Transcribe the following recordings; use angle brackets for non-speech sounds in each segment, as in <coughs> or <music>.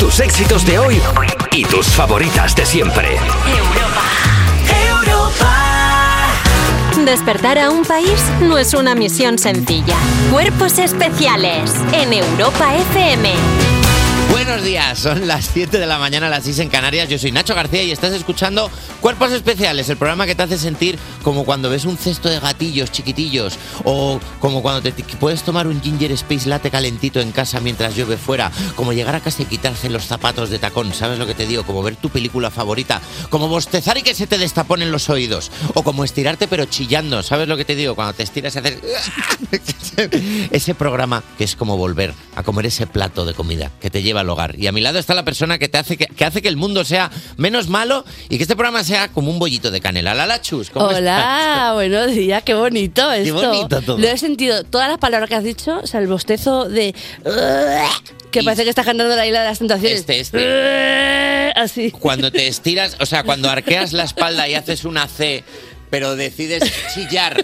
los éxitos de hoy y tus favoritas de siempre. Despertar a un país no es una misión sencilla. Cuerpos especiales en Europa FM. Buenos días, son las 7 de la mañana, las 6 en Canarias. Yo soy Nacho García y estás escuchando Cuerpos Especiales, el programa que te hace sentir como cuando ves un cesto de gatillos chiquitillos o como cuando te te puedes tomar un ginger space latte calentito en casa mientras llueve fuera, como llegar a casa y quitarse los zapatos de tacón, ¿sabes lo que te digo? Como ver tu película favorita, como bostezar y que se te destaponen los oídos o como estirarte pero chillando, ¿sabes lo que te digo? Cuando te estiras y haces... <laughs> ese programa que es como volver a comer ese plato de comida que te lleva al hogar. Y a mi lado está la persona que te hace que, que hace que el mundo sea menos malo y que este programa sea como un bollito de canela. Lala Chus, ¿cómo Hola, buenos días, qué bonito esto. bonito todo. Lo he sentido, todas las palabras que has dicho, o sea, el bostezo de... Que parece que estás cantando la isla de las tentaciones. Este, este. Así. Cuando te estiras, o sea, cuando arqueas la espalda y haces una C, pero decides chillar.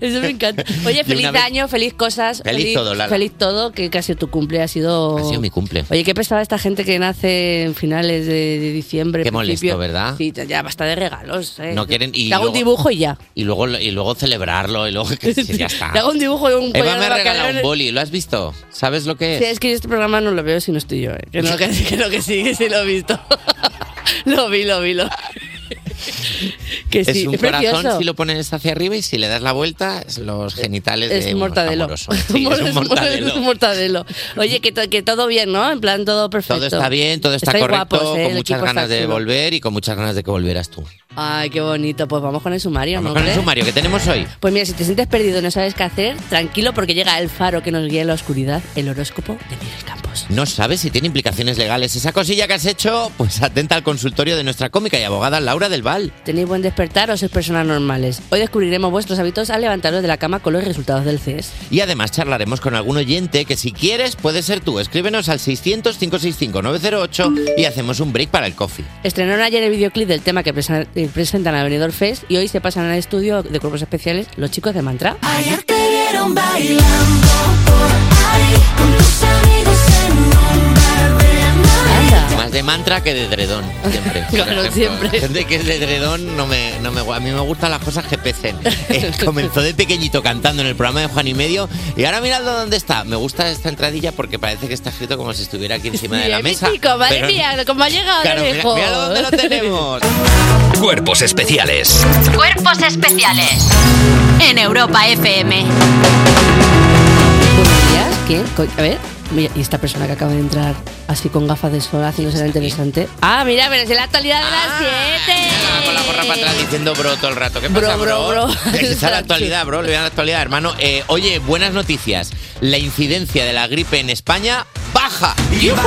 Eso me <laughs> encanta. Y <laughs> Oye, una feliz vez- año, feliz cosas. Feliz todo, Lala. Feliz todo, que casi tu cumple ha sido... Ha sido mi cumple. Oye, qué pesada esta gente que nace en finales de, de diciembre. Qué principio. molesto, ¿verdad? Sí, ya basta de regalos. eh. No quieren- y Te hago un luego- dibujo y ya. Y luego, y luego celebrarlo y luego <laughs> que ya está. Te hago un dibujo y un Eva collar me de ha regalado bacalao. un boli, ¿lo has visto? ¿Sabes lo que es? Sí, es que yo este programa no lo veo si no estoy yo. eh. Que <laughs> no, que, <laughs> que no, que sí, que sí lo he visto. <laughs> lo vi, lo vi, lo vi. <laughs> que sí, es un es corazón precioso. si lo pones hacia arriba y si le das la vuelta, es los genitales Es de un uno mortadelo. <laughs> amoroso. Sí, es un Es un mortadelo. mortadelo. Oye, que, to- que todo bien, ¿no? En plan, todo perfecto. Todo está bien, todo está Estáis correcto, guapos, ¿eh? con El muchas equipo está ganas de chulo. volver y con muchas ganas de que volvieras tú. Ay, qué bonito. Pues vamos con el sumario, Vamos ¿no con el crees? sumario que tenemos hoy. Pues mira, si te sientes perdido y no sabes qué hacer, tranquilo porque llega el faro que nos guía en la oscuridad, el horóscopo de Miguel Campos. No sabes si tiene implicaciones legales esa cosilla que has hecho, pues atenta al consultorio de nuestra cómica y abogada Laura del Val. ¿Tenéis buen despertar o sois personas normales? Hoy descubriremos vuestros hábitos al levantaros de la cama con los resultados del CES. Y además charlaremos con algún oyente que si quieres puedes ser tú. Escríbenos al 600-565-908 y hacemos un break para el coffee. Estrenaron ayer el videoclip del tema que presa- eh, presentan al Venidor Fest y hoy se pasan al estudio de cuerpos especiales los chicos de Mantra. Ayer te vieron bailando por ahí con tus amigos en un bar de Anda. Más de mantra que de dredón, siempre. por Claro, ejemplo. siempre. Gente que es de dredón, no me, no me, gu- a mí me gustan las cosas que pesen. <laughs> Eh, comenzó de pequeñito cantando en el programa de Juan y Medio y ahora miradlo dónde está. Me gusta esta entradilla porque parece que está escrito como si estuviera aquí encima de la Sí, mesa. mítico, madre pero- mía, cómo ha llegado Claro, de mira- lejos. míralo dónde lo <laughs> tenemos. Cuerpos especiales Cuerpos especiales en Europa FM. Buenos días, ¿qué? Co- A ver, mira, y esta persona que acaba de entrar así con gafas de sol haciéndose la interesante. Ah, mira, pero es en la actualidad de las Ah, Con la gorra para 7. atrás diciendo bro todo el rato. ¿Qué Bro, pasa, bro, bro? bro. <laughs> Esa es la actualidad, bro. Le voy a la actualidad, hermano. Eh, oye, buenas noticias. La incidencia de la gripe en España <laughs> baja. eh, <laughs>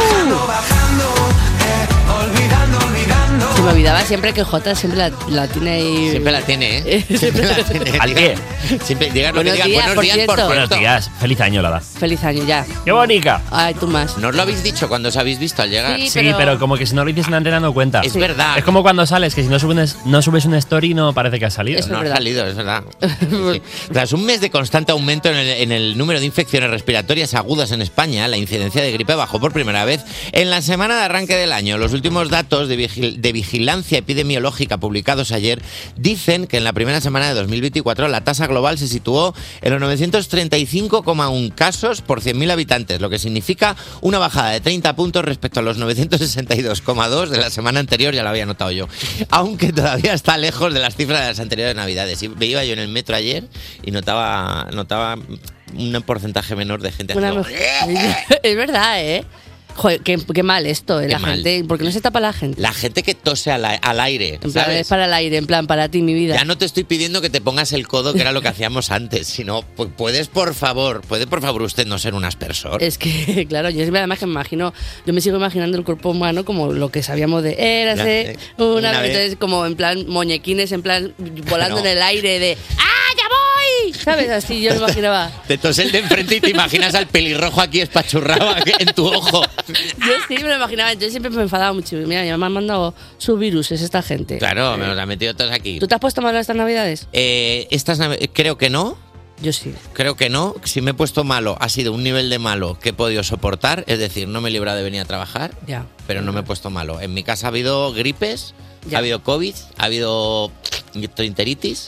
Ah, Se me olvidaba siempre que Jota siempre la, la tiene ahí. Siempre la tiene, <laughs> ¿eh? Siempre la tiene. ¿Al qué? <laughs> Siempre digan lo que Buenos digan. días, Buenos por días, por cierto. cierto. Buenos días, feliz año, Lala. Feliz año ya. ¡Qué bonita! Ay, tú más. ¿No os lo habéis dicho cuando os habéis visto al llegar? Sí, Sí, pero- pero... como que si no lo dices en antena no cuenta. Es verdad. Es como cuando sales, que si no subes, no subes una story no parece que has salido. Eso no es ha verdad. salido, es verdad. Sí, sí. <laughs> Tras un mes de constante aumento en el, en el número de infecciones respiratorias agudas en España, la incidencia de gripe bajó por primera vez en la semana de arranque del año. Los últimos datos de, vigil- de vigilancia epidemiológica publicados ayer dicen que en la primera semana de 2024 la tasa global se situó en los 935,1 casos por 100.000 habitantes, lo que significa una bajada de 30 puntos respecto a los 962,2 de la semana anterior, ya lo había notado yo. <laughs> Aunque todavía está lejos de las cifras de las anteriores navidades. Y me iba yo en el metro ayer y notaba, notaba un porcentaje menor de gente Una haciendo... mujer- <laughs> es verdad, ¿eh? Joder, qué, qué mal esto, eh, Qué la mal. gente. Porque no se tapa la gente. La gente que tose al, a- al aire, en plan, es ¿sabes? para el aire, en plan, para ti, mi vida. Ya no te estoy pidiendo que te pongas el codo, que era lo que hacíamos antes, sino, pu- puedes por favor, puede por favor usted no ser un aspersor. Es que, <laughs> claro, yo siempre además que me imagino, yo me sigo imaginando el cuerpo humano como lo que sabíamos de érase Ya, eh, una, una vez, vez. entonces como en plan moñequines, en plan volando No. en el aire de ¡Ah, ya voy! ¿Sabes? Así yo me imaginaba. Te tose el de enfrente y te imaginas al pelirrojo aquí espachurrado en tu ojo. Yo sí me lo imaginaba, yo siempre me enfadaba mucho. Mira, mi mamá me ha mandado sus virus, es esta gente. Claro, me los han metido todos aquí. ¿Tú te has puesto malo estas navidades? Eh, estas nave- creo que no. Yo sí. Creo que no. Si me he puesto malo, ha sido un nivel de malo que he podido soportar. Es decir, no me he librado de venir a trabajar, Ya. pero no me he puesto malo. En mi casa ha habido gripes, ha habido COVID, ha habido <laughs> trinteritis,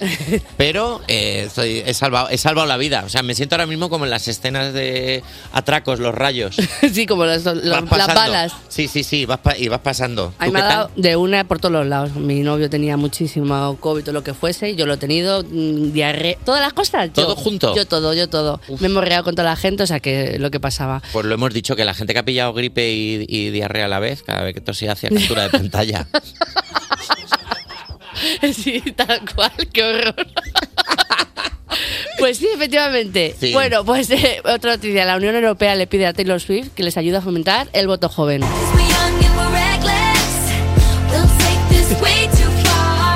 pero eh, estoy- he, salvado, he salvado la vida. O sea, me siento ahora mismo como en las escenas de atracos, los rayos. <laughs> Sí, como las, las- Vas las pasando. balas. Sí, sí, sí, vas pa- y vas pasando. A mí ¿Tú me qué ha tal? dado de una por todos los lados. Mi novio tenía muchísimo COVID o lo que fuese. Yo lo he tenido, mm, diarrea, todas las cosas. yo. ¿Todo junto? Yo todo, yo todo. Me he morreado con toda la gente, o sea, que lo que pasaba. <laughs> Pues lo hemos dicho, que la gente que ha pillado gripe y, y diarrea a la vez, cada vez que tosía hacia captura de <laughs> pantalla. Sí, tal cual, qué horror. Pues sí, efectivamente. Sí. Bueno, pues eh, otra noticia. La Unión Europea le pide a Taylor Swift que les ayude a fomentar el voto joven.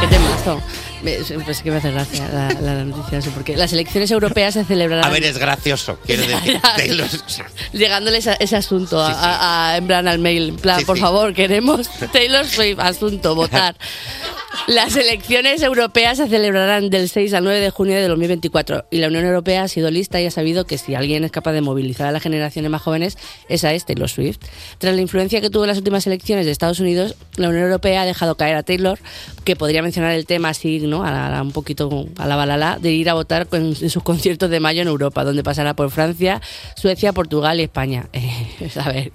Qué <laughs> temazo. Me- Pues es que me hace gracia la, la noticia, no sé por qué. Las elecciones europeas se celebrarán... A ver, es gracioso. Quiero decir, Taylor- o sea, Llegándole esa- ese asunto a- a- a- en plan al mail. En plan, Sí, por sí. favor, queremos Taylor <laughs> Swift, asunto, votar. Las elecciones europeas se celebrarán del 6 al 9 de junio de 2024 y la Unión Europea ha sido lista y ha sabido que si alguien es capaz de movilizar a las generaciones más jóvenes, esa es este, Taylor Swift. Tras la influencia que tuvo en las últimas elecciones de Estados Unidos, la Unión Europea ha dejado caer a Taylor, que podría mencionar el tema así, ¿no? A la- a la- un poquito a la balala, de ir a votar con, en sus conciertos de mayo en Europa, donde pasará por Francia, Suecia, Portugal y España. <laughs> a ver,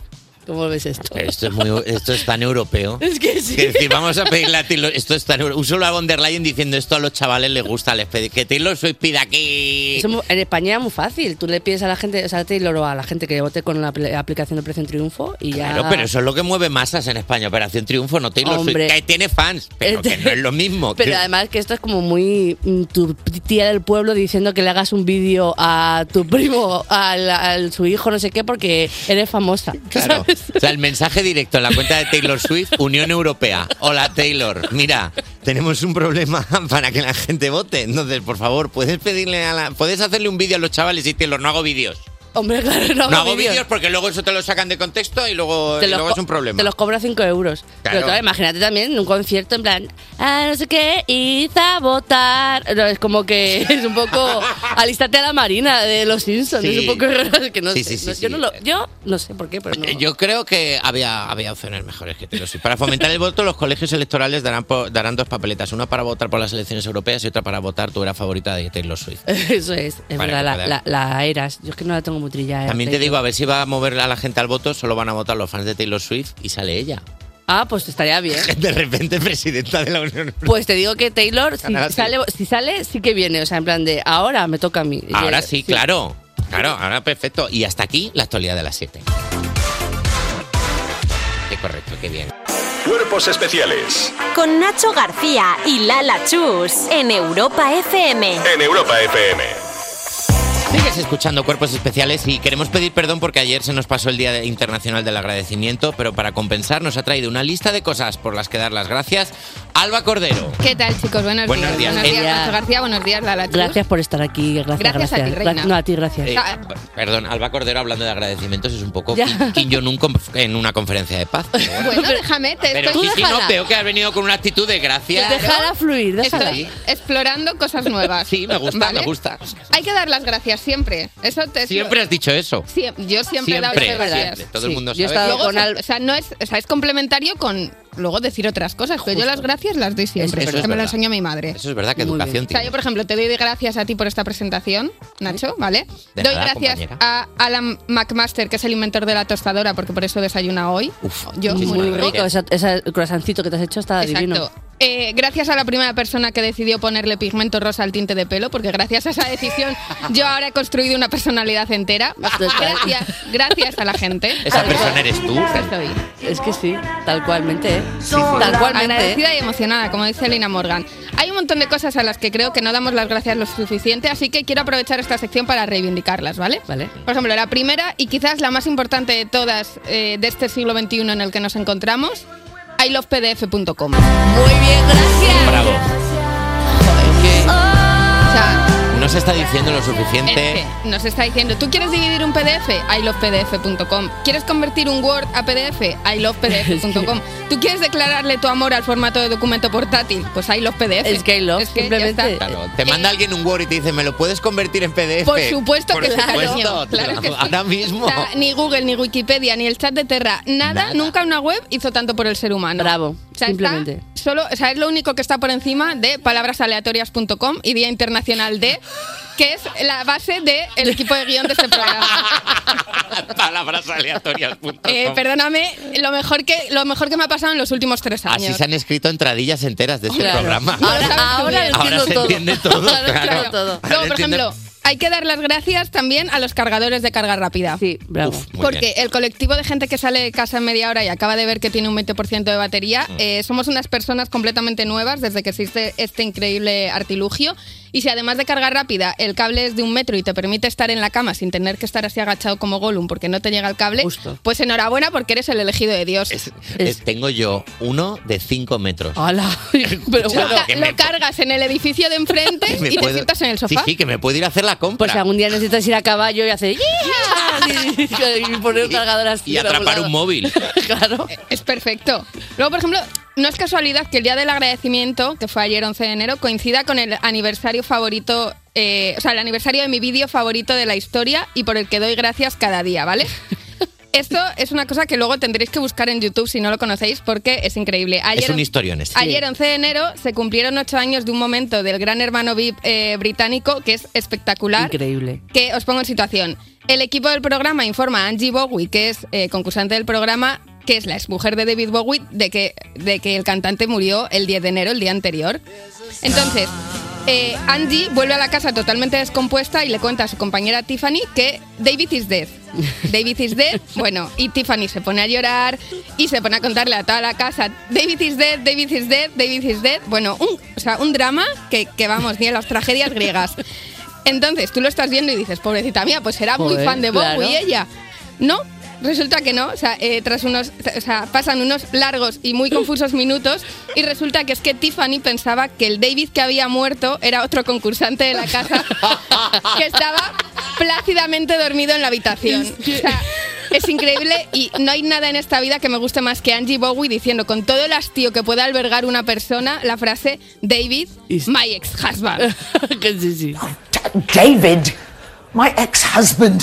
¿cómo ves esto? esto es, muy, esto es tan europeo. <laughs> Es que sí. Que decir, vamos a pedirle a Taylor, esto es tan euro- Un solo a von der Leyen diciendo esto a los chavales les gusta, les pedí que Taylor Swift pida aquí. Eso mu- en España es muy fácil. Tú le pides a la gente, o sea, a Taylor o a la gente que vote con la apl- aplicación de Precio en Triunfo y ya. Claro, pero eso es lo que mueve masas en España, Operación Triunfo, no Taylor Hombre. Este- Swift, que tiene fans, pero que no es lo mismo. <laughs> Pero que- además que esto es como muy mm, tu tía del pueblo diciendo que le hagas un vídeo a tu primo, al, al su hijo, no sé qué, porque eres famosa. Claro. O sea, el mensaje directo en la cuenta de Taylor Swift, Unión Europea. Hola Taylor, mira, tenemos un problema <laughs> para que la gente vote. Entonces, por favor, puedes pedirle a la. Puedes hacerle un vídeo a los chavales y Taylor, no hago vídeos. Hombre, claro, no, No, hago vídeos. vídeos porque luego eso te lo sacan de contexto y luego, Te y los luego co- es un problema. Te los cobro 5 euros. Pero Claro. claro, imagínate también un concierto en plan, ah, no sé qué, id a votar. No, es como que <laughs> es un poco, alístate a la marina de los Simpsons. Sí. Es un poco raro, que no Sí, sí, sé. sí, no- sí. Yo, no lo- yo no sé por qué, pero no. <laughs> Eh, Yo creo que había, había opciones mejores que Taylor Swift. Para fomentar el voto, los colegios electorales darán, po- darán dos papeletas, una para votar por las elecciones europeas y otra para votar tu era favorita de Taylor Swift. Eso es, es Vale, verdad, la, vale. la, la eras. Yo es que no la tengo muy trillada. También te Taylor. digo, a ver si va a mover a la gente al voto, solo van a votar los fans de Taylor Swift y sale ella. <laughs> Ah, pues estaría bien. De repente, presidenta de la Unión Europea. Pues te digo que Taylor, si Ganará, sí. sale, si sale, sí que viene. O sea, en plan de, ahora me toca a mí. Ahora Eh, sí, claro. Claro, ahora perfecto. Y hasta aquí la actualidad de las 7. Qué correcto, qué bien. Cuerpos especiales Con Nacho García y Lala Chus en Europa FM. en Europa FM. Sigues escuchando Cuerpos Especiales y queremos pedir perdón porque ayer se nos pasó el Día Internacional del Agradecimiento, pero para compensar nos ha traído una lista de cosas por las que dar las gracias. Alba Cordero. ¿Qué tal, chicos? Buenos, Buenos días. días. Buenos Eh, días, Nacho García. Buenos días, Lala Chus. Gracias por estar aquí. Gracias, gracias. Gracias a ti, reina. Gra- No, a ti, gracias. Eh, Ah. perdón, Alba Cordero hablando de agradecimientos es un poco Ya. Kim Jong-un conf- en una conferencia de <laughs> paz. Pero bueno. Bueno, déjame, te Pero estoy sí, sí, no, déjala. veo que has venido con una actitud de gracia. Pues Déjala fluir, déjala. Estoy explorando cosas nuevas. <laughs> Sí, me gusta, ¿vale? me gusta. Hay que dar las gracias siempre. Eso te Siempre has dicho eso. Siem- yo siempre, he dado Siempre, las gracias. siempre. Todo el Sí, mundo yo he sabe. estado Luego, con Al- o sea, no es, o sea, es complementario con luego decir otras cosas. Pero yo las gracias las doy siempre. Eso es porque me lo verdad. enseñó mi madre. Eso es verdad que Muy educación O sea, yo, tiene. por ejemplo, te doy gracias a ti por esta presentación, Nacho, ¿vale? De doy nada, gracias compañera. a Alan McMaster, que es el inventor de la tostadora, porque por eso desayuna hoy. Uf, yo, muchísimas muy Muy rico. rico, esa- esa- el croissancito que te has hecho está divino. Exacto. Eh, gracias a la primera persona que decidió ponerle pigmento rosa al tinte de pelo, porque gracias a esa <laughs> decisión yo ahora he construido una personalidad entera. Gracias, gracias a la gente. Esa persona eres tú. Esa soy. Es que sí, tal cualmente, ¿eh? Tal cualmente. ¿eh? Agradecida y emocionada, como dice Elena Morgan. Hay un montón de cosas a las que creo que no damos las gracias lo suficiente, así que quiero aprovechar esta sección para reivindicarlas, ¿vale? ¿eh? Vale. Por ejemplo, la primera y quizás la más importante de todas eh, de este siglo XXI en el que nos encontramos, ilovepdf.com. Muy bien, gracias. Bravo. O sea, no se está diciendo lo suficiente. Este nos está diciendo, ¿tú quieres dividir un PDF? ilovepdf.com. ¿Quieres convertir un Word a PDF? <laughs> ilovepdf.com. ¿Tú quieres declararle tu amor al formato de documento portátil? Pues ilovepdf. Es que ilove, simplemente. Claro, te manda alguien un Word y te dice, ¿me lo puedes convertir en PDF? Por supuesto Por que claro. supuesto, te Claro lo que hago sí. Ahora mismo. O sea, ni Google, ni Wikipedia, ni el chat de Terra, nada, nunca una web hizo tanto por el ser humano. Bravo, simplemente. solo, o sea, es lo único que está por encima de palabrasaleatorias.com y Día Internacional de, que es la base del equipo de guión de este programa. Palabras aleatorias. punto <laughs> com. Eh, perdóname, lo mejor, que, lo mejor que me ha pasado en los últimos tres años. Así se han escrito entradillas enteras de este Claro. programa. No lo sabes tú bien. Ahora se entiende todo. claro. Ahora Luego, por entiende- ejemplo, hay que dar las gracias también a los cargadores de carga rápida. Sí, bravo. muy Porque bien. el colectivo de gente que sale de casa en media hora y acaba de ver que tiene un 20% de batería, Mm. eh, somos unas personas completamente nuevas desde que existe este increíble artilugio. Y si además de carga rápida, el cable es de un metro y te permite estar en la cama sin tener que estar así agachado como Gollum porque no te llega el cable, pues enhorabuena porque eres el elegido de Dios. Eh, Tengo yo uno de 5 metros. <laughs> <laughs> Pero Escucha, lo, ca- que lo me- cargas en el edificio <laughs> de enfrente Me y te puedo- sientas en el sofá. Sí, sí, que me puedo ir a hacer la compra. Pues algún día necesitas ir a caballo y hacer "Yeah", y, y <laughs> poner un cargador así. y a algún atrapar lado. un móvil. Es perfecto. Luego, por ejemplo, no es casualidad que el día del agradecimiento, que fue ayer 11 de enero, coincida con el aniversario favorito, eh, o sea, el aniversario de mi vídeo favorito de la historia y por el que doy gracias cada <laughs> día, ¿vale? Esto es una cosa que luego tendréis que buscar en YouTube si no lo conocéis porque es increíble. Ayer, es un historión este. Ayer, 11 de enero, se cumplieron ocho años de un momento del gran hermano VIP eh, británico que es espectacular. Increíble. Que os pongo en situación. El equipo del programa informa a Angie Bowie, que es eh, concursante del programa, que es la exmujer de David Bowie, de que, de que el cantante murió el 10 de enero, el día anterior. Entonces, eh, Angie vuelve a la casa totalmente descompuesta y le cuenta a su compañera Tiffany que David is dead. David is dead, bueno, y Tiffany se pone a llorar y se pone a contarle a toda la casa, David is dead, David is dead, David is dead. Bueno, un, o sea, un drama que, que vamos, ni en las tragedias griegas. Entonces tú lo estás viendo y dices, pobrecita mía, pues será muy Joder, fan de Bowie claro. ella. No, resulta que no. O sea, eh, tras unos, o sea, pasan unos largos y <clears throat> muy confusos minutos y resulta que es que Tiffany pensaba que el David que había muerto era otro concursante de <laughs> la casa que estaba plácidamente dormido en la habitación. O sea, es increíble y no hay nada en esta vida que me guste más que Angie Bowie diciendo con todo el hastío que pueda albergar una persona la frase David, my <laughs> ex-husband. Que sí, sí. David, my ex-husband.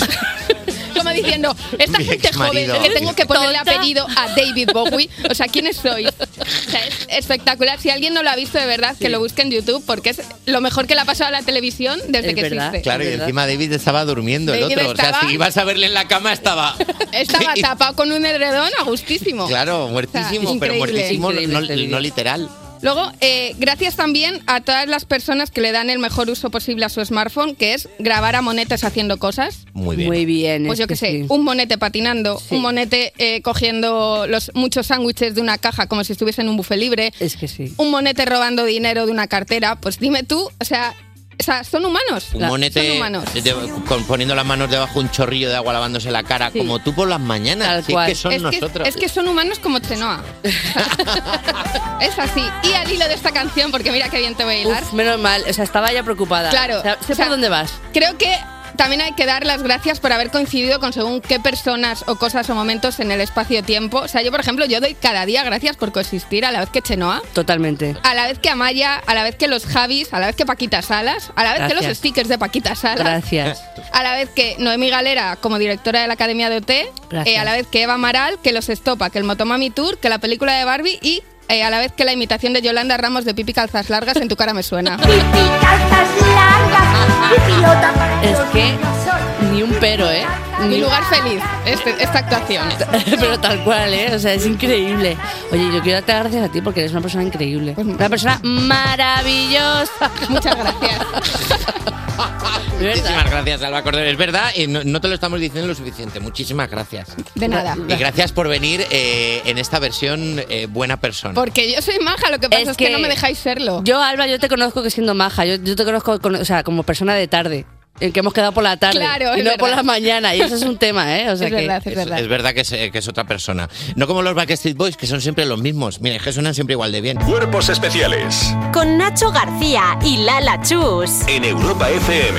Como diciendo, esta Mi gente joven, exmarido. le tengo que ponerle Tonta. apellido a David Bowie. O sea, ¿quiénes sois? O sea, es espectacular. Si alguien no lo ha visto de verdad, que lo busque en YouTube, porque es lo mejor que le ha pasado a la televisión <laughs> desde que existe. Claro, y encima David estaba durmiendo el David otro. O estaba- sea, si ibas a verle en la cama <laughs> estaba, <laughs> Estaba tapado con un edredón a gustísimo. claro, muertísimo, pero increíble. muertísimo no- Increíble no, este vídeo. no literal. Luego, eh, gracias también a todas las personas que le dan el mejor uso posible a su smartphone, que es grabar a monetes haciendo cosas. Muy bien. Muy bien. ¿eh? Pues yo qué sé, un monete patinando, un monete eh, cogiendo los muchos sándwiches de una caja como si estuviese en un buffet libre, Es que sí. un monete robando dinero de una cartera, pues dime tú, o sea, o sea, son humanos. Un La- Son monete humanos. de- con- poniendo las manos debajo un chorrillo de agua lavándose la cara, Sí. como tú por las mañanas. Si es que son es, nosotros. Que, es que son humanos <laughs> como Chenoa. es así. Y al hilo de esta canción, porque mira qué bien te voy a hilar. Uf, menos mal, o sea, estaba ya preocupada. Claro. O sea, sé O sea, por dónde vas. Creo que también hay que dar las gracias por haber coincidido con según qué personas o cosas o momentos en el espacio-tiempo. O sea, yo, por ejemplo, yo doy cada día gracias por coexistir a la vez que Chenoa, Totalmente. a la vez que Amaya, a la vez que los Javis, a la vez que Paquita Salas, a la vez que los Gracias. stickers de Paquita <laughs> Salas. Gracias. A la vez que Noemí Galera como directora de la Academia de OT, Gracias. eh, a la vez que Eva Maral, que los estopa, que el Motomami Tour, que la película de Barbie y eh, a la vez que la imitación de Yolanda Ramos de Pipi Calzas Largas en tu cara me suena. Es que ni un pero, ¿eh? Mi Ni- lugar feliz, este- esta actuación. <laughs> Pero tal cual, ¿eh? O sea, es increíble. Oye, yo quiero darte gracias a ti porque eres una persona increíble. Una persona maravillosa. Pues <laughs> Muchas gracias. Muchísimas gracias, Alba Cordero. Es verdad, y no, no te lo estamos diciendo lo suficiente. Muchísimas gracias. De nada. Y gracias por venir eh, en esta versión eh, buena persona. Porque yo soy maja, lo que pasa es, Es que, que no me dejáis serlo. Yo, Alba, yo te conozco que siendo maja. Yo, yo te conozco con- o sea, como persona de tarde. en que hemos quedado por la tarde Claro, es y no por verdad. la mañana. Y eso es un tema, ¿eh? O sea Es que, verdad, es Es- Es, verdad que es, eh, que es otra persona. No como los Backstreet Boys, que son siempre los mismos. Mira, es que suenan siempre igual de bien. Cuerpos especiales Con Nacho García y Lala Chus. en Europa FM.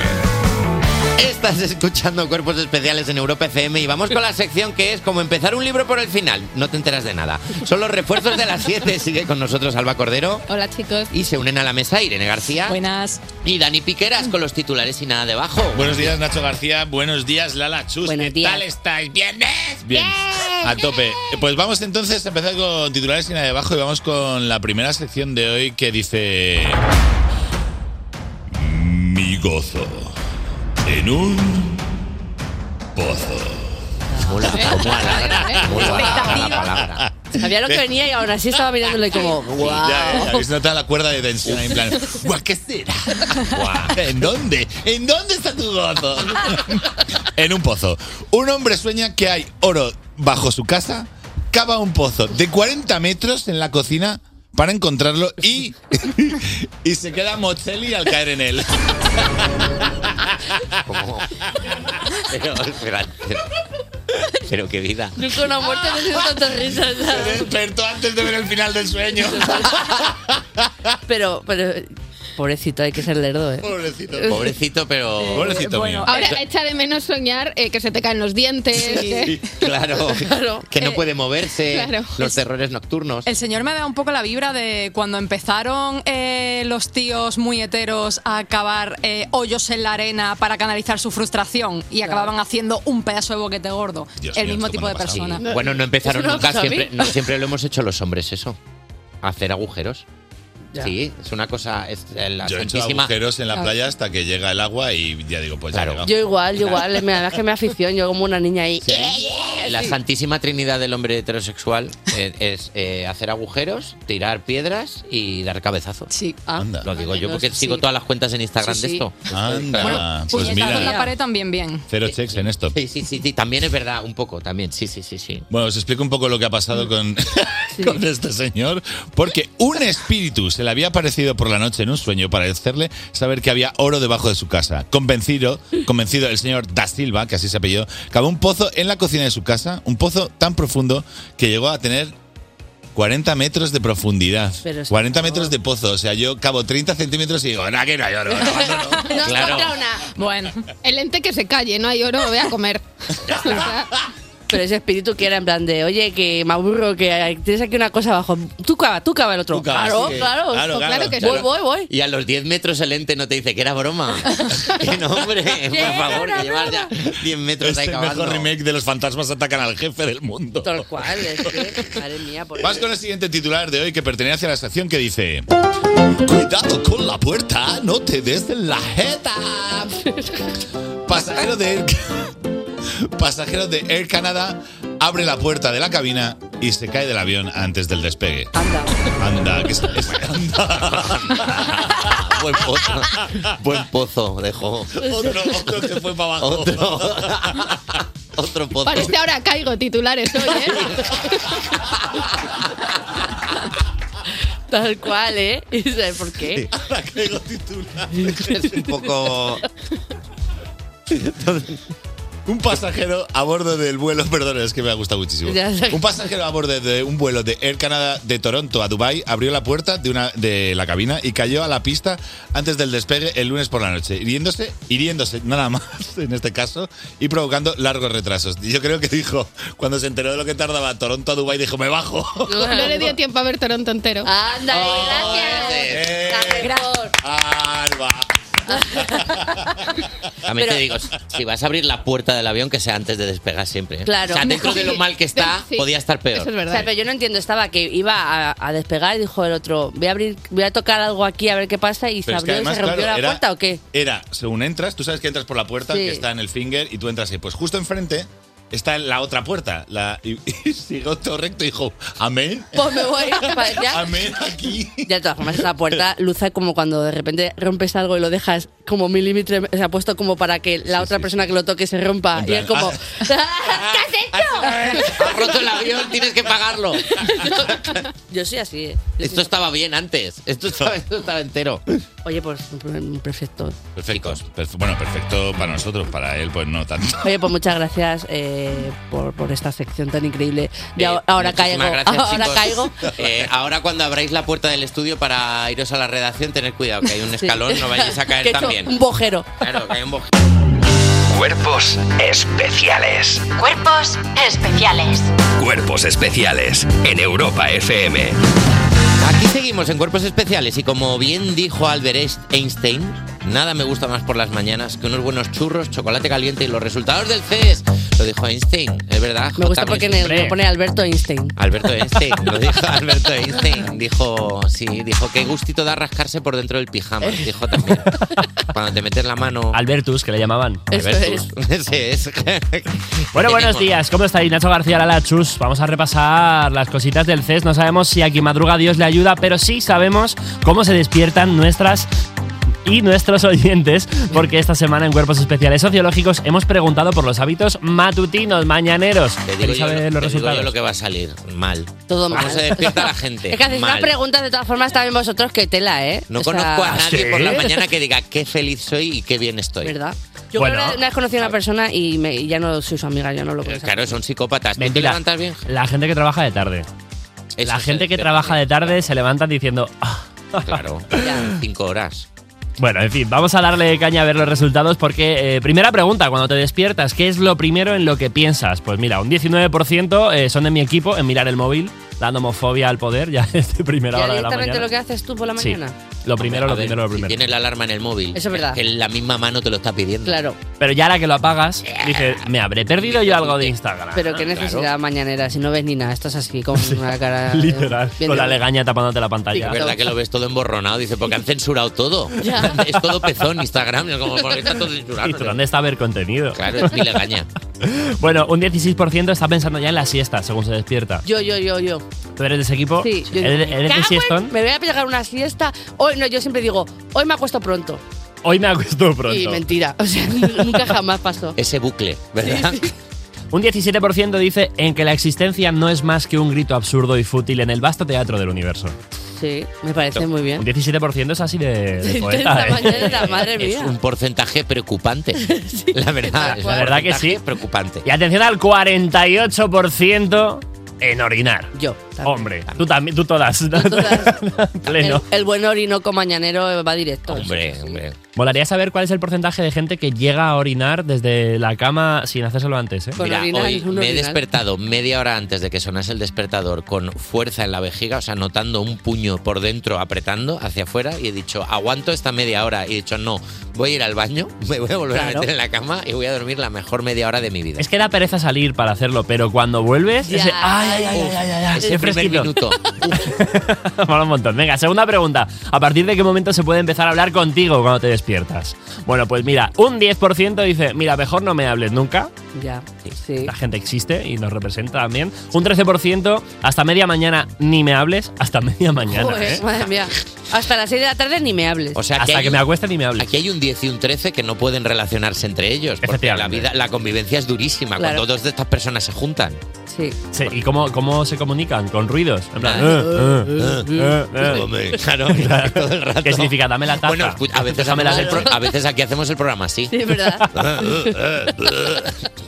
Estás escuchando Cuerpos Especiales en Europa FM y vamos con la sección que es como empezar un libro por el final. No te enteras de nada. Son los refuerzos de las 7. Sigue con nosotros Alba Cordero Hola chicos. y se unen a la mesa Irene García Buenas. y Dani Piqueras con los titulares y nada debajo. Buenos días, Nacho García. Buenos días, Lala Chus. Buenos ¿Qué días. tal estáis? ¿Viernes? Bien. ¿eh? A tope. Pues vamos entonces a empezar con titulares y nada debajo y vamos con la primera sección de hoy que dice... Mi gozo en un pozo. <laughs> Mola, cómo alarga, cómo alarga la palabra. Sabía lo que venía y aún así estaba mirándole como, wow. Ya, ya, que se nota la cuerda de tensión ahí en plan, "Guau, ¿qué será? Guau, <laughs> ¿En dónde? ¿En dónde está tu gozo? en un pozo. Un hombre sueña que hay oro bajo su casa, cava un pozo de 40 metros en la cocina para encontrarlo y, y se queda Mocelli al caer en él. ¿Cómo? Pero, espera, pero, pero qué vida. Con la muerte me siento tantas risas. Ah. Se ¿sabes? despertó antes de ver el final del sueño. <laughs> Eh, Pero, pero, pobrecito, hay que ser lerdo, ¿eh? Pobrecito. Pobrecito, pero. Pobrecito bueno, mío. Ahora echa de menos soñar eh, que se te caen los dientes. que- Claro, Claro. que Eh, no puede moverse, claro. los terrores nocturnos. El señor me da un poco la vibra de cuando empezaron eh, los tíos muy heteros a cavar eh, hoyos en la arena para canalizar su frustración y acababan haciendo un pedazo de boquete gordo. Dios el mío, mismo esto tipo cuando de ha pasado. persona. Sí. Bueno, no empezaron Eso no lo nunca, sabía. siempre, no, siempre lo hemos hecho los hombres eso. Hacer agujeros. Ya. Sí, es una cosa, es eh, la Yo he hecho santísima- agujeros en la playa hasta que llega el agua y ya digo, pues ya Claro. llegamos. Yo igual, yo igual. Me- La verdad es que me afición, yo como una niña ahí. Sí. La santísima trinidad del hombre heterosexual eh, es eh, hacer agujeros, tirar piedras y dar cabezazos. Sí. Ah, Anda. Lo digo yo no, porque sí. sigo todas las cuentas en Instagram Sí, de sí. esto. Anda, Bueno, pues puñetazo en la mira, pared también bien. cero checks en esto. Sí, sí, sí, sí, también es verdad, un poco, también, sí, sí, sí, sí. Bueno, os explico un poco lo que ha <laughs> pasado con, con este señor, porque un espíritu se le había aparecido por la noche en un sueño para hacerle saber que había oro debajo de su casa. Convencido, convencido el señor Da Silva, que así se apellidó, cavó un pozo en la cocina de su casa, un pozo tan profundo que llegó a tener 40 metros de profundidad. Pero sí, 40 por metros de pozo, o sea, yo cabo 30 centímetros y digo, no, aquí no hay oro. no, no, <laughs> no". No, Claro. no, no. Bueno, El ente que se calle, no hay oro, voy a comer. O sea, Pero ese espíritu que era en plan de, oye, que me aburro, que hay- tienes aquí una cosa abajo. Tú cava, tú cava el otro. Tú cava, claro, sí. claro, Claro, claro, claro, que claro. voy, voy, voy. Y a los 10 metros el ente no te dice que era <laughs> broma. que no, hombre, por favor, que llevas ya 10 metros Es ahí el cavando. mejor remake <laughs> de los fantasmas atacan al jefe del mundo. Tal cual, es este. que, madre mía, por Vas con el siguiente titular de hoy que pertenece a la sección que dice: Cuidado con la puerta, no te des en la jeta. Pasajero de Air, pasajero de Air Canada abre la puerta de la cabina y se cae del avión antes del despegue. Anda. Anda, que se anda. Buen pozo. <laughs> Buen pozo, dejó. Otro, otro que fue para abajo. <laughs> Otro. Otro pozo. Parece ahora caigo titulares hoy, ¿eh? Tal cual, ¿eh? <laughs> ¿Y sabes por qué? Ahora caigo titular. Es un poco. Un pasajero a bordo del vuelo, <laughs> perdón, es que me ha gustado muchísimo. Ya sé. Un pasajero a bordo de un vuelo de Air Canada de Toronto a Dubai abrió la puerta de una de la cabina y cayó a la pista antes del despegue el lunes por la noche, hiriéndose, hiriéndose nada más <laughs> en este caso y provocando largos retrasos. Y Yo creo que dijo cuando se enteró de lo que tardaba Toronto a Dubai dijo me bajo. <laughs> No le dio tiempo a ver Toronto entero. Anda, gracias. Eh, La mejor. Alba. También Pero- te digo, si vas a abrir la puerta del avión, que sea antes de despegar siempre. ¿eh? Claro. O sea, dentro de lo mal que está, Sí. podía estar peor. Eso O es sea, verdad. pero yo no entiendo, estaba que iba a, a despegar y dijo el otro, voy a abrir, voy a tocar algo aquí a ver qué pasa y se Pero es que abrió y además, se rompió claro, la era- puerta o qué. Era, según entras, tú sabes que entras por la puerta Sí. que está en el finger y tú entras ahí. Pues justo enfrente está la otra puerta. La, y, <laughs> y siguió todo recto y dijo, amén, <laughs> Pues me <laughs> voy. Ya, amén aquí. <laughs> <laughs> Ya, de todas formas, esa puerta luce como cuando de repente rompes algo y lo dejas como milímetro, se ha puesto como para que la otra persona que lo toque se rompa. En Y es plan, como, ah. Has roto el avión, tienes que pagarlo. <laughs> yo soy así. ¿eh? Esto estaba bien antes. Esto estaba, esto estaba entero. Oye, pues perfecto. Perfecto. Perf- bueno, perfecto para nosotros, para él, pues no tanto. Oye, pues muchas gracias eh, por, por esta sección tan increíble. Y ahora- ahora caigo. Eh, Muchísimas gracias, <laughs> ahora chicos. <laughs> caigo. Eh, ahora cuando abráis la puerta del estudio para iros a la redacción, tened cuidado, que hay un escalón, no vayáis a <laughs> Que he caer hecho también. Un bojero. Claro, que hay un boj- Cuerpos especiales. Cuerpos especiales. Cuerpos especiales en Europa FM. Aquí seguimos en Cuerpos Especiales y como bien dijo Albert Einstein, nada me gusta más por las mañanas que unos buenos churros, chocolate caliente y los resultados del CES. Lo dijo Einstein, es verdad. Me gusta porque me, me pone Alberto Einstein. Alberto Einstein, <laughs> lo dijo Alberto Einstein. Dijo, sí, dijo, qué gustito da rascarse por dentro del pijama. Dijo también. Cuando te metes la mano. Albertus, que le llamaban. Eso Albertus. <laughs> Ese es. Bueno, buenos Tenemos- días. ¿Cómo estáis? Nacho García Lalachus. Vamos a repasar las cositas del CES. No sabemos si aquí madruga Dios le ayuda, pero sí sabemos cómo se despiertan nuestras y nuestros oyentes, porque esta semana en Cuerpos Especiales Sociológicos hemos preguntado por los hábitos matutinos, mañaneros. Te digo, ¿Queréis yo, saber lo- los te digo yo resultados? lo que va a salir mal. Todo ¿Cómo mal. se despierta la gente? Es que hacéis unas mal. preguntas de todas formas también vosotros que tela, ¿eh? No O sea, conozco a nadie por la mañana que diga qué feliz soy y qué bien estoy. ¿Verdad? Yo Bueno. creo que una vez conocí a una persona y, me- y ya no soy su amiga, ya no lo conozco. Claro, son psicópatas. ¿Tú te Mentira. levantas bien? La gente que trabaja de tarde. la eh, gente que trabaja de tarde se levanta diciendo... <laughs> "Ah". Claro, cinco horas. Bueno, en fin, vamos a darle caña a ver los resultados porque eh, primera pregunta, cuando te despiertas, ¿qué es lo primero en lo que piensas? Pues mira, un 19% eh, son de mi equipo en mirar el móvil, dando homofobia al poder ya <laughs> desde primera Ya hora de la directamente mañana. lo que haces tú por la Sí. mañana. Lo primero, A lo ver, primero, lo si primero. tienes la alarma en el móvil. Eso es verdad. Que la misma mano te lo está pidiendo. Claro. Pero ya ahora que lo apagas, dices, me habré perdido yo algo de Instagram. Pero qué que necesidad mañanera, si no ves ni nada, estás así con <laughs> una cara. eh, Literal. Bien Con la de- legaña tapándote la pantalla. Es verdad que lo ves todo emborronado. Dice, porque han censurado todo. <laughs> Es todo pezón Instagram. Es como, porque está todo censurado. ¿Y tú dónde está ver contenido? Claro, es mi <laughs> legaña. <laughs> Bueno, un 16% está pensando ya en la siesta, según se despierta. Yo, yo, yo, yo. ¿Tú eres de ese equipo? Sí, yo Oh, ¿Eres, eres digo, "Me de cago en- siestón? Me voy a pegar una siesta. Hoy no, yo siempre digo, hoy me acuesto pronto. Hoy me acuesto pronto. Y mentira, <laughs> o sea, nunca jamás pasó. Ese bucle, ¿verdad? <laughs> Un 17% dice en que la existencia no es más que un grito absurdo y fútil en el vasto teatro del universo. Sí, me parece muy bien. Un 17% es así de, de poeta. Intensa ¿eh? mañanera, madre mía. Es un porcentaje <laughs> preocupante. La verdad. es un La verdad que sí. porcentaje Preocupante. Y atención al 48% en orinar. Yo. Hombre, tú también, tú todas. <laughs> El, Pleno. el buen orinoco mañanero va directo. Hombre, hombre. Molaría saber cuál es el porcentaje de gente que llega a orinar desde la cama sin hacérselo antes, ¿eh? Mira, hoy me he despertado media hora antes de que sonase el despertador con fuerza en la vejiga, o sea, notando un puño por dentro apretando hacia afuera y he dicho, aguanto esta media hora. Y he dicho, no, voy a ir al baño, <laughs> me voy a volver a Claro. meter en la cama y voy a dormir la mejor media hora de mi vida. Es que da pereza salir para hacerlo, pero cuando vuelves, ese, ay, ay, ay, ay, ay, ay, Ese Ah, qué primer fresquito. minuto. <laughs> Mola un montón. Venga, segunda pregunta. ¿A partir de qué momento se puede empezar a hablar contigo cuando te despiertas? Bueno, pues mira, un 10% dice, mira, mejor no me hables nunca. Ya, La gente existe y nos representa también. Un 13%, hasta media mañana ni me hables, hasta <laughs> media mañana. Joder, ¿eh? madre mía. Hasta las 6 de la tarde ni me hables. O sea, Hasta que me acueste ni me hables. Aquí hay un 10 y un 13 que no pueden relacionarse entre ellos, porque la vida, la convivencia es durísima Claro. cuando dos de estas personas se juntan. Eh, Sí. Sí, ¿Y cómo, cómo se comunican? Con ruidos. En plan, eh, eh, eh, eh. Ah. Hombre, Claro, <laughs> todo el rato. ¿Qué significa? Dame la taza. Bueno, escucha, a veces, Déjame la hacemos el leche. pro- a veces aquí hacemos el programa Eh, así. <laughs> Sí, ¿verdad?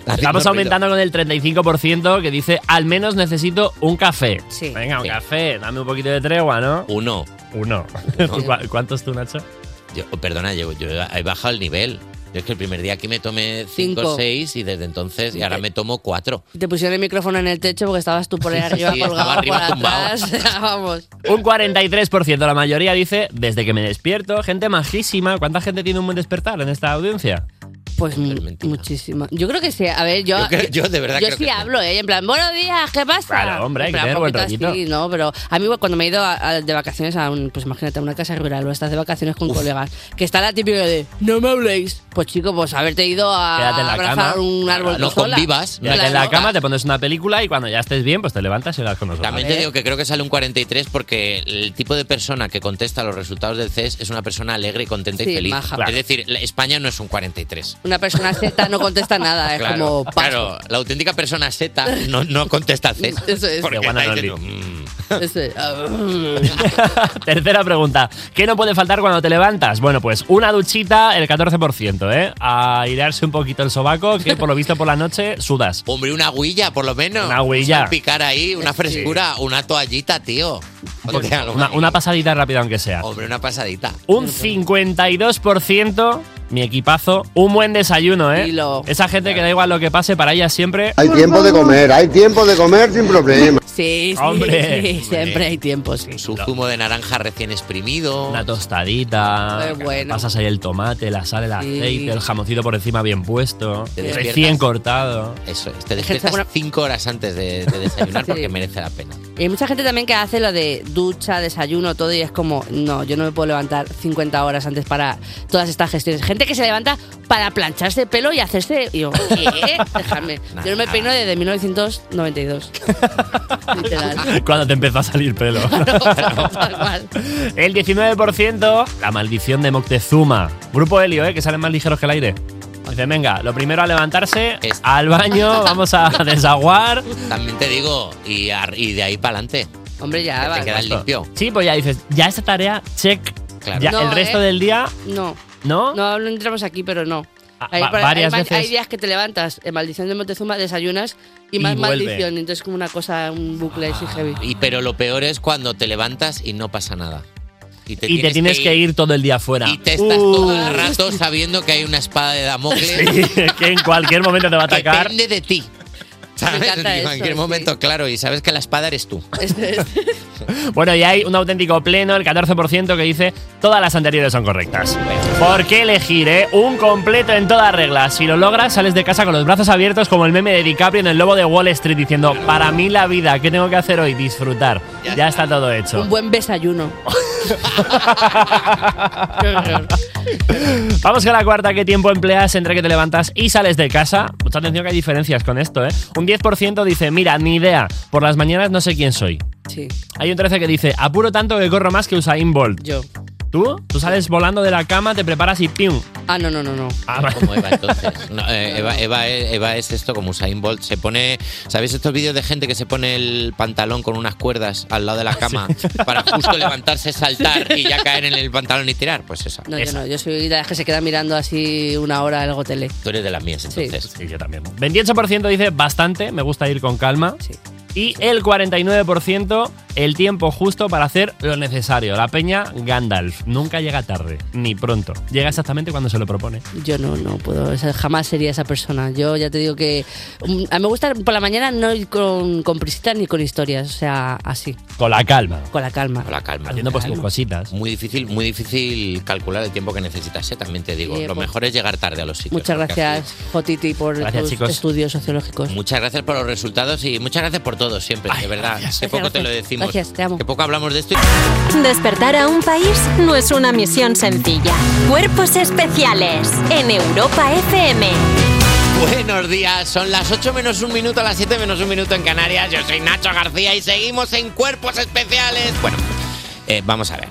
Estamos aumentando con el 35% que dice, al menos necesito un café. Sí. Venga, un café, dame un poquito de tregua, ¿no? Uno. Uno. <laughs> ¿Tú cua- ¿Cuántos tú, Nacho? Yo, oh, perdona, yo, yo he bajado el nivel. Yo es que el primer día aquí me tomé 5 Cinco. o 6 y desde entonces, y ahora me tomo 4. Te pusieron el micrófono en el techo porque estabas tú por ahí arriba Sí, colgado estaba arriba por tumbado. atrás. O sea, <laughs> Vamos. Un 43%, la mayoría dice, desde que me despierto, gente majísima. ¿Cuánta gente tiene un buen despertar en esta audiencia? Pues muchísimo. Yo creo que sí. A ver, yo. Yo creo- yo de verdad yo creo sí que- hablo, ¿eh? En plan, buenos días, ¿qué pasa? Claro, hombre, hay que En plan, tener un buen poquito así, ¿no? Pero a mí, cuando me he ido a- a- de vacaciones a un. Pues imagínate, a una casa rural o estás de vacaciones con colegas, que está la típica de, no me habléis. Pues chico, pues haberte ido a Quédate en la abrazar cama. un árbol. tú sola. Quédate en la Claro. cama, te pones una película y cuando ya estés bien, pues te levantas y hablas con nosotros. También te digo que creo que sale un 43 porque el tipo de persona que contesta los resultados del CES es una persona alegre, contenta Sí, y feliz. maja. Es decir, la- España no es un 43. Una persona Z no contesta nada, es <laughs> Claro, como. claro, la auténtica persona Z no, no contesta al CES. Eso es. Porque De está Wannabe. diciendo, "Mm". eso es, ah, <laughs> Tercera pregunta. ¿Qué no puede faltar cuando te levantas? Bueno, pues una duchita, el 14%, ¿eh? A airearse un poquito el sobaco, que por lo visto por la noche sudas. <laughs> Hombre, una huilla, por lo menos. Una huilla. Picar ahí, una frescura, una toallita, tío. O sea, Una, una pasadita rápida, aunque sea. Hombre, una pasadita. Un 52%, mi equipazo, un buen desayuno, ¿eh? Esa gente que da igual lo que pase, para ella siempre... Hay tiempo de comer, hay tiempo de comer sin problema. <laughs> Sí, sí, Hombre. sí, siempre hay tiempo, sí. Su zumo de naranja recién exprimido. Una tostadita. Súper bueno. Pasas ahí el tomate, la sal, el Sí. aceite, el jamoncito por encima bien puesto. Te Recién despiertas. cortado. Eso es. Te despiertas cinco horas antes de, de <laughs> desayunar porque merece la pena. Y hay mucha gente también que hace lo de ducha, desayuno, todo y es como, no, yo no me puedo levantar 50 horas antes para todas estas gestiones. Gente que se levanta para plancharse el pelo y hacerse... Y yo, ¿qué? Déjame. Yo no me peino desde 1992. <laughs> Cuando te empezó a salir <laughs> pelo. el 19%, la maldición de Moctezuma. Grupo Helio, ¿eh? que salen más ligeros que el aire. Dicen, venga, lo primero a levantarse, al <laughs> baño, vamos a desaguar. También te digo, y, ar- y de ahí para adelante. Hombre, ya Te quedas Ah, limpio. Sí, pues ya dices, ya esa tarea, check. Ya, No, el resto ¿eh? del día, No. ¿No? No, no entramos aquí, pero no. Hay, Ah, va- para- varias hay ma- veces. hay días que te levantas, en maldición de Montezuma, desayunas y Y más vuelve. maldición. Entonces como una cosa, un bucle así heavy. Y, pero lo peor es cuando te levantas y no pasa nada. Y te, y te tienes que ir todo el día fuera. Uh. Y te estás todo el rato sabiendo que hay una espada de Damocles. que en cualquier momento te va a atacar. Depende de ti. ¿Sabes? encanta en eso, cualquier momento, claro, y sabes que la espada eres tú. <laughs> Este Bueno, y hay un auténtico pleno, el 14%, que dice todas las anteriores son correctas. ¿Por qué elegir, eh? Un completo en toda regla. Si lo logras, sales de casa con los brazos abiertos como el meme de DiCaprio en el lobo de Wall Street diciendo, para mí la vida, ¿qué tengo que hacer hoy? Disfrutar. Ya está todo hecho. Un buen desayuno. Vamos con la cuarta. ¿Qué tiempo empleas entre que te levantas y sales de casa? Mucha atención que hay diferencias con esto, ¿eh? Un 10% dice, mira, ni idea. Por las mañanas no sé quién soy. Sí. Hay un 13 que dice, apuro tanto que corro más que Usain Bolt. Yo. ¿Tú? Tú sales volando de la cama, te preparas y ¡pium! Ah, no, no, no, no. Como Eva, entonces. No, eh, Eva, Eva es, Eva es esto como Usain Bolt. Se pone. ¿Sabéis estos vídeos de gente que se pone el pantalón con unas cuerdas al lado de la cama para justo levantarse, saltar y ya caer en el pantalón y tirar? Pues esa. No, yo Esa. no, yo soy de las que se queda mirando así una hora algo tele. Tú eres de las mías, entonces. Sí, yo también. 28% dice bastante, me gusta ir con calma. Y el 49% el tiempo justo para hacer lo necesario. La peña Gandalf nunca llega tarde, ni pronto. Llega exactamente cuando se lo propone. Yo no, no puedo, o sea, jamás sería esa persona. Yo ya te digo que mm, a mí me gusta por la mañana no ir con, con prisitas ni con historias, o sea, así. Con la calma. Con la calma. Con la calma. Haciendo pues tus cositas. Muy difícil, muy difícil calcular el tiempo que necesitas, ¿eh? también te digo. Sí, Lo pues- mejor es llegar tarde a los sitios. Muchas porque así- gracias, Jotiti, por Gracias, tus chicos. estudios sociológicos. Muchas gracias por los resultados y muchas gracias por todo siempre, de verdad. Qué poco te lo decimos. Gracias, te amo. Qué poco hablamos de esto. y- Despertar a un país no es una misión sencilla. Cuerpos especiales en Europa FM. Buenos días, son las 8 menos un minuto, las 7 menos un minuto en Canarias. Yo soy Nacho García y seguimos en Cuerpos Especiales. Bueno, eh, vamos a ver.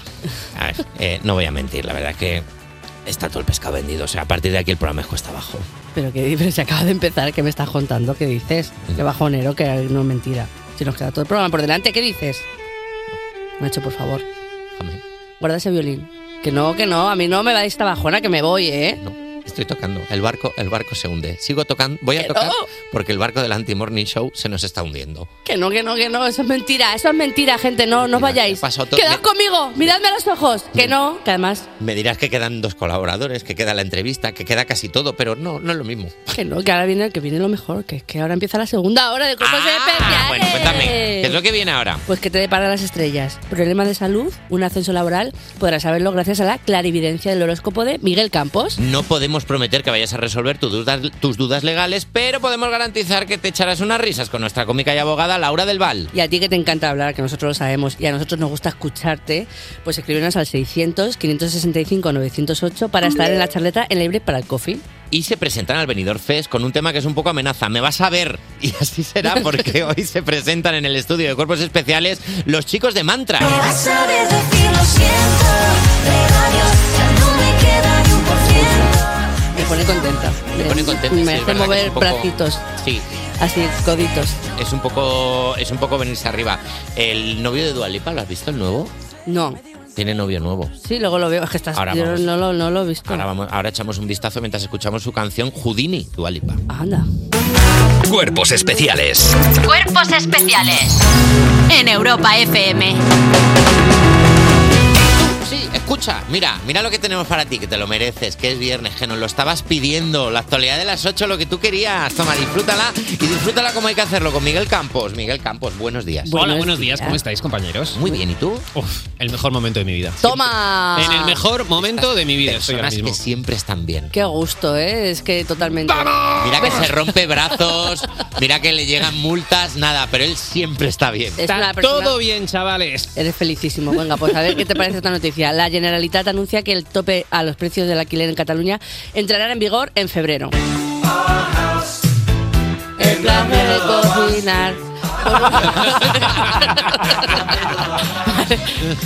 A ver, eh, no voy a mentir, la verdad es que está todo el pescado vendido. O sea, a partir de aquí el programa es cuesta abajo. Pero que <laughs> pero si acaba de empezar, ¿qué me estás contando? ¿Qué dices? Qué bajonero, que no es mentira. Si nos queda todo el programa por delante, ¿qué dices? Nacho, por favor. Guarda ese violín. Que no, que no, a mí no me dais esta bajona, que me voy, ¿eh? Estoy tocando. El barco, el barco se hunde. Sigo tocando. Voy a Pero- tocar porque el barco del anti-morning show se nos está hundiendo. Que no, que no, que no, eso es mentira, eso es mentira, gente, no, no os vayáis. pasado todo- Quedad conmigo, miradme a los ojos, que no, que además, Me dirás que quedan dos colaboradores, que queda la entrevista, que queda casi todo, pero no, no es lo mismo. que no, que ahora viene, que viene lo mejor, que es que ahora empieza la segunda hora de Cuerpos Ah, bueno, cuéntame. Especiales. ¿Qué es lo que viene ahora? Pues que te deparan las estrellas. Problemas de salud, un ascenso laboral, podrás saberlo gracias a la clarividencia del horóscopo de Miguel Campos. No podemos podemos prometer que vayas a resolver tus dudas, tus dudas legales, pero podemos garantizar que te echarás unas risas con nuestra cómica y abogada Laura del Val. Y a ti que te encanta hablar, que nosotros lo sabemos, y a nosotros nos gusta escucharte, pues escríbenos al 600-565-908 para estar en la charleta en libre para el coffee. Y se presentan al Benidorm Fest con un tema que es un poco amenaza. Me vas a ver. <laughs> Y así será porque hoy se presentan en el estudio de cuerpos especiales los chicos de Mantra. Me vas a ver decir lo siento, pero adiós, ya no me queda ni un por ciento. Me pone contenta. Me pone contenta, sí, Pues, Me es verdad hace que es mover un poco- bracitos, Sí, así, coditos. es un poco es un poco venirse arriba. El novio de Dualipa, ¿lo has visto el nuevo? No, Tiene novio nuevo. sí, luego lo veo. Es que estás, Ahora yo vamos. no lo, no lo he visto. Ahora, vamos, ahora echamos un vistazo mientras escuchamos su canción Houdini, Dualipa. Anda. Cuerpos especiales. Cuerpos especiales en Europa FM. Sí, escucha, mira, mira lo que tenemos para ti, que te lo mereces, que es viernes, que nos lo estabas pidiendo, la actualidad de las 8, lo que tú querías. Toma, disfrútala y disfrútala como hay que hacerlo con Miguel Campos. Miguel Campos, buenos días. Hola, buenos días. ¿Cómo estáis, compañeros? Muy bien, ¿y tú? Uf, el mejor momento de mi vida. ¡Toma! En el mejor momento de mi vida estoy ahora Personas mismo. que siempre están bien. Qué gusto, ¿eh? Es que totalmente. Mira que se rompe brazos, mira que le llegan multas, nada, pero él siempre está bien. todo bien, chavales. <laughs> Eres felicísimo. Venga, pues a ver qué te parece esta noticia. La Generalitat anuncia que el tope a los precios del alquiler en Cataluña entrará en vigor en febrero. El plan de cocinar.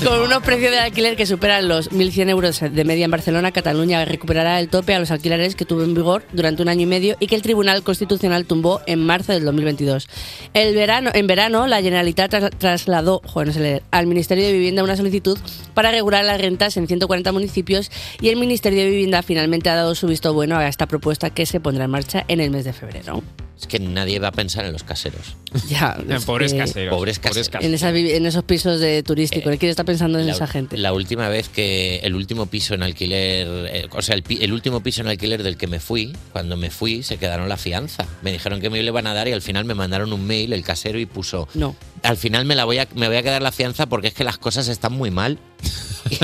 Con unos precios de alquiler que superan los 1.100 euros de media en Barcelona, Cataluña recuperará el tope a los alquileres que tuvo en vigor durante un año y medio y que el Tribunal Constitucional tumbó en marzo del 2022. El verano, en verano, la Generalitat tras- trasladó jo, no sé leer, al Ministerio de Vivienda una solicitud para regular las rentas en 140 municipios y el Ministerio de Vivienda finalmente ha dado su visto bueno a esta propuesta que se pondrá en marcha en el mes de febrero. Es que nadie va a pensar en los caseros. Ya, En pobres que- caseros, Pobres caseros. En, esas vivi- en esos pisos de turístico, ¿quién está pensando en la- esa gente? La última vez que el último piso en alquiler, eh, o sea, el, pi- el último piso en alquiler del que me fui, cuando me fui se quedaron la fianza. Me dijeron que me le van a dar y al final me mandaron un mail el casero y puso, No. al final me la voy a me voy a quedar la fianza porque es que las cosas están muy mal. <laughs>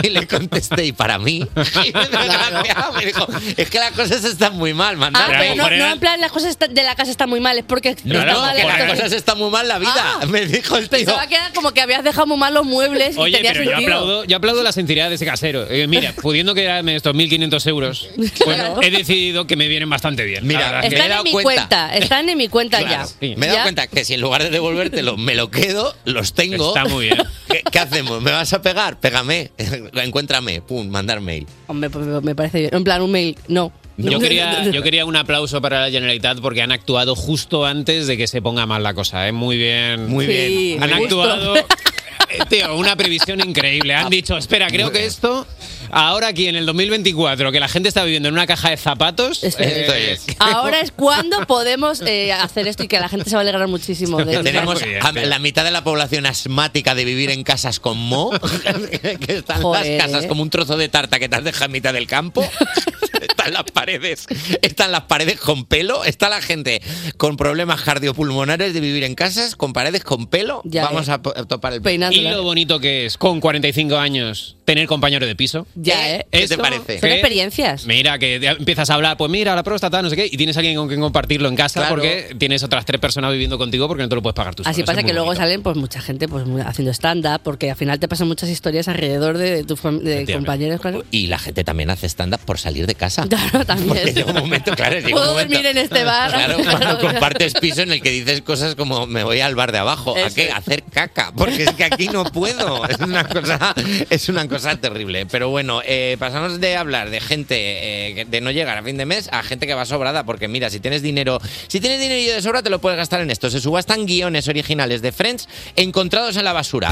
Y le contesté y para mí <laughs> y me desgraciado, me dijo, es que las cosas están muy mal, Ah, mandaron. pero no, no, en plan, las cosas está- de la casa están muy mal, es porque está mal que la Ah. las casa. cosas están muy mal la vida, <laughs> me dijo el tío. Pensaba que era como que habías dejado muy mal los muebles y Oye, tenía pero yo sentido. aplaudo, yo aplaudo la sinceridad de ese casero. Eh, mira, pudiendo quedarme estos 1.500 euros, pues Claro. he decidido que me vienen bastante bien. Mira, la verdad. me he Están en dado mi cuenta. cuenta. están en mi cuenta Ah, ya. Me he dado Ya. cuenta que si en lugar de devolvértelo me lo quedo, los tengo. Está muy bien. <laughs> ¿Qué, qué hacemos? ¿Me vas a pegar? Pégame. <laughs> Encuéntrame. Pum, mandar mail. Hombre, pues me- me parece bien. En plan, un mail, no. Yo quería, yo quería un aplauso para la Generalitat porque han actuado justo antes de que se ponga mal la cosa. ¿eh? <laughs> Muy bien. Muy Sí, bien. Han muy actuado. justo. eh, Tío, una previsión increíble. Han dicho, espera, creo que esto, ahora aquí en el 2024, que la gente está viviendo en una caja de zapatos. eh, Esto es. <laughs> Ahora es cuando podemos eh, hacer esto y que la gente se va a alegrar muchísimo. <laughs> de Que esto. tenemos muy bien, a bien. la mitad de la población asmática de vivir en casas con mo, <laughs> que están Joder, las casas eh. como un trozo de tarta que te has dejado en mitad del campo. <laughs> Están las paredes, están las paredes con pelo, está la gente con problemas cardiopulmonares de vivir en casas con paredes con pelo. Ya, Vamos eh. a po- a topar el Y lo bonito que es, con 45 años, tener compañero de piso. Ya, ¿eh? ¿Qué te Esto- parece? Son ¿Qué? experiencias. Mira, que te- empiezas a hablar, pues mira, la próstata, no sé qué, y tienes alguien con quien compartirlo en casa Claro. porque tienes otras tres personas viviendo contigo porque no te lo puedes pagar tú Así solo. Eso es pasa muy que luego bonito. salen pues mucha gente pues muy- haciendo stand-up, porque al final te pasan muchas historias alrededor de, de tus fam- de Efectivamente. compañeros. Claro. Y la gente también hace stand-up por salir de casa. Claro, también. <laughs> Porque llega un momento, claro, llega un Puedo momento- dormir en este bar. <laughs> Claro, cuando compartes piso en el que dices cosas como me voy al bar de abajo, ¿a Eso qué? es. A hacer caca, porque es que aquí no puedo. <laughs> Es una cosa, es una cosa terrible. Pero bueno, eh, pasamos de hablar de gente eh, que- de no llegar a fin de mes a gente que va sobrada, porque mira, si tienes dinero, si tienes dinero de sobra te lo puedes gastar en esto. Se subastan guiones originales de Friends encontrados en la basura.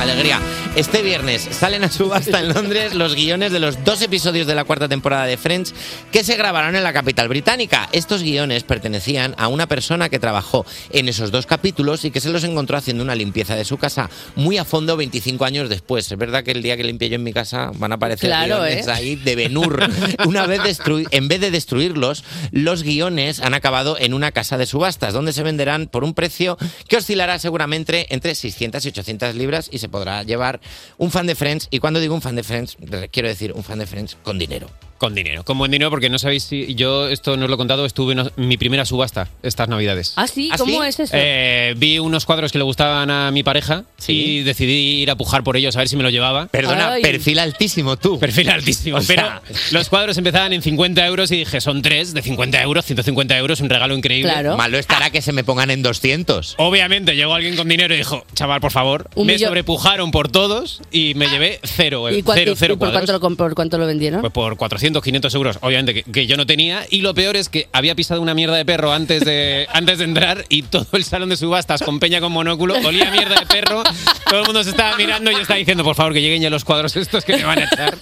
Alegría. Este viernes salen a subasta en Londres los guiones de los dos episodios de la cuarta temporada de Friends que se grabaron en la capital británica. Estos guiones pertenecían a una persona que trabajó en esos dos capítulos y que se los encontró haciendo una limpieza de su casa muy a fondo 25 años después. Es verdad que el día que limpie yo en mi casa van a aparecer Claro, guiones ¿eh? ahí de Benur. <laughs> Una vez destrui- en vez de destruirlos, los guiones han acabado en una casa de subastas donde se venderán por un precio que oscilará seguramente entre 600 y 800 libras y se podrá llevar un fan de Friends, y cuando digo un fan de Friends, re- quiero decir un fan de Friends con dinero. Con dinero, con buen dinero, porque no sabéis si. Yo, esto no os lo he contado, estuve en mi primera subasta estas navidades. ¿Ah, sí? ¿Ah, ¿Cómo sí? es eso? Eh, vi unos cuadros que le gustaban a mi pareja y decidí ir a pujar por ellos a ver si me lo llevaba. Perdona, Ay. perfil altísimo tú. Perfil altísimo. O sea- Pero los cuadros empezaban en 50 euros y dije, son tres de 50 euros, 150 euros, un regalo increíble. Ah. Malo estará que se me pongan en 200. Obviamente llegó alguien con dinero y dijo, chaval, por favor, Un me millón. Ah. sobrepujaron por todos y me llevé cero, eh, ¿Y, cuánto- cero, y- cero y por, cuadros. cuánto lo, com- por cuánto lo vendieron? Pues por 400, 500 euros, obviamente, que, que yo no tenía. Y lo peor es que había pisado una mierda de perro antes <laughs> de, antes de entrar y todo el salón de subastas con peña con monóculo olía a mierda de perro. Todo el mundo se estaba mirando y yo estaba diciendo, por favor, que lleguen ya los cuadros estos que me van a echar.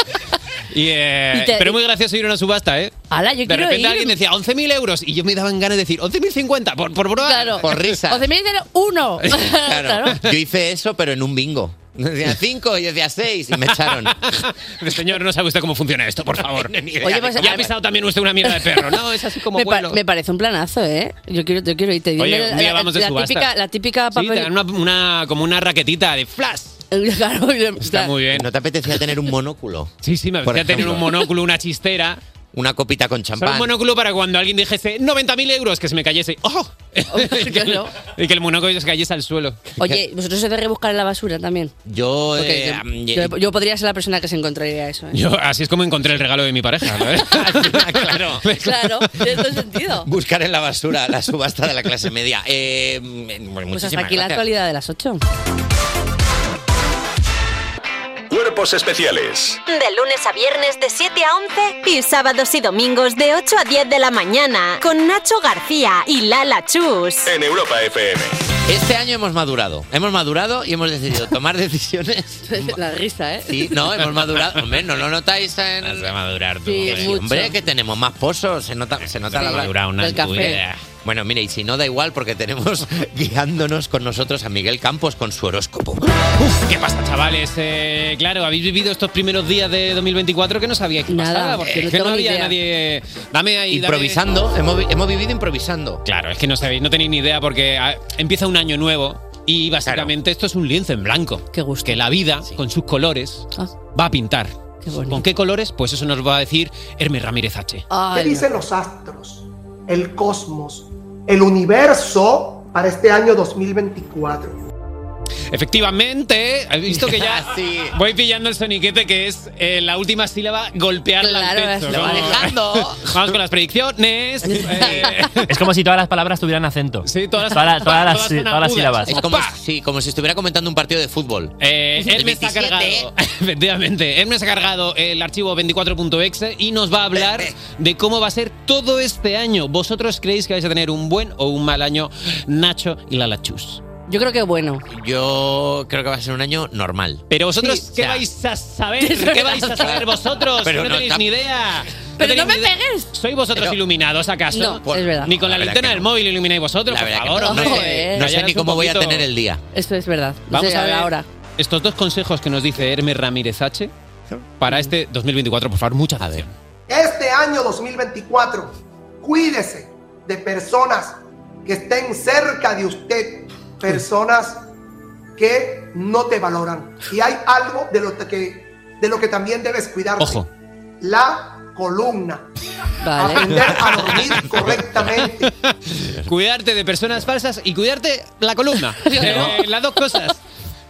Y, eh, Y te- pero muy gracioso ir a una subasta, ¿eh? Ala, yo de quiero repente ir. alguien decía 11.000 euros y yo me daban ganas de decir 11.050 por, por broma. Claro. <laughs> O de mil de uno. Claro. Yo hice eso, pero en un <laughs> bingo. Decía 5 y decía 6 y me echaron. Señor, no sabe usted cómo funciona esto, por favor. Oye, pues, ya ha pisado también usted una mierda de perro, ¿no? Es así como me, pa- vuelo. me parece un planazo, ¿eh? Yo quiero, yo quiero irte. Oye, Dime un día la, vamos de la subasta. típica, la típica Sí, te papel. dan una, una- como una raquetita de flash. <laughs> Claro, yo- Está muy bien. ¿No te apetecía tener un monóculo? <laughs> Sí, sí, me apetecía tener un monóculo, una chistera. Una copita con Solo un champán. monóculo para cuando alguien dijese 90.000 euros, que se me cayese. ¡Oh! <laughs> y que el monóculo se cayese al suelo. Oye, vosotros se de rebuscar en la basura también. Yo, Porque eh, yo, yo- yo podría ser la persona que se encontraría eso. ¿eh? Yo, así es como encontré el regalo de mi pareja. <laughs> ¿no? <laughs> Ah, claro. <laughs> Claro, tiene todo sentido. Buscar en la basura la subasta de la clase media. Eh, bueno, Pues muchísimas hasta aquí la gracias. actualidad de las 8. Cuerpos especiales De lunes a viernes de 7 a 11 y sábados y domingos de 8 a 10 de la mañana con Nacho García y Lala Chus. en Europa FM. Este año hemos madurado. Hemos madurado y hemos decidido tomar decisiones. <laughs> <laughs> la risa, ¿eh? Sí, no, hemos madurado. Hombre, no lo notáis en. Has de madurar tú, Sí, hombre. mucho. hombre, que tenemos más pozos. Se nota, se nota Sí. la Madura una Del café. altura. Bueno, mire, y si no, da igual porque tenemos <laughs> guiándonos con nosotros a Miguel Campos con su horóscopo. ¿Qué pasa, chavales? Eh, claro, habéis vivido estos primeros días de 2024 que no sabíais que Nada, pasaba, porque no es que no tengo ni había idea. nadie. Dame ahí. dame- improvisando. Hemos, vi- hemos vivido improvisando. Claro, es que no sabéis, no tenéis ni idea porque ah, empieza un año nuevo y básicamente esto es un lienzo en blanco. Que la vida, con sus colores, Ah. va a pintar. ¿Con qué colores? Pues eso nos va a decir Hermes Ramírez H. ¿Qué dicen los astros, el cosmos, el universo para este año 2024? Efectivamente, he visto que ya <laughs> Sí. voy pillando el soniquete que es eh, la última sílaba golpear Claro, al techo. lo va dejando. Vamos con <laughs> las predicciones. Eh, <laughs> Es como si todas las palabras tuvieran acento. Sí, todas las- todas las, todas las- todas son todas las agudas. sílabas. Es como, sí, como si estuviera comentando un partido de fútbol. Eh, El Hermes ha 27. cargado, <laughs> efectivamente, Hermes ha cargado el archivo 24.exe y nos va a hablar de cómo va a ser todo este año. ¿Vosotros creéis que vais a tener un buen o un mal año, Nacho y Lala Chus? Yo creo que bueno. Yo creo que va a ser un año normal. Pero vosotros, Sí, ¿qué o sea, vais a <laughs> saber? ¿Qué vais a saber vosotros? Pero no, no tenéis tam- ni idea. Pero no tenéis me ni idea. pegues. ¿Sois vosotros Pero- iluminados acaso? No, es verdad. Ni con la, La verdad linterna que del móvil ilumináis vosotros, La por verdad que favor. no. hombre. No sé- no sé Callaros ni un cómo voy a poquito. tener el día. Esto es verdad. No Vamos sé, a ver la hora. estos dos consejos que nos dice Hermes Ramírez H Mm. para este 2024, por favor, mucha atención. Este año 2024, cuídese de personas que estén cerca de usted, personas que no te valoran. Y hay algo de lo que, de lo que también debes cuidarte. Ojo. La columna. Aprender a dormir correctamente. Cuidarte de personas falsas y cuidarte <laughs> la columna. Eh, las dos cosas.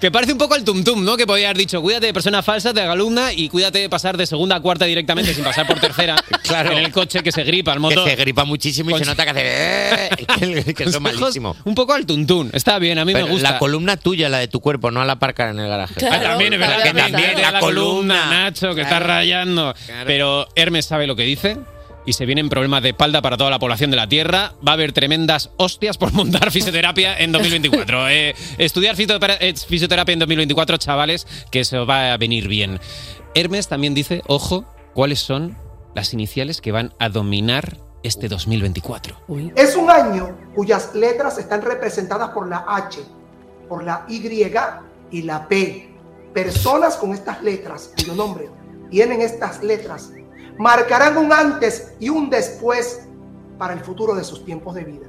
Que parece un poco el tum-tum, ¿no? Que podías haber dicho, cuídate de personas falsas, de la columna y cuídate de pasar de segunda a cuarta directamente sin pasar por tercera. <laughs> Claro. En el coche que se gripa, el Que motor. se gripa muchísimo y se nota que hace. eh, <laughs> que- que eso es Consejos malísimo. Un poco al tuntún. Está bien, a mí Pero me gusta. La columna tuya, la de tu cuerpo, no a la parca en el garaje. Ah, también es verdad Que también cuídate la, de columna. Nacho, que está Claro. rayando. Pero Hermes sabe lo que dice y se vienen problemas de espalda para toda la población de la Tierra. Va a haber tremendas hostias por montar <laughs> fisioterapia <laughs> en 2024. Eh, estudiar fitopera- eh, fisioterapia en 2024, chavales, que se os va a venir bien. Hermes también dice, ojo, cuáles son las iniciales que van a dominar este 2024. Es un año cuyas letras están representadas por la H, por la Y y la P. Personas con estas letras, cuyo nombre tienen estas letras, marcarán un antes y un después para el futuro de sus tiempos de vida.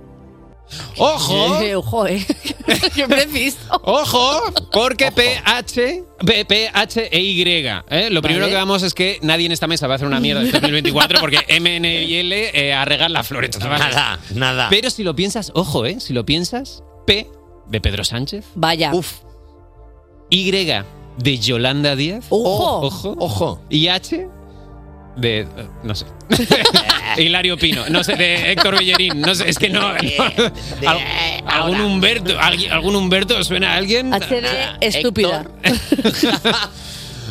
<laughs> ¡Ojo! Eh, ojo, eh. <laughs> Qué preciso. Ojo, porque PH, P, PH e Y. ¿eh? Lo primero Vale. que vamos es que nadie en esta mesa va a hacer una <laughs> mierda este 2024 porque M, N y L eh, a regar las flores. chavales. Nada, nada. Pero si lo piensas, ojo, ¿eh? Si lo piensas, P de Pedro Sánchez, Vaya. Y de Yolanda Díaz. Ojo. Ojo. Y H de. eh, No sé. <laughs> Hilario Pino, no sé, de Héctor Bellerín, no sé, es que <laughs> no. no. Al- algún Humberto, alguien- algún Humberto, ¿suena a alguien? HD estúpida.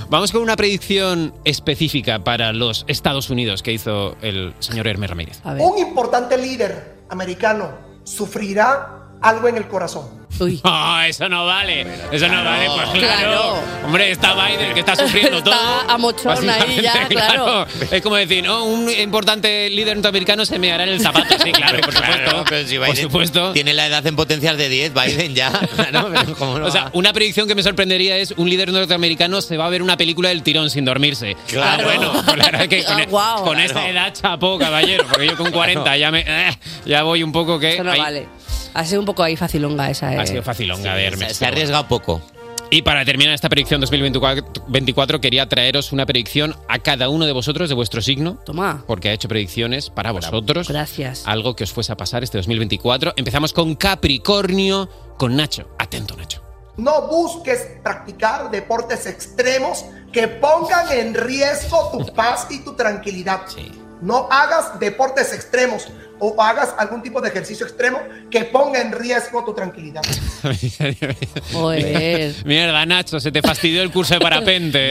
Vamos con una predicción específica para los Estados Unidos que hizo el señor Hermes <laughs> Ramírez. Un importante líder americano sufrirá algo en el corazón. No, Ah, eso no vale. Eso no vale, pues claro. Hombre, está Biden que <laughs> está sufriendo Está todo. amochón ahí básicamente, ya, claro. Es como decir, no, un importante líder norteamericano se me hará en el zapato. Sí, <laughs> claro, por supuesto. pero si Por Biden supuesto. Tiene la edad en potencias de <laughs> 10, Biden ya. Claro, pero ¿cómo no O sea, va? una predicción que me sorprendería es un líder norteamericano se va a ver una película del tirón sin dormirse. Claro. Ah, bueno, <laughs> pues la verdad es que con, Ah, guau. con Claro. esa edad chapó, caballero, porque yo con 40 ya me eh, ya voy un poco que Eso no ahí- vale. Ha sido un poco ahí facilonga esa, eh. Ha sido facilonga de Hermes. se ha arriesgado poco. este Y para terminar esta predicción 2024, 24, quería traeros una predicción a cada uno de vosotros de vuestro signo. Toma. Porque ha hecho predicciones para vosotros. Gracias. Algo que os fuese a pasar este 2024. Empezamos con Capricornio, con Nacho. Atento, Nacho. No busques practicar deportes extremos que pongan en riesgo tu paz y tu tranquilidad. No hagas deportes extremos o hagas algún tipo de ejercicio extremo que ponga en riesgo tu tranquilidad. Joder. Mierda, Nacho, se te fastidió el curso de parapente.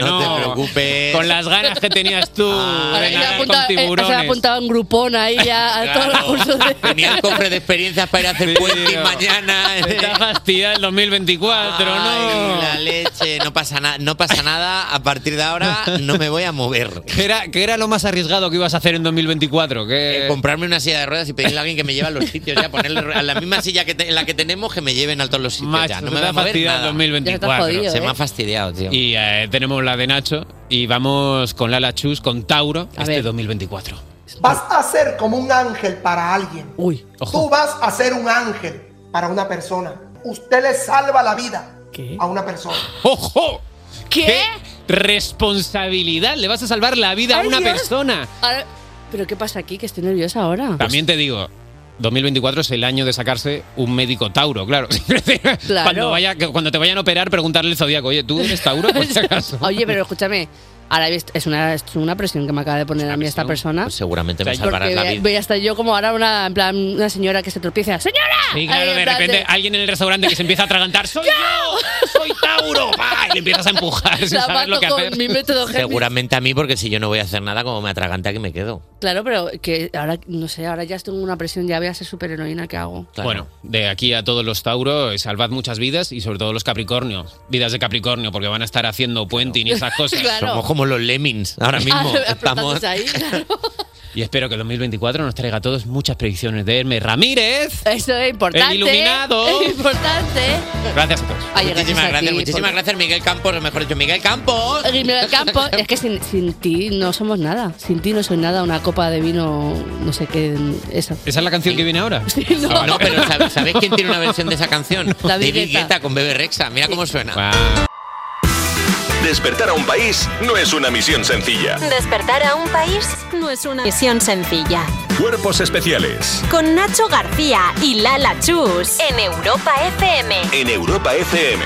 <laughs> No No, te preocupes. Ah. Con las ganas que tenías tú. Ahora de ya nadar apunta- con eh, se ha tiburones. apuntado en grupón ahí ya a todos los Claro. cursos de... Tenía el cofre de experiencias para ir a hacer puente mañana. eh. Está fastidiada el 2024, Ay, ¿no? la leche, no pasa, nada no pasa nada. A partir de ahora <laughs> no me voy a mover. ¿Qué era, qué era lo más arriesgado que ibas a hacer en 2024? ¿Qué- eh, Comprarme una silla de ruedas y pedirle a alguien que <laughs> me lleve a los sitios ya, ponerle a la misma silla que te- en la que tenemos que me lleven a todos los sitios Macho, ya. No se me voy te ha a mover fastidiado nada. 2024. Ya te has jodido, se ¿eh? me ha fastidiado, tío. Y eh, tenemos la de Nacho y vamos con Lala Chus, con Tauro, este 2024. Vas a ser como un ángel para alguien. Uy, Tú vas a ser un ángel para una persona. Usted le salva la vida a una persona. ¡Ojo! ¿Qué? responsabilidad! Le vas a salvar la vida a Ay, una Dios. persona. Ahora- ¿Pero qué pasa aquí? Que estoy nerviosa ahora. También te digo, 2024 es el año de sacarse un médico Tauro, claro. <laughs> Pues, Cuando, vaya, cuando te vayan a operar, preguntarle al zodiaco, oye, ¿tú eres Tauro? Por si acaso. <laughs> Oye, pero escúchame. Ahora ves- es una, es una presión que me acaba de poner a mí esta persona. Pues <laughs> seguramente me O sea, salvarás Porque la voy a- vida. voy a estar yo como ahora una, en plan, una señora que se tropieza. ¡Señora! Sí, claro, Ahí en de plan repente alguien en el restaurante que se empieza a atragantar, ¡soy yo! ¡Soy Tauro! ¡Pa! Y le empiezas a <laughs> empujar sin La saber lo mato que con hacer. mi método Géminis. Seguramente a mí, porque si yo no voy a hacer nada, como me atraganta que me quedo. Eh, Claro, pero que ahora, no sé, ahora ya tengo una presión, ya voy a ser superheroína, ¿qué hago? Bueno, de aquí a todos los Tauro, eh, salvad muchas vidas y sobre todo los Capricornio, vidas de Capricornio, porque van a estar haciendo puenting y esas cosas. Claro. Somos como los lemmings ahora <laughs> Ah, explotándose ahí. Y espero que el 2024 nos traiga a todos muchas predicciones de Hermes Ramírez. Eso es importante. El iluminado. <laughs> Es importante. Gracias a todos. Ay, muchísimas gracias a gracias, ti, muchísimas por- gracias, Miguel Campos, o mejor dicho, Miguel Campos. Guimero del campo, <laughs> es que sin, sin ti no somos nada. Sin ti no soy nada, una copa de vino, no sé qué, esa. ¿Esa es la canción que viene <laughs> ahora? no. Ah, vale. No, pero ¿sab- ¿sabéis quién tiene una versión de esa canción? David David Guetta. Guetta con Bebe Rexa. Mira cómo suena. Despertar a un país no es una misión sencilla. Despertar a un país no es una misión sencilla. Cuerpos especiales Con Nacho García y Lala Chus en Europa FM. en Europa FM.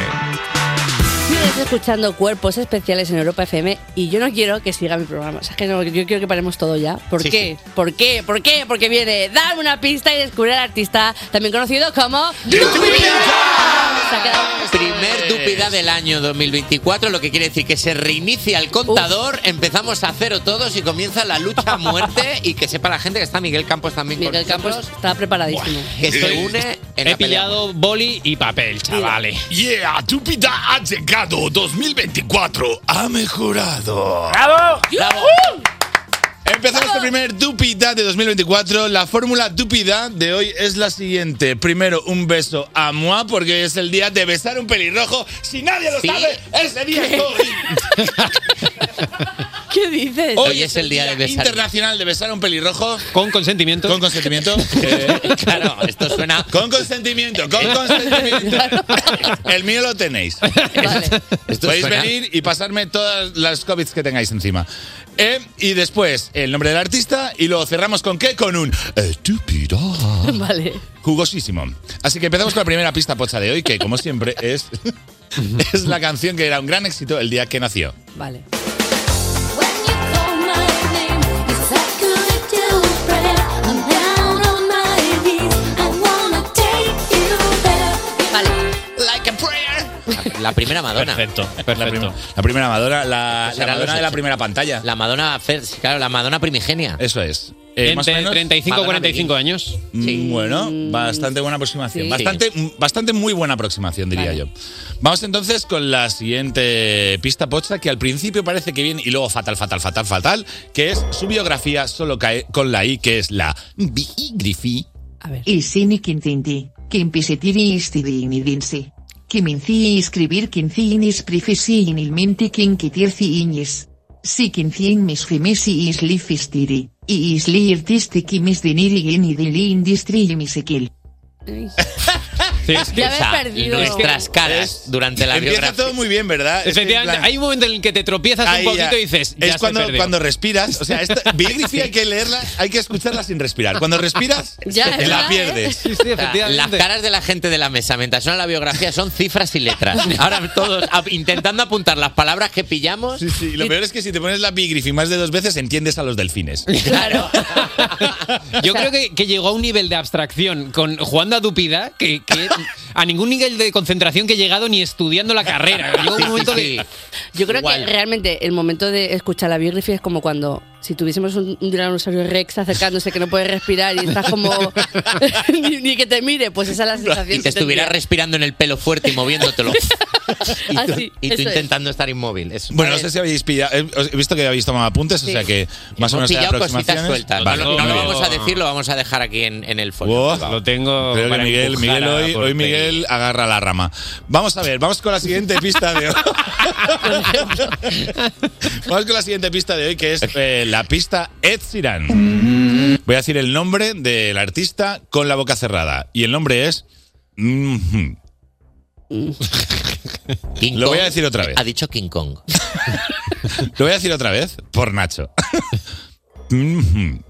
Sigues escuchando Cuerpos Especiales en Europa FM y yo no quiero que siga mi programa. O sea, es que no, yo quiero que paremos todo ya. ¿Por Sí, qué? ¿Por qué? ¿Por qué? Porque viene Dame una pista y descubrir al artista, también conocido como... <laughs> Primer dupida del año 2024, lo que quiere decir que se reinicia el contador, empezamos a cero todos y comienza la lucha a <laughs> muerte y que sepa la gente que está Miguel Campos también Miguel con nosotros, Campos está preparadísimo. que se une en He la pelea. pillado boli y papel, <laughs> chavales. Yeah, tu vida ha llegado 2024. Ha mejorado. ¡Bravo! ¡Bravo! Empezamos el primer Dupida de 2024. La fórmula Dupida de hoy es la siguiente. Primero, un beso a Moa, porque es el día de besar un pelirrojo. Si nadie lo Sí. sabe, ese día ¿Qué? es hoy. <laughs> ¿Qué dices? Hoy es el día de besar. internacional de besar a un pelirrojo. Con consentimiento. Con consentimiento. Eh, <laughs> claro, esto suena. Eh. Con consentimiento, con <laughs> consentimiento. El mío lo tenéis. Podéis suena- venir y pasarme todas las COVIDs que tengáis encima. Eh, y después, el nombre del artista. Y lo cerramos con qué? Con un. Estúpido. <laughs> Vale. Jugosísimo. Así que empezamos con la primera pista pocha de hoy, que como siempre es. <laughs> Es la canción que era un gran éxito el día que nació. Vale. Vale. Like a prayer. La primera Madonna. Pues Perfecto, La, prim- la primera Madonna, la, la Madonna de la primera pantalla. La Madonna, first, claro, la Madonna primigenia. Eso es. Eh, más o Entre menos, 35 y Madonna 45 Bikini. años. Mm, Bueno, bastante buena aproximación. Sí. Bastante, bastante muy buena aproximación, diría yo. Vamos entonces con la siguiente pista pocha, que al principio parece que viene y luego fatal, fatal, fatal, fatal, que es su biografía solo cae con la I, que es la biografía. Y sini quintinti, quimpisitiri istidini dinsi. Quiminci escribir quincinis prifisi inilminti quinquitirci iñis. Si quincin mis fimisi isli fistiri, y isli irtisti quimis diniri inidili indistri imisikil. Ya me he perdido. nuestras caras durante la Empieza biografía. todo muy bien, ¿verdad? Es Efectivamente, en plan- hay un momento en el que te tropiezas Ahí un poquito ya. y dices, ya es se cuando, perdió. cuando respiras. O <laughs> sea, esta, biografía hay que leerla, hay que escucharla sin respirar. Cuando respiras, <laughs> Ya, te es la verdad, pierdes. ¿eh? Las caras de la gente de la mesa mientras suena la biografía son cifras y letras. <laughs> Ahora todos ap- intentando apuntar las palabras que pillamos. Sí, sí, y lo peor es que si te pones la biografía más de dos veces entiendes a <laughs> los delfines. Yo creo que, que llegó a un nivel de abstracción con jugando a Dupida que, que a ningún nivel de concentración que he llegado ni estudiando la carrera. Llegó un momento de- Yo creo Igual. que realmente el momento de escuchar la biografía es como cuando si tuviésemos un, un dinosaurio rex acercándose que no puede respirar y estás como <laughs> ni, ni que te mire, pues esa es la Y sensación. te que tendría. estuviera respirando en el pelo fuerte y <laughs> moviéndotelo. y tú, Así, y tú eso es. intentando estar inmóvil. Es- Bueno, no sé si habéis pillado. He, os- he visto que habéis tomado apuntes, o sea que más o Hemos menos hay pillado aproximaciones. cositas sueltas. Vale, no lo- no muy lo bien. vamos a decir, lo vamos a dejar aquí en, en el folio. Wow. Vale. tengo. Creo que para Miguel, empujar Miguel a hoy, por hoy Miguel agarra la rama. Vamos a ver, vamos con la siguiente pista de hoy. vamos con la siguiente pista de hoy, que es eh, la pista Ed Sheeran. Voy a decir el nombre del artista con la boca cerrada. Y el nombre es. Mhm. King Lo voy a Kong. decir otra vez. Ha dicho King Kong. <laughs> Lo voy a decir otra vez por Nacho. <laughs> Mhm.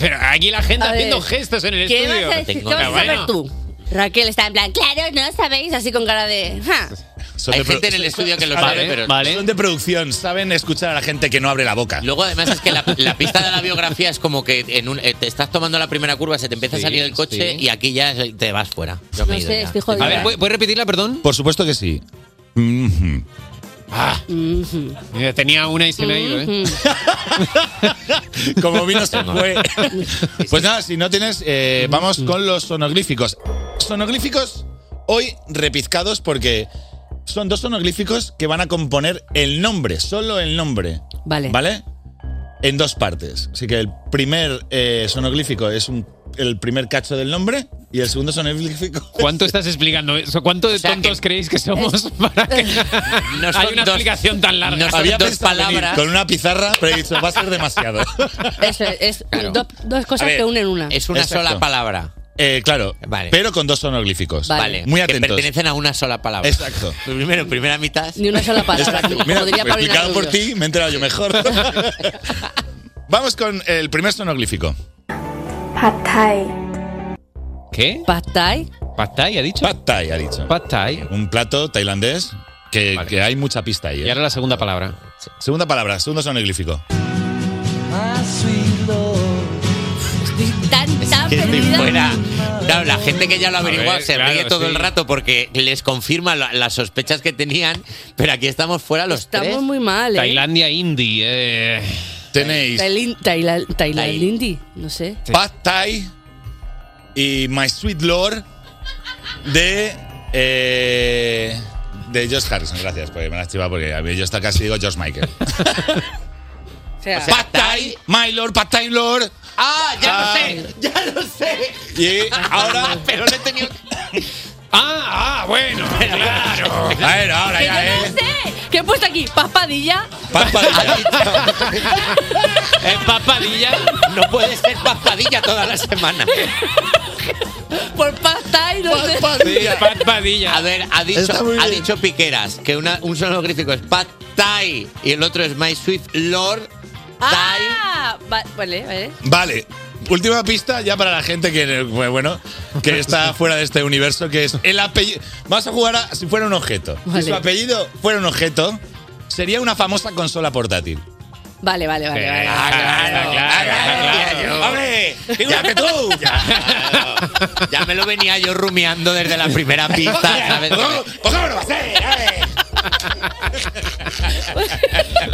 Pero aquí la gente A ver, haciendo gestos en el ¿Qué estudio. vas a decir? ¿Qué vas a Pero bueno. saber tú? Raquel está en plan, claro, no sabéis, así con cara de. "Ja". Son Hay de pro- gente en el estudio que lo Vale, sabe, pero- vale. son de producción, saben escuchar a la gente que no abre la boca. Luego, además, es que la, la pista de la biografía es como que en un, eh, te estás tomando la primera curva, se te empieza Sí, a salir el coche sí. y aquí ya es- te vas fuera. Yo me he ido ya. jodida. A ver, ¿puedes- repetirla, perdón? Por supuesto que sí. Mhm. Ah, Eh, mira, tenía una y se me ha ido, ¿eh? Como vino se fue. Pues nada, si no tienes, eh, Mm, vamos con los sonoglíficos. Sonoglíficos hoy repizcados porque son dos sonoglíficos que van a componer el nombre, solo el nombre. Vale. ¿Vale? En dos partes. Así que el primer eh, sonoglífico es un- el primer cacho del nombre y el segundo sonoglífico. <laughs> ¿Cuánto estás explicando? eso? ¿Cuánto de tontos creéis que somos <laughs> para que eh, son hay una dos- explicación tan larga? no son Había dos pensado venir palabras. con una pizarra, pero he dicho, va a ser demasiado. <laughs> Eso es, es dos, dos cosas A ver, que unen una. Exacto. Eh, claro, pero con dos sonoglíficos. Vale. Muy Que atentos. pertenecen a una sola palabra. Exacto. <laughs> Primero, primera mitad. Ni una sola palabra. Exacto. Mira, Podría Paulina explicado por Rubio. ti, me he enterado yo mejor. <laughs> Vamos con el primer sonoglífico. Pad thai. ¿Qué? Pad thai. Pad Thai ha dicho. Pad Thai ha dicho. Pad Thai. Un plato tailandés que, que hay mucha pista ahí. Y ahora la segunda palabra. Segunda palabra, segundo sonoglífico. Tan, tan Que estoy perdida. fuera. Claro, la gente que ya lo ha A ver, averiguado se claro, ríe todo sí. el rato porque les confirma la- las sospechas que tenían, pero aquí estamos fuera los Estamos tres. muy mal, ¿eh? Tailandia Indie. eh. Tenéis Tailin- Taila- Tailandindi, no sé. Pad Thai y My Sweet Lord de. eh, de Josh Harrison, gracias, porque me la has chivado porque a mí yo hasta casi digo Josh Michael. sea, Pad Thai, My Lord, Pad Thai Lord. ¡Ah, ya Ah. lo sé! ¡Ya lo <laughs> sé! Y ahora. Pero le he tenido. ¡Ah, ah, bueno! ¡Claro! A ver, ahora ya, ¿eh? ¡Eh! ¿Qué he puesto aquí? ¿Paspadilla? ¿Es papadilla? No puede ser papadilla toda la <laughs> semana. Por pasta y no sé. A ver, ha dicho, ha dicho Piqueras que una- un sonográfico es Pat Thai y el otro es My Swift Lord. Ah, va- vale, vale. Vale. Última pista ya para la gente que bueno que está fuera de este universo que es el apellido. Vas a jugar a, si fuera un objeto. Vale. Si su apellido fuera un objeto, sería una famosa consola portátil. Ah, Vale, vale, vale. vale. ¡Hombre! ¡Figúrate tú! <laughs> Ya me lo venía yo rumiando desde la primera pista. ¿sabes?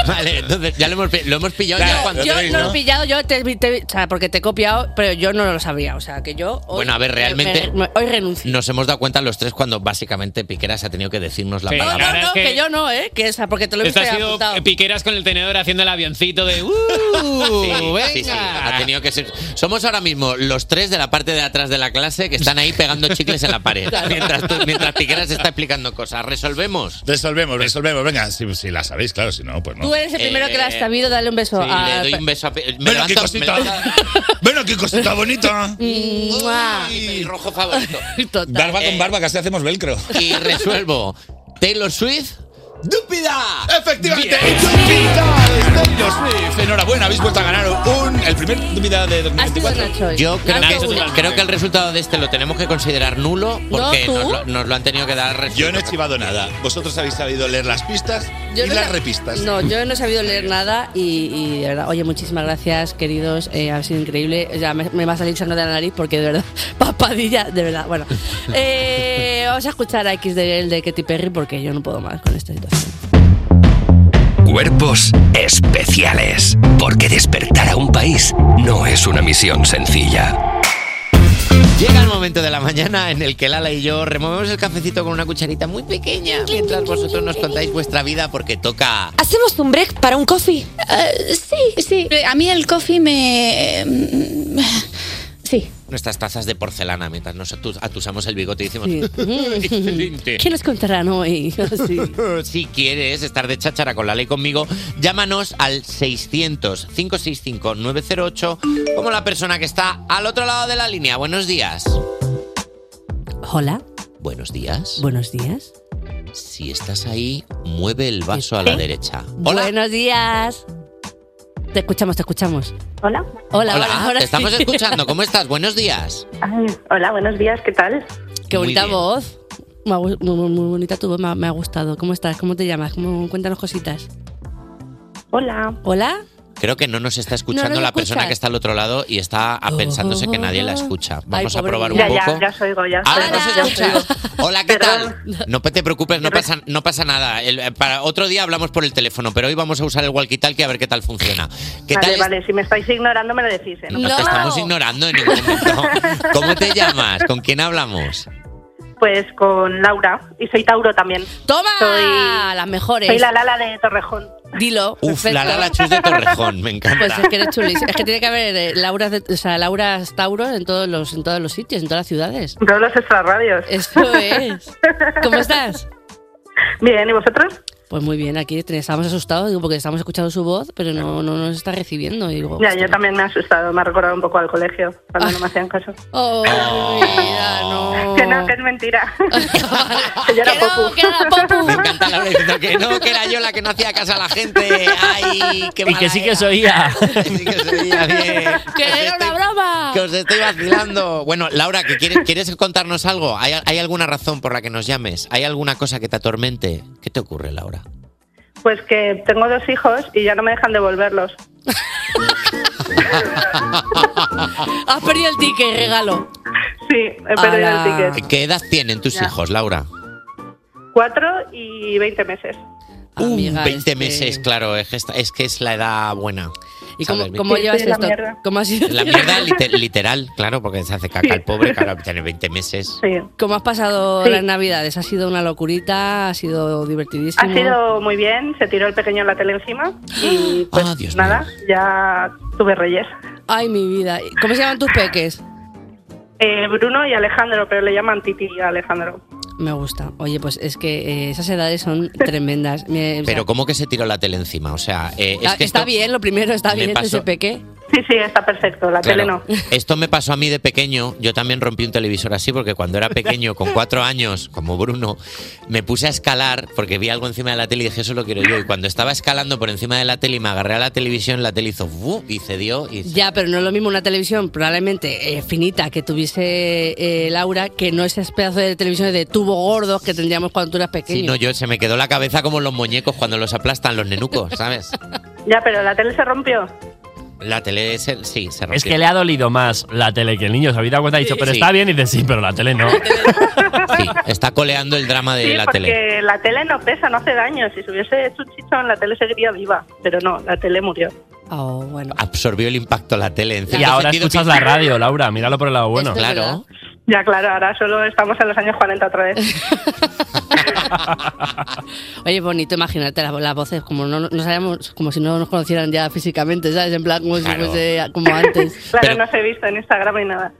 Vale, entonces ya lo hemos, pi- lo hemos pillado. ya cuando yo tenéis, no lo ¿no? he pillado, yo te, te- o sea, porque te he copiado, pero yo no lo sabía. O sea, que yo. hoy- Bueno, a ver, me- realmente- me- me- hoy renuncio. Nos hemos dado cuenta los tres cuando básicamente Piqueras ha tenido que decirnos la Sí, No, palabra. no, no, que, yo no, ¿eh? Que esa, porque te lo he Esto visto ha y sido apuntado. piqueras con el tenedor haciendo el avioncito <laughs> de. ¡Uh! Sí, sí, ha tenido que ser. Somos ahora mismo los tres de la parte de atrás de la clase que están ahí pegando chicles en la pared. Claro. Mientras, tú- mientras Piqueras está explicando cosas. Resolvemos. Resolvemos, resolvemos. Venga, si, si la sabéis, claro, si no, pues no. Tú eres Ah, el primero que la has sabido, dale un beso. sí, a- le doy un beso a Pi- me Bueno, qué levanto- cosita. me Bueno, qué cosita bonita. Mm. ¡Mua! Mi rojo <laughs> favorito. Eh, Barba con barba, casi hacemos velcro. Y resuelvo. Taylor Swift. ¡Dúpida! Efectivamente, Taylor Swift, enhorabuena, habéis vuelto a ganar un, el primer dúpida de 2024. Yo creo Nacho que, este, Nacho. creo que el resultado de este lo tenemos que considerar nulo porque No, tú. nos, lo, nos lo han tenido que dar. Yo no he chivado nada. Vosotros habéis sabido leer las pistas Yo y no las sab- repistas. No, yo no he sabido leer nada y, y de verdad, oye, muchísimas gracias, queridos. eh, ha sido increíble. O sea, me, me va a salir sangre de la nariz porque de verdad, <laughs> papadilla, de verdad. Bueno, Eh, vamos a escuchar a X de Girl de Katy Perry porque yo no puedo más con esta situación. Cuerpos especiales. Porque despertar a un país no es una misión sencilla. Llega el momento de la mañana en el que Lala y yo removemos el cafecito con una cucharita muy pequeña mientras vosotros nos contáis vuestra vida porque toca. ¿Hacemos un break para un coffee? Eh, sí, sí. A mí el coffee me... Sí. Nuestras tazas de porcelana mientras nos atus- atusamos el bigote y decimos. Sí. <laughs> "Excelente". ¿Qué nos contarán hoy? <laughs> Sí. <laughs> Si quieres estar de cháchara con la ley conmigo, llámanos al 600-565-908 como la persona que está al otro lado de la línea. Buenos días. Hola, Buenos días. buenos días. Si estás ahí, mueve el vaso a la derecha. Hola. Buenos días. Te escuchamos, te escuchamos. Hola. Hola, Hola, hola, ahora te estamos sí. escuchando. <laughs> ¿Cómo estás? Buenos días. hola, buenos días, ¿qué tal? Qué Muy bonita bien. voz. Me ha gu- Muy, muy- muy bonita tu voz, me ha, me ha gustado. ¿Cómo estás? ¿Cómo te llamas? ¿Cómo, cuéntanos cositas. Hola. ¿Hola? Creo que no nos está escuchando No nos la escuchas. persona que está al otro lado y está a- pensándose que nadie la escucha. Vamos a pobre probar un mía. Ya, ya, poco. Ah, ya os oigo, ya os Ahora oigo, nos ya os escucha. <laughs> Hola, ¿qué tal? No te preocupes, no Perdón. pasa, no pasa nada. El- eh, para otro día hablamos por el teléfono, pero hoy vamos a usar el walkie-talkie a ver qué tal funciona. ¿Qué vale, tal? es- vale, si me estáis ignorando me lo decís. ¿eh? No te estamos ignorando en ningún momento. ¿Cómo te llamas? ¿Con quién hablamos? Pues con Laura, y soy Tauro también. ¡Toma! Soy, las mejores. Soy la Lala de Torrejón. Dilo. Uf, la perfecto. Lala Chus de Torrejón, me encanta. Pues es que eres chulísima. Es que tiene que haber eh, Lauras, de- o sea, Lauras Tauros en todos los en todos los sitios, en todas las ciudades. En todos los extrarradios. Eso es. <laughs> ¿Cómo estás? Bien, ¿y vosotros? Pues muy bien, aquí te- estábamos asustados, digo, porque estábamos escuchando su voz, pero no, no nos está recibiendo. y Digo, Ya, yo también me he asustado, me ha recordado un poco al colegio, Ah. cuando no me hacían caso. Oh, mira, no. Que no, que es mentira. que yo era popu. <laughs> Me encanta Laura diciendo que no, que era yo la que no hacía caso a la gente. Ay, qué Y que mala sí que era. os <laughs> oía. Mira, bien. ¡Que era una broma! Que os estoy vacilando. Bueno, Laura, que quieres, ¿quieres contarnos algo? ¿Hay, hay alguna razón por la que nos llames? ¿Hay alguna cosa que te atormente? ¿Qué te ocurre, Laura? Pues que tengo dos hijos y ya no me dejan devolverlos. Ah, Has perdido el ticket, regalo. Sí, <laughs> he perdido el ticket. ¿Qué edad tienen tus Ya. hijos, Laura? Cuatro y veinte meses. Ah, Amiga, este 20 es que- meses, claro. Es que, esta- es que es la edad buena. ¿Y cómo, ¿Sabes? cómo Sí, llevas sí, la esto? mierda. ¿Cómo has sido? La mierda lite- literal, claro, porque se hace caca el pobre, claro, tiene 20 <laughs> meses. Sí. ¿Cómo has pasado Sí. las navidades? ¿Ha sido una locurita? ¿Ha sido divertidísimo? Ha sido muy bien, se tiró el pequeño la tele encima y pues Ah, Dios nada, ya tuve reyes. Ay, mi vida. ¿Cómo se llaman tus peques? Eh, Bruno y Alejandro, pero le llaman Titi a Alejandro. Me gusta. Oye, pues es que eh, esas edades son tremendas. Me- o sea, Pero ¿cómo que se tiró la tele encima? O sea, eh, es está- que está esto, bien, lo primero está Me bien pasó- ese peque. Sí, sí, está perfecto. La Claro. tele no. <laughs> esto me pasó a mí de pequeño. Yo también rompí un televisor así porque cuando era pequeño, con cuatro años, como Bruno, me puse a escalar porque vi algo encima de la tele y dije, eso lo quiero yo. Y cuando estaba escalando por encima de la tele y me agarré a la televisión, la tele hizo ¡bu! y cedió. Y... Ya, pero no es lo mismo una televisión probablemente eh, finita que tuviese eh, Laura que no ese pedazo de televisión de tubo gordos que tendríamos cuando tú eras pequeño. Sí, no, yo se me quedó la cabeza como los muñecos cuando los aplastan los nenucos, ¿sabes? Ya, pero la tele se rompió. La tele, se- sí, se <laughs> rompió. Es que le ha dolido más la tele que el niño. ¿Os habéis dado cuenta? Ha dicho, pero Sí. está bien. Y dice, sí, pero la tele <laughs> no. Está coleando el drama de Sí, la porque tele. la tele no pesa, no hace daño. Si se hubiese hecho un chichón, la tele seguiría viva. Pero no, la tele murió. Oh, Absorbió el impacto la tele. En Y cierto ahora sentido, escuchas pi- la radio, Laura. Míralo por el lado bueno. Claro. Ya, claro, ahora solo estamos en los años 40 otra <laughs> vez. Oye, bonito imaginarte las, las voces como no, no sabíamos, como si no nos conocieran ya físicamente, ¿sabes? En plan como Claro. si fuese como antes. Claro, no se he visto en Instagram ni nada.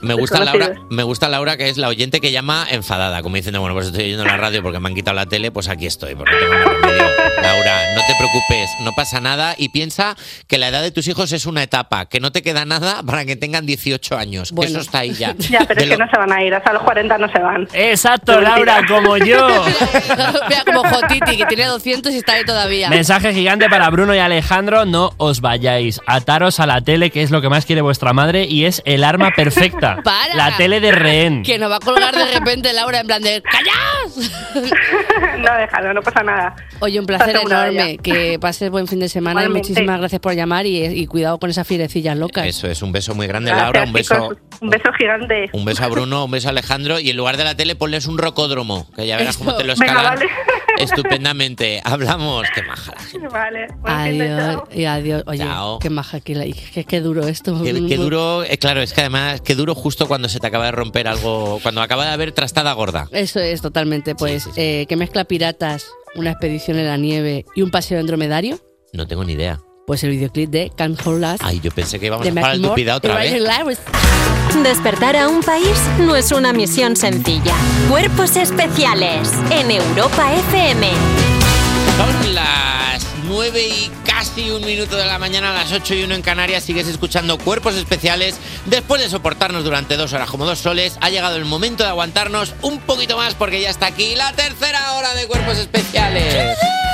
Me gusta, Laura, Desconocidos. me gusta Laura, que es la oyente que llama enfadada, como diciendo, bueno, pues estoy oyendo la radio porque me han quitado la tele, pues aquí estoy, porque tengo más remedio. Laura, no te preocupes, no pasa nada y piensa que la edad de tus hijos es una etapa, que no te queda nada para que tengan 18 años, que Bueno. eso está ahí ya. <laughs> <laughs> Ya, pero De es que lo- no se van a ir, hasta los 40 no se van. Exacto, Laura, como <laughs> yo. <laughs> Mira, como Jotiti, que tiene 200 y está ahí todavía. Mensaje gigante para Bruno y Alejandro, no os vayáis, ataros a la tele, que es lo que más quiere vuestra madre, y es el arma perfecta. Para. La tele de rehén. Que nos va a colgar de repente Laura en plan de ¡Callas! <laughs> no, déjalo, no pasa nada. Oye, un placer Está asegurada enorme. ya. Que pases buen fin de semana y Igualmente. muchísimas gracias por llamar y, y cuidado con esas fierecillas locas. Eso es, un beso muy grande, Gracias, Laura, un beso, Un beso gigante. un beso a Bruno, un beso a Alejandro y en lugar de la tele ponles un rocódromo, que ya verás cómo te lo Venga, escalan vale. estupendamente. Hablamos, qué maja. la gente. <laughs> Vale. buen fin de Adiós chao. y adiós. Oye, Chao. qué maja que la qué, qué duro esto. Mm, Qué, qué duro, eh, claro, es que además, qué duro justo cuando se te acaba de romper algo, cuando acaba de haber trastada gorda. Eso es totalmente, pues, eh, que mezcla piratas, una expedición en la nieve y un paseo en dromedario. No tengo ni idea. Pues el videoclip de Can't Hold Us. Ay, yo pensé que íbamos de a jugar al Macklemore Dupida otra y Ryan vez. Lewis. Despertar a un país no es una misión sencilla. Cuerpos especiales en Europa FM. Son las 9 y casi un minuto de la mañana, a las 8 y 1 en Canarias. Sigues escuchando cuerpos especiales. Después de soportarnos durante dos horas como dos soles, ha llegado el momento de aguantarnos un poquito más porque ya está aquí la tercera hora de cuerpos especiales. ¡Yujú! Uh,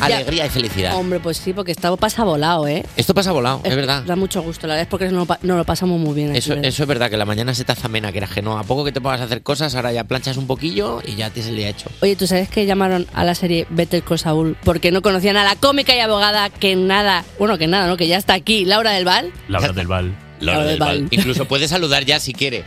Ya. Alegría y felicidad. Hombre, pues sí, porque estaba pasa volado, ¿eh? Esto pasa volado, es verdad. Da mucho gusto, la verdad es porque no, lo pa- no lo pasamos muy bien. aquí, Eso, ¿verdad? eso es verdad, que la mañana se te hace amena, que era que no. A poco que te pongas a hacer cosas, ahora ya planchas un poquillo y ya tienes el día hecho. Oye, ¿tú sabes que llamaron a la serie Better Call Saul porque no conocían a la cómica y abogada que nada, bueno, que nada, ¿no? Que ya está aquí, Laura del Val. Laura del Val. Laura del Val. Incluso puedes saludar ya si quiere.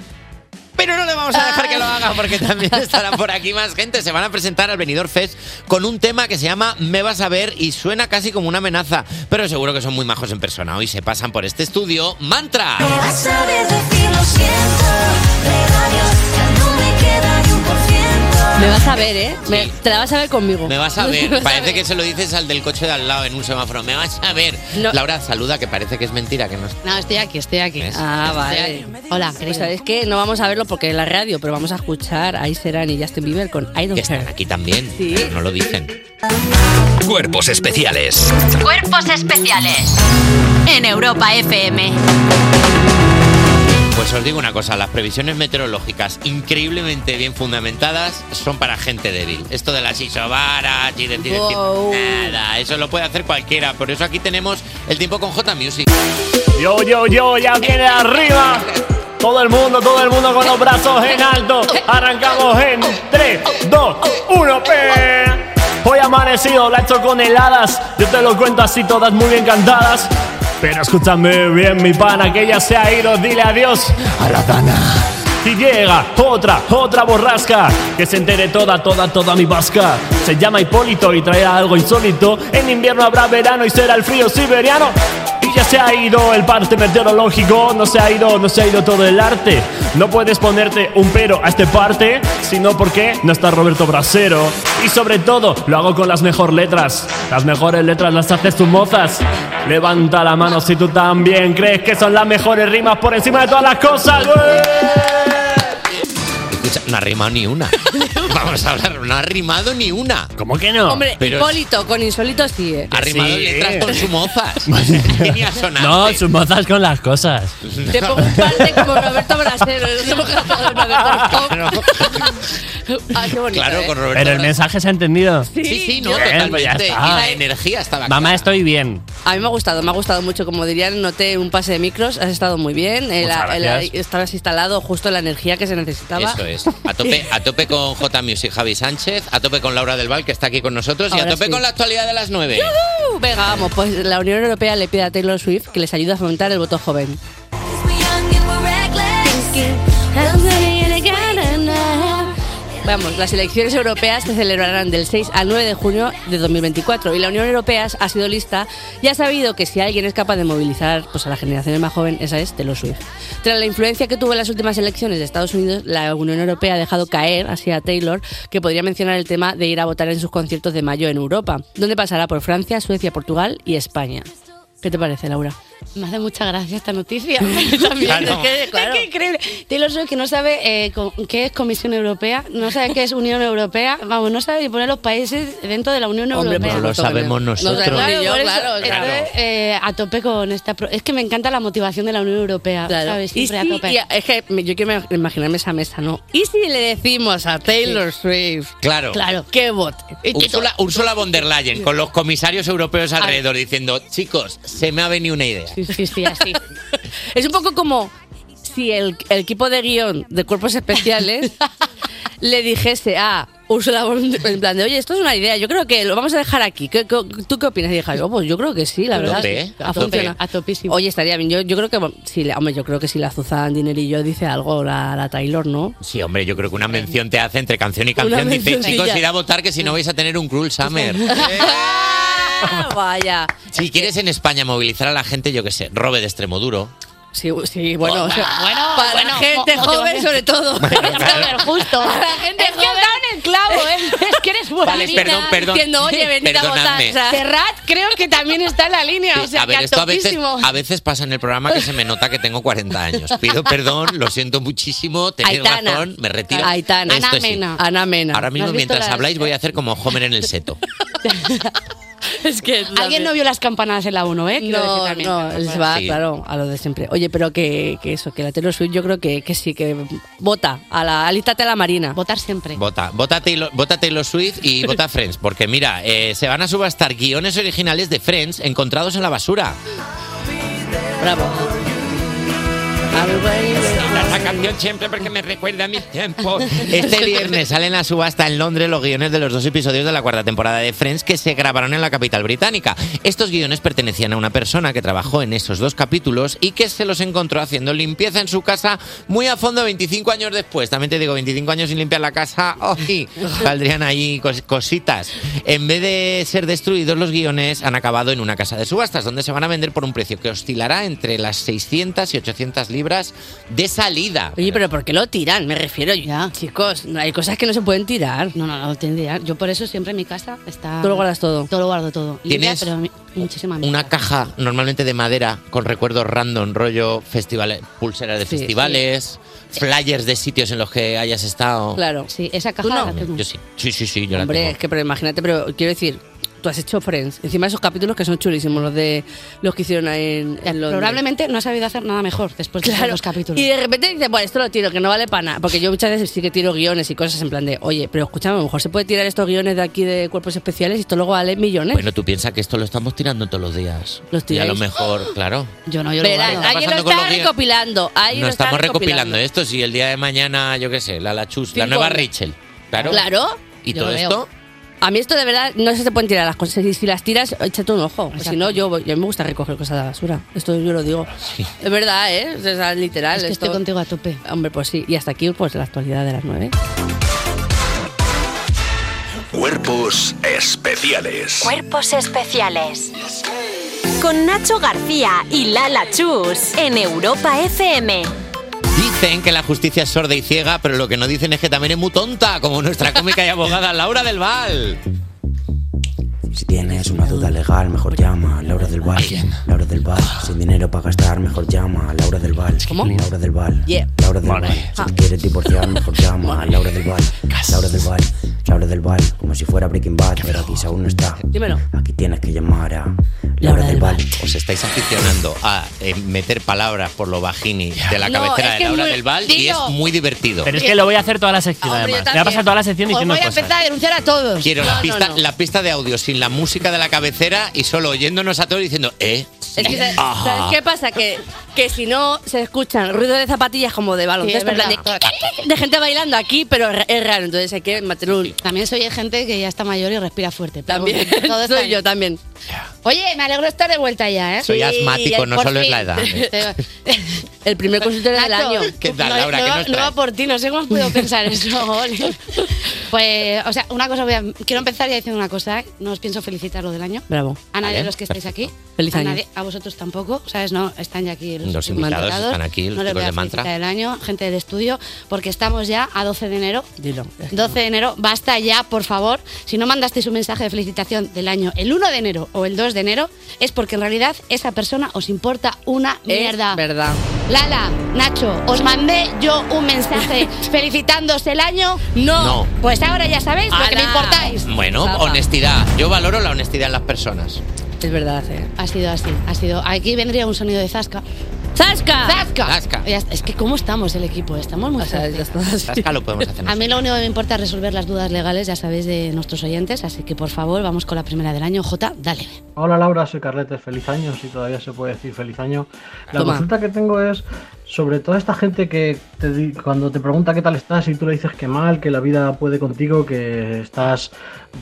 Pero no le vamos a dejar que lo haga porque <laughs> también estará por aquí más gente. Se van a presentar al Venidor Fest con un tema que se llama Me vas a ver y suena casi como una amenaza. Pero seguro que son muy majos en persona. Hoy se pasan por este estudio. ¡Mantra! Me vas a ver decir lo siento, pero adiós, ya no me queda ni un por ciento. Me vas a ver, ¿eh? Me- te la vas a ver <laughs> conmigo. Me vas a <laughs> Me ver. vas a Parece que se lo dices al del coche de al lado en un semáforo. Me vas a ver. Laura, saluda, que parece que es mentira, que no es- No, estoy aquí, estoy aquí. ¿Ves? Ah, Estoy vale. Hola, pues ¿sabes qué? No vamos a verlo porque es la radio, pero vamos a escuchar a Serán y Justin Bieber con I Don't Care. Aquí también, Sí. pero no lo dicen. Cuerpos especiales. Cuerpos especiales en Europa FM. Pues os digo una cosa, las previsiones meteorológicas increíblemente bien fundamentadas son para gente débil. Esto de las isobaras y decir el tiempo, Wow. nada, eso lo puede hacer cualquiera. Por eso aquí tenemos el tiempo con J Music. Yo, yo, yo, ya viene arriba. Todo el mundo, todo el mundo con los brazos en alto. Arrancamos en 3, 2, 1, pe. Hoy ha amanecido, la he hecho con heladas. Yo te lo cuento así, todas muy bien cantadas. Pero escúchame bien, mi pana, que ya se ha ido. Dile adiós a la dana. Y llega otra, otra borrasca Que se entere toda, toda, toda mi vasca Se llama Hipólito y traerá algo insólito En invierno habrá verano y será el frío siberiano Y ya se ha ido el parte meteorológico No se ha ido, no se ha ido todo el arte No puedes ponerte un pero a este parte Sino porque no está Roberto Brasero Y sobre todo, lo hago con las mejores letras Las mejores letras las haces tus mozas Levanta la mano si tú también crees que son las mejores rimas por encima de todas las cosas ¡Ué! Escucha, no ha rimado ni <laughs> una. Vamos a hablar, no ha rimado ni una. ¿Cómo que no? Hombre, Pero Hipólito con Insólito sí. eh. ha rimado Sí. letras con su mozas. No, sus mozas con las cosas. <laughs> Te pongo un parte como Roberto Brasero. ¿eh? nos hemos gastado en Roberto. <laughs> Ah, qué bonito. Claro, ¿eh? con Roberto. Pero el mensaje se ha entendido. Sí, sí, no, Bien, pues ya totalmente. Y está. la energía estaba Mamá, estoy bien. A mí me ha gustado, me ha gustado mucho. Como dirían, noté un pase de micros, has estado muy bien. El- Muchas el- gracias. estabas instalado justo la energía que se necesitaba. Eso es. A tope, a tope con J Music Javi Sánchez, a tope con Laura del Val, que está aquí con nosotros, y a Ahora tope sí. con la actualidad de las nueve. ¡Yujú! Venga, vamos, pues la Unión Europea le pide a Taylor Swift que les ayude a fomentar el voto joven. Vamos, las elecciones europeas se celebrarán del 6 al 9 de junio de 2024 y la Unión Europea ha sido lista y ha sabido que si alguien es capaz de movilizar pues, a la generación más joven, esa es Taylor Swift. Tras la influencia que tuvo en las últimas elecciones de Estados Unidos, la Unión Europea ha dejado caer así a Taylor que podría mencionar el tema de ir a votar en sus conciertos de mayo en Europa, donde pasará por Francia, Suecia, Portugal y España. ¿Qué te parece, Laura? Me hace mucha gracia esta <laughs> noticia. También, Claro. es, que, es que increíble. Taylor Swift que no sabe eh, con- qué es Comisión Europea, no sabe qué es Unión Europea, vamos, no sabe ni poner los países dentro de la Unión Hombre, Europea. pues lo sabemos nosotros. Claro, Ni yo, por eso, claro, estoy, claro. eh, a tope con esta... pro- es que me encanta la motivación de la Unión Europea, Claro. ¿sabes? Y Siempre sí, a tope. y a- es que me- yo quiero ima- imaginarme esa mesa, ¿no? ¿Y si le decimos a Taylor Swift Claro. que vote? Úrsula, Úrsula von der Leyen, con los comisarios europeos alrededor, diciendo, chicos, se me ha venido una idea. Sí, sí, sí, así. <laughs> es un poco como si el, el equipo de guión de cuerpos especiales le dijese a Ursula von- en plan de, oye, esto es una idea, yo creo que lo vamos a dejar aquí. ¿Qué- qué- ¿Tú qué opinas? Y dije, yo, pues yo creo que sí, la A verdad. tope, sí, a ha tope, funcionado. Oye, estaría bien. Yo, yo creo que, bueno, si, le- hombre, yo creo que si la Zuzan Dinerillo dice algo, la, la Taylor, ¿no. Sí, hombre, yo creo que una mención te hace entre canción y Una canción. Dice, mencioncilla. chicos, id a votar que si no vais a tener un cruel summer. Ah, Vaya. Si quieres en España movilizar a la gente, yo qué sé, robe de extremo duro. Sí, sí, bueno, o sea, Bueno, para bueno, la gente mo- joven motivación. <laughs> sobre todo. Súper justo. gente es que has dado en el clavo, <laughs> ¿eh? es que eres buena. Vale, perdón, perdón. Diciendo, oye, venid a votar. Perdonadme. O sea, Serrat creo que también está en la línea, o Sí, sea, a ver, que a esto a veces, topísimo. a veces pasa en el programa que se me nota que tengo 40 años. Pido perdón, lo siento muchísimo, tenéis Aitana. razón, me retiro. Aitana. Esto sí. Ana Mena. Ahora mismo, mientras las- habláis, voy a hacer como Homer en el seto. Es que Alguien no vio las campanadas en la 1, ¿eh? Quiero decir No, también. no, él se va, Sí. claro, a lo de siempre. Oye, pero que, que eso, que la Taylor Swift yo creo que, que sí, que vota, a la, alístate a la Marina. Votar siempre. Vota, vota Taylor, vota Taylor Swift y vota Friends, porque mira, eh, se van a subastar guiones originales de Friends encontrados en la basura. Bravo. Esta canción siempre porque me recuerda a mis <laughs> tiempos. <laughs> Este viernes salen a subasta en Londres los guiones de los dos episodios de la cuarta temporada de Friends que se grabaron en la capital británica. Estos guiones pertenecían a una persona que trabajó en esos dos capítulos y que se los encontró haciendo limpieza en su casa muy a fondo 25 años después. También te digo, 25 años sin limpiar la casa, <laughs> ¡ay! saldrían ahí cos- cositas. En vez de ser destruidos, los guiones han acabado en una casa de subastas donde se van a vender por un precio que oscilará entre las 600 y 800 libras de salida. Oye, pero ¿por qué lo tiran? Me refiero, chicos, no hay cosas que no se pueden tirar. No, no, no, tendría. Yo por eso siempre en mi casa está. Tú lo guardas todo. Todo lo guardo todo. Limpia, ¿Tienes pero mi- muchísima mierda. Una caja normalmente de madera con recuerdos random, rollo festivales, pulseras de Sí, festivales, flyers de sitios en los que hayas estado. Claro. Sí, esa caja no? Yo sí, sí, sí, sí, yo la Hombre, tengo. es que pero imagínate, pero quiero decir, tú has hecho Friends, encima esos capítulos que son chulísimos, los de los que hicieron en, en Londres. Probablemente no ha sabido hacer nada mejor después de Claro. Pues los capítulos. Y de repente dices, bueno, esto lo tiro, que no vale para nada. Porque yo muchas veces sí que tiro guiones y cosas en plan de, oye, pero escúchame, a lo mejor se puede tirar estos guiones de aquí de cuerpos especiales y esto luego vale millones. Bueno, tú piensas que esto lo estamos tirando todos los días. Y Los a tiráis. lo mejor, claro. Yo no, yo Verás, guardo. alguien Pasando lo con está los guiones. recopilando. alguien No lo está estamos recopilando esto. Si el día de mañana, yo qué sé, la Lachus, la Cinco nueva años. Rachel. Claro. Claro. ¿eh? Y todo esto. A mí esto de verdad no se te pueden tirar las cosas. Y si las tiras, échate un ojo. Si no, yo, voy- yo me gusta recoger cosas de la basura. Esto yo lo digo. Es verdad, ¿eh? O sea, literal. Es que estoy contigo a tope. Hombre, pues sí. Y hasta aquí, pues la actualidad de las nueve. Cuerpos especiales. Cuerpos especiales. Con Nacho García y Lala Chus en Europa FM. Dicen que la justicia es sorda y ciega, pero lo que no dicen es que también es muy tonta, como nuestra cómica y abogada Laura del Val. Si tienes una duda legal, mejor llama a Ah. Laura del Val. Laura del Val. Sin dinero para gastar, mejor llama a Laura del Val. ¿Cómo? Laura del Val. Yeah. Laura del Vale. Val. Si te quieres divorciar, mejor llama a Laura del Val. Laura del Val. Laura del Val. Como si fuera Breaking Bad, pero aquí aún no está. Dímelo. Aquí tienes que llamar a Laura del Val. Os estáis aficionando a eh, meter palabras por lo bajini de la No, es cabecera de que Laura muy- del Val y es Digo- muy divertido. Pero es que lo voy a hacer toda la sección, Hombre, yo además. Me va a pasar toda la sección diciendo cosas. Pues a denunciar a todos. Quiero la, pista, la pista de audio sin la música de la cabecera y solo oyéndonos a todos diciendo, ¿eh? Ah. Es que, ¿sabes, Ajá. sabes qué pasa? Que, que si no se escuchan ruido de zapatillas como de Sí, baloncesto, es en plan de, de gente bailando aquí, pero es ra- es raro, entonces hay que mantener un... También soy gente que ya está mayor y respira fuerte. pero También, bueno, <laughs> todo está soy bien. yo también. Oye, me alegro de estar de vuelta ya, ¿eh? Soy asmático, no por solo es la edad. <laughs> El primer consultorio del año. ¿Qué tal, Laura? ¿Qué No, nos no traes? va por ti, no sé cómo has podido pensar eso. <laughs> Oli. Pues, o sea, una cosa, voy a, quiero empezar ya diciendo una cosa, ¿eh? no os pienso felicitar lo del año. Bravo. A nadie de Vale, los que estáis aquí. Feliz a año. nadie- a vosotros tampoco, ¿sabes? No, están ya aquí los, Los invitados invitados, están aquí, los no les chicos voy a de Mantra. felicitar el año, gente del estudio, porque estamos ya a 12 de enero. Dilo. 12 de enero, basta ya, por favor. Si no mandasteis un mensaje de felicitación del año el 1 de enero o el 2 de enero, es porque en realidad esa persona os importa una mierda. Es verdad. Lala, Nacho, os mandé yo <laughs> un mensaje felicitándoos el año. No. No. Pues ahora ya sabéis lo que me importáis. Bueno, Zapa. honestidad. Yo valoro la honestidad en las personas. Es verdad, eh. Ha sido así, ha sido. Aquí vendría un sonido de Zasca. ¡Zasca! ¡Zasca! Zasca. Ya está. Es que cómo estamos el equipo, estamos muy fuerte. Zasca lo podemos hacer. <laughs> A mí lo único que me importa es resolver las dudas legales, ya sabéis, de nuestros oyentes, así que por favor, vamos con la primera del año. J, dale. Hola Laura, soy Carletes, feliz año, si todavía se puede decir feliz año. La Toma. consulta que tengo es sobre toda esta gente que te di- cuando te pregunta qué tal estás y tú le dices que mal, que la vida puede contigo, que estás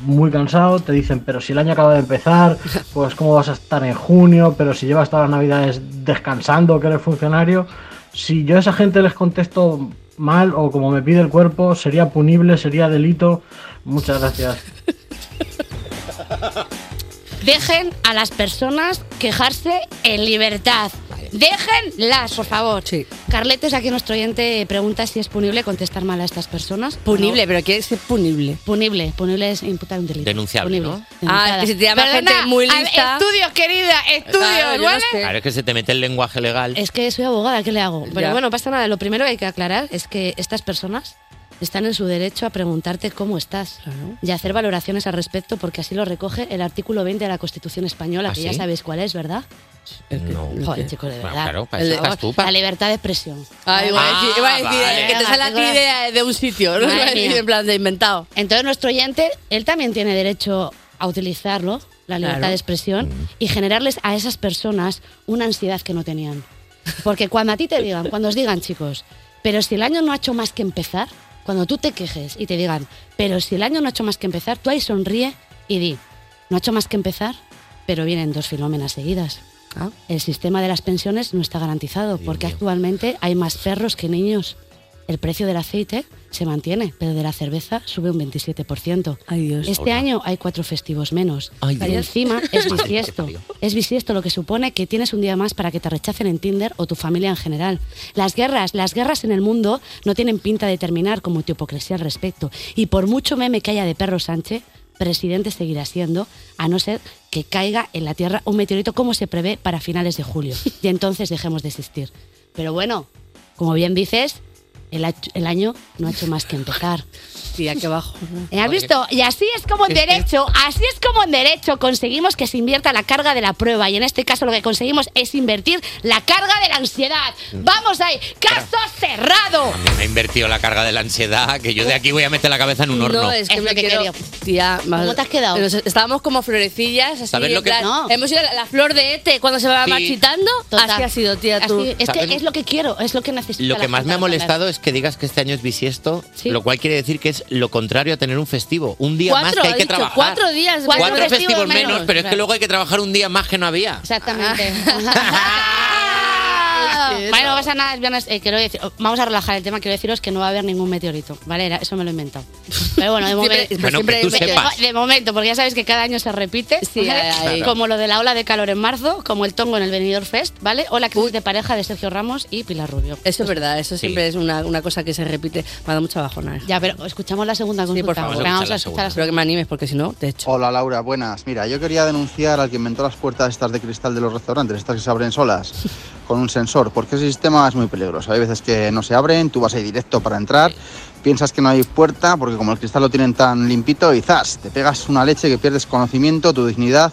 muy cansado, te dicen, pero si el año acaba <laughs> de empezar, pues cómo vas a estar en junio, pero si llevas todas las navidades descansando, que eres funcionario. Si yo a esa gente les contesto mal o como me pide el cuerpo, sería punible, sería delito. Muchas gracias. Dejen a las personas quejarse en libertad. Déjenlas, por favor. Carletes, aquí nuestro oyente, pregunta si es punible contestar mal a estas personas. Punible, pero ¿qué es punible? Punible. Punible es imputar un delito. Denunciable, Punible. ¿no? Ah, es que si te llama Perdona, gente muy a ver, lista- Estudios, querida, estudios, Claro, yo no ¿vale? Claro, es que se te mete el lenguaje legal. Es que soy abogada, ¿qué le hago? Pero Ya. bueno, pasa nada. Lo primero que hay que aclarar es que estas personas están en su derecho a preguntarte cómo estás y a hacer valoraciones al respecto, porque así lo recoge el artículo 20 de la Constitución Española, ¿Ah, que sí? ya sabéis cuál es, ¿verdad? No. Joder, chicos, de verdad. Bueno, claro, para El- eso estás tú. La libertad de expresión. Ah, Ay, iba a decir, iba a decir, vale. eh, que te sale a ti de, de un sitio, ¿no? Madre Iba <laughs> a decir, mía. en plan de inventado. Entonces nuestro oyente, él también tiene derecho a utilizarlo, la libertad Claro. de expresión, y generarles a esas personas una ansiedad que no tenían. Porque cuando a ti te digan, cuando os digan, chicos, pero si el año no ha hecho más que empezar, cuando tú te quejes y te digan, pero si el año no ha hecho más que empezar, tú ahí sonríe y di, no ha hecho más que empezar, pero vienen dos fenómenos seguidas. El sistema de las pensiones no está garantizado porque actualmente hay más perros que niños. El precio del aceite se mantiene, pero de la cerveza sube un 27%. este Laura. año hay cuatro festivos menos. Ay, Y Dios. encima es Madre, qué bisiesto. frío. Es bisiesto lo que supone que tienes un día más para que te rechacen en Tinder o tu familia en general. Las guerras, las guerras en el mundo no tienen pinta de terminar como tu hipocresía al respecto. Y por mucho meme que haya de Perro Sánchez, presidente seguirá siendo, a no ser que caiga en la Tierra un meteorito como se prevé para finales de julio. Y entonces dejemos de existir. Pero bueno, como bien dices, el, ha- el año no ha hecho más que empezar. Sí, aquí abajo. ¿Eh, ¿Has visto? Y así es como en Es que- derecho, así es como en derecho conseguimos que se invierta la carga de la prueba y en este caso lo que conseguimos es invertir la carga de la ansiedad. Vamos ahí, caso cerrado. A mí me ha invertido la carga de la ansiedad, que yo de aquí voy a meter la cabeza en un horno. No, es que me quiero... Tía, ¿Cómo te has quedado? estábamos como florecillas, así ¿Sabes lo en que- plan, No. Hemos ido a la, la flor de Ete cuando se va Sí. marchitando. Total. Así ha sido, tía, tú. Así- es que ¿Saben? es lo que quiero, es lo que necesito. Lo que más me ha molestado es que digas que este año es bisiesto, Sí. lo cual quiere decir que es lo contrario a tener un festivo. Un día más Cuatro, que ha hay que dicho, trabajar. cuatro días, cuatro, cuatro festivos, festivos menos, menos, pero es que claro. <laughs> luego hay que trabajar un día más que no había. Exactamente. Ah. <laughs> Bueno, no pasa nada, es viernes. eh, quiero decir, vamos a relajar el tema. Quiero deciros que no va a haber ningún meteorito, ¿vale? Era- eso me lo he inventado. Pero bueno, de Siempre- momento. Bueno, siempre que tú hay meteorito. sepas. De momento, porque ya sabes que cada año se repite. ¿vale? hay- hay. Como lo de la ola de calor en marzo, como el tongo en el Benidorm Fest, ¿vale? O la crisis de pareja de Sergio Ramos y Pilar Rubio. Eso es verdad, eso Sí. siempre es una, una cosa que se repite. Me da mucha bajona. hija. Ya, pero escuchamos la segunda consulta. por favor. Venga, Vamos a escuchar la Espero que me animes, porque si no, te echo. Hola Laura, buenas. Mira, yo quería denunciar al que inventó las puertas estas de cristal de los restaurantes, estas que se abren solas, con un sensor, porque ese sistema es muy peligroso. Hay veces que no se abren, tú vas ahí directo para entrar, piensas que no hay puerta, porque como el cristal lo tienen tan limpito, y zas, te pegas una leche que pierdes conocimiento, tu dignidad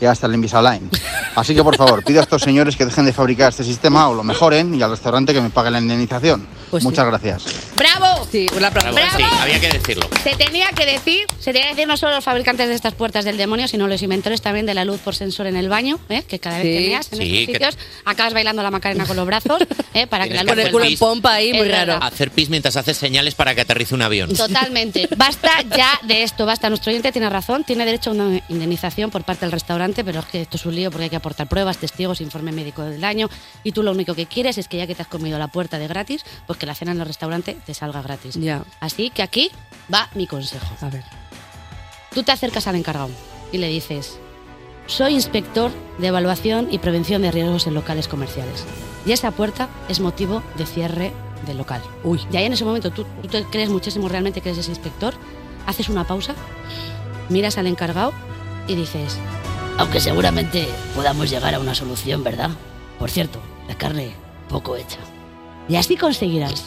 y hasta <laughs> el Invisalign. Así que por favor, pido a estos señores que dejen de fabricar este sistema o lo mejoren y al restaurante que me pague la indemnización. Pues Muchas gracias. ¡Bravo! Sí, un aplauso. ¡Bravo! Sí, había que decirlo. Se tenía que decir, se tenía que decir no solo los fabricantes de estas puertas del demonio, sino los inventores también de la luz por sensor en el baño, ¿eh? que cada vez Sí. que meas en Sí, estos que- sitios acabas bailando la macarena con los brazos ¿eh? para que la Tienes luz que hacer vuelva. pis. Es verdad. Hacer pis mientras haces señales para que aterrice un avión. Totalmente. Basta ya de esto, basta. Nuestro oyente tiene razón, tiene derecho a una indemnización por parte del restaurante, pero es que esto es un lío porque hay que aportar pruebas, testigos, informe médico del daño y tú lo único que quieres es que ya que te has comido la puerta de gratis, pues que la cena en el restaurante te salga gratis. Ya. Así que aquí va mi consejo. A ver. Tú te acercas al encargado y le dices, soy inspector de evaluación y prevención de riesgos en locales comerciales. Y esa puerta es motivo de cierre del local. Uy. Y ahí en ese momento tú, tú te crees muchísimo realmente que eres ese inspector, haces una pausa, miras al encargado y dices, aunque seguramente podamos llegar a una solución, ¿verdad? Por cierto, la carne poco hecha. Y así <laughs> conseguirás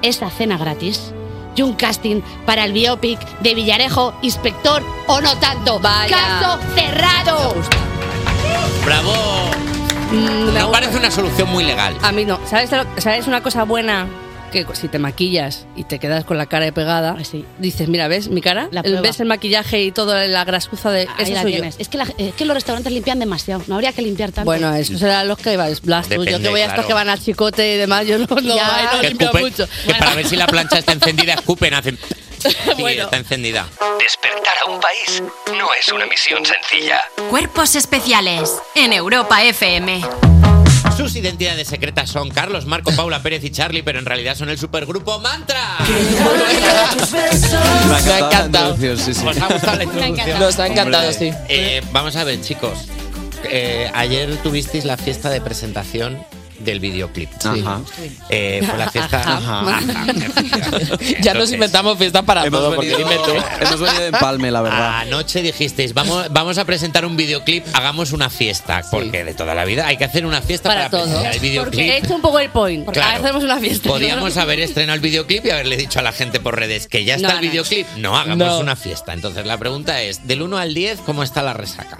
esa cena gratis y un casting para el biopic de Villarejo, inspector o no tanto. Caso cerrado. ¡Bravo! me No parece una solución muy legal. A mí no. ¿Sabes, lo- ¿Sabes una cosa buena? Que si te maquillas y te quedas con la cara pegada, dices, mira, ¿ves mi cara? Ah, prueba. ¿Ves el maquillaje y toda la grasuza de... Ahí Eso la soy yo. tienes. Es que, la- es que los restaurantes limpian demasiado. No habría que limpiar tanto. Bueno, eso serán los que vas Blas, tú. Yo Depende, que voy a estos claro. que van al chicote y demás, yo no, no, Ya. ahí no que limpio escupen- mucho. que para ver si la plancha está encendida, escupen, hacen... Sí, está encendida. Despertar a un país no es una misión sencilla. Cuerpos especiales en Europa FM. Sus identidades secretas son Carlos, Marco, Paula, Pérez y Charlie, pero en realidad son el supergrupo Mantra. Me ha encantado. Nos <laughs> ha gustado la introducción. Nos ha encantado, sí. Eh, vamos a ver, chicos. Eh, ayer tuvisteis la fiesta de presentación del videoclip. Ajá. Eh, fue la <laughs> fiesta. Ajá. Ajá. Ya nos inventamos fiestas para todo, porque dime tú. <laughs> Hemos venido de empalme, la verdad. Anoche dijisteis, vamos, vamos a presentar un videoclip, hagamos una fiesta, porque de toda la vida hay que hacer una fiesta para, Para todos. presentar el videoclip. Porque he hecho un poco el point. Porque Claro. hacemos una fiesta. Podíamos haber estrenado el videoclip y haberle dicho a la gente por redes que ya está No, el no. videoclip. No, hagamos No. una fiesta. Entonces la pregunta es, del 1 al 10, ¿cómo está la resaca?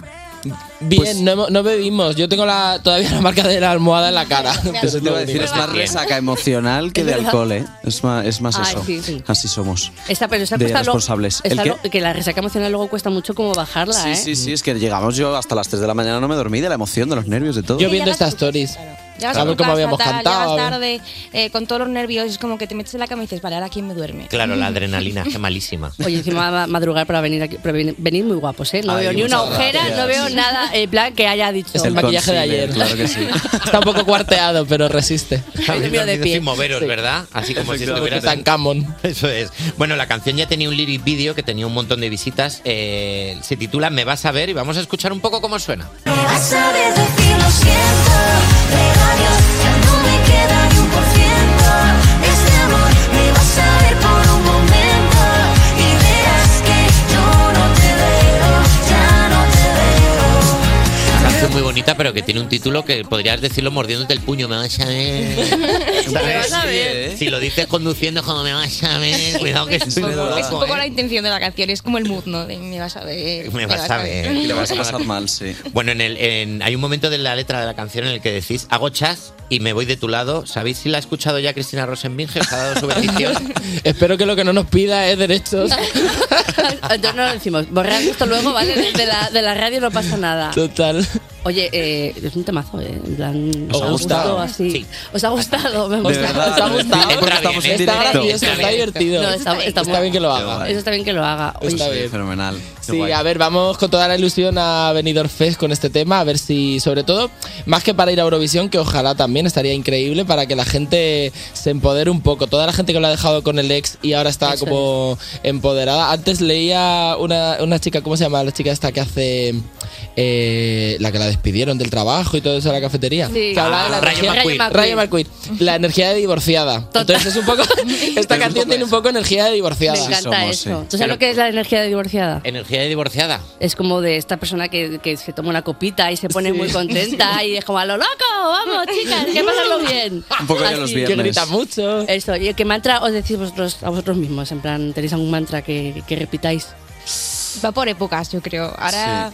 Bien, Pues- no, hemo- no bebimos. Yo tengo la, todavía la marca de la almohada en la cara. Pues Eso te iba a decir, es más resaca emocional que de alcohol, ¿eh? Es más, es más Ay, eso. sí, sí. Así somos. Esta, pero esa De cuesta lo- responsables. ¿El esta qué? lo- que la resaca emocional luego cuesta mucho como bajarla, Sí, ¿eh? sí, sí, es que llegamos yo hasta las 3 de la mañana, no me dormí de la emoción, de los nervios, de todo. Yo viendo estas stories. Llegas A a ver tu cómo casa, habíamos tal, cantado, llegas a tarde, eh, con todos los nervios, es como que te metes en la cama y dices, vale, ahora quién me duerme. Claro, la adrenalina, qué malísima. Oye, encima ma- madrugar para venir aquí. Pero ven- venís muy guapos, ¿eh? No Ay, veo ni una muchas ojera, no veo gracias. nada en plan que haya dicho. Es el maquillaje de ayer. claro que sí. <laughs> Está un poco cuarteado, pero <laughs> resiste. mío Habéis de dormido pie. sin moveros, Sí. ¿verdad? Así como si Efectivamente. estuvieras Tan camón. <laughs> Eso es. Bueno, la canción ya tenía un lyric video que tenía un montón de visitas. Eh, se titula Me vas a ver y vamos a escuchar un poco cómo suena. Me vas a ver decir lo siento, regalos, ya no me queda ni un por ciento. de Este amor me vas a ver por un momento y verás que yo no te veo, ya no te veo. Una canción muy bonita, pero que tiene un título que podrías decirlo mordiéndote el puño. Me vas a ver. <laughs> Me vas a ver. Si lo dices conduciendo, es como me vas a Eh, ver. Cuidado que <laughs> es estoy un poco, es un loco, poco ¿eh? la intención de la canción, es como el mood, ¿no? De, me vas a ver. Me vas a ver. <laughs> Y lo vas a pasar mal, sí. Bueno, en el, en- hay un momento de la letra de la canción en el que decís, hago chas y me voy de tu lado. ¿Sabéis si la ha escuchado ya Cristina Rosenbinge? ¿Os ha dado su bendición? <laughs> Espero que lo que no nos pida es derechos. Entonces no lo decimos. Borrad esto luego, ¿vale? De la, de la radio no pasa nada. Total. Oye, eh, es un temazo, ¿eh? En plan, ¿Os ha gustado? así. ¿Os ha gustado? Me De gusta. verdad, ¿Os ha gustado? entra bien, Estamos en entra directo. bien, gracioso, entra bien. No, está, Está muy- bien que lo haga. Eso está bien que lo haga. Oye, Está bien. Fenomenal. Sí, a ver, vamos con toda la ilusión a Benidorm Fest con este tema, a ver si, sobre todo, más que para ir a Eurovisión, que ojalá también estaría increíble para que la gente se empodere un poco. Toda la gente que lo ha dejado con el ex y ahora está Eso como empoderada. Antes leía una, una chica, ¿cómo se llama? La chica esta que hace. eh, la que la despidieron del trabajo y todo eso en la cafetería. Sí. Que hablaba de la Ah, Rayo energía- McQueen. Rayo McQueen. La energía de divorciada. Entonces es un <laughs> poco. Esta canción tiene un poco energía de divorciada. Me encanta eso. ¿Tú sabes lo que es la energía de divorciada? Energía de divorciada. Es como de esta persona que, que se toma una copita y se pone muy contenta y es como a lo loco, vamos, chicas, que pasarlo bien. Un poco ya los viernes. Que grita mucho. Eso, y qué mantra os decís vosotros a vosotros mismos, en plan, ¿tenéis algún mantra que, que repitáis? Va por épocas, yo creo. Ahora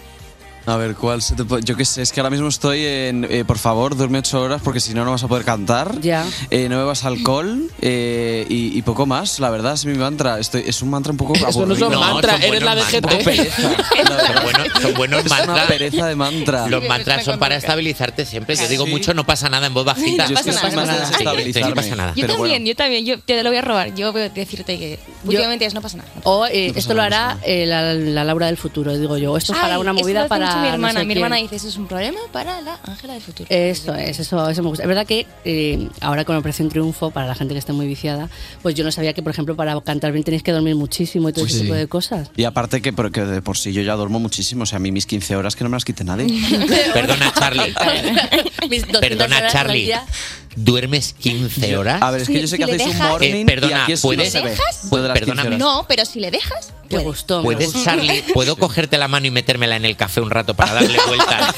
A ver, ¿cuál se te puede- Yo qué sé, es que ahora mismo estoy en. eh, por favor, duerme ocho horas porque si no, no vas a poder cantar. Ya. Eh, no bebas alcohol eh, y, y poco más. La verdad, es mi mantra. Estoy, es un mantra un poco aburrido. Eso no son mantra, eres la de pereza. Son buenos Es una mantras. pereza de mantra. Los Sí, mantras me son para complica. estabilizarte siempre. Yo Claro. digo Sí. mucho, no pasa nada en voz bajita. Yo es que No soy pasa más de nada. Sí, sí, desestabilizarme. no pasa nada. Yo Pero también, bueno. yo también, yo te lo voy a robar. Yo voy a decirte que últimamente es no pasa nada. O eh, esto lo nada, hará eh, la, la Laura del futuro, digo yo. Esto es para Ay, una eso movida lo hace para. mucho mi no hermana, sé mi hermana quién. dice, eso es un problema para la Ángela del futuro. Eso es, eso, eso me gusta. Es verdad que eh, ahora con Operación Triunfo, para la gente que esté muy viciada, pues yo no sabía que, por ejemplo, para cantar bien tenéis que dormir muchísimo y todo Uy, ese sí. tipo de <laughs> cosas. Y aparte que, pero que de por sí yo ya duermo muchísimo, o sea, a mí mis 15 horas que no me las quite nadie. <laughs> Perdona, Charlie. Mis 200 Perdona, horas al Charlie. día. ¿Duermes 15 horas? A ver, es que Sí, yo sé si que le hacéis un dejas- morning Eh, y Ah, perdona, aquí es que no ¿puedes? se ve. Pu- Lo de las Perdóname. No, pero si le dejas. Me gustó. ¿Puedes, <laughs> Charlie, puedo cogerte la mano y metérmela en el café un rato para darle vueltas?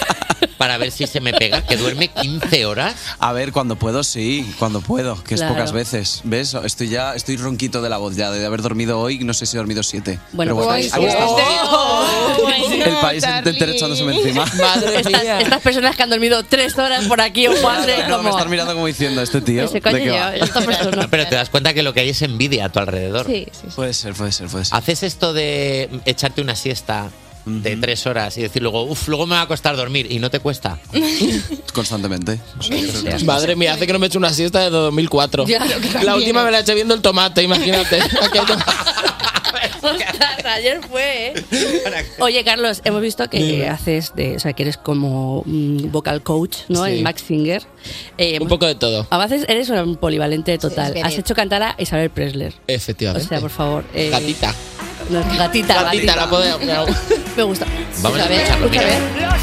para ver si se me pega, que duerme 15 horas. A ver, cuando puedo, sí, cuando puedo, que Claro. es pocas veces. ¿Ves? Estoy ya, estoy ronquito de la voz ya, de haber dormido hoy, no sé si he dormido siete. Bueno, Pero pues- ahí estamos. Oh, my God, el país entero Charlie. echándoseme encima. estas, estas personas que han dormido tres horas por aquí o cuatro, No, me como. están mirando como diciendo, este tío. Ese coño ¿de qué va? ya, esta persona. No, pero te das cuenta que lo que hay es envidia a tu alrededor. Sí, sí, sí. Puede ser, puede ser, puede ser. ¿Haces esto de echarte una siesta de tres horas y decir luego, uff, luego me va a costar dormir y no te cuesta? <laughs> Constantemente. O sea, yo creo que- Madre mía, hace que no me he hecho una siesta desde 2004. Ya, lo que la también última me la he hecho viendo el tomate, <laughs> imagínate. Aquello- Ostras, <laughs> ayer fue, ¿eh? Oye, Carlos, hemos visto que Dime. eh, haces, de, o sea, que eres como mm, vocal coach, ¿no? Sí. El Max Singer. Eh, Un poco de todo. A veces eres un polivalente total. veré. Has hecho cantar a Isabel Presler. O Efectivamente. sea, por favor. eh, Gatita. no, gatita. Gatita, la podemos. <laughs> Me gusta. Vamos a Isabel, escucharlo, mira.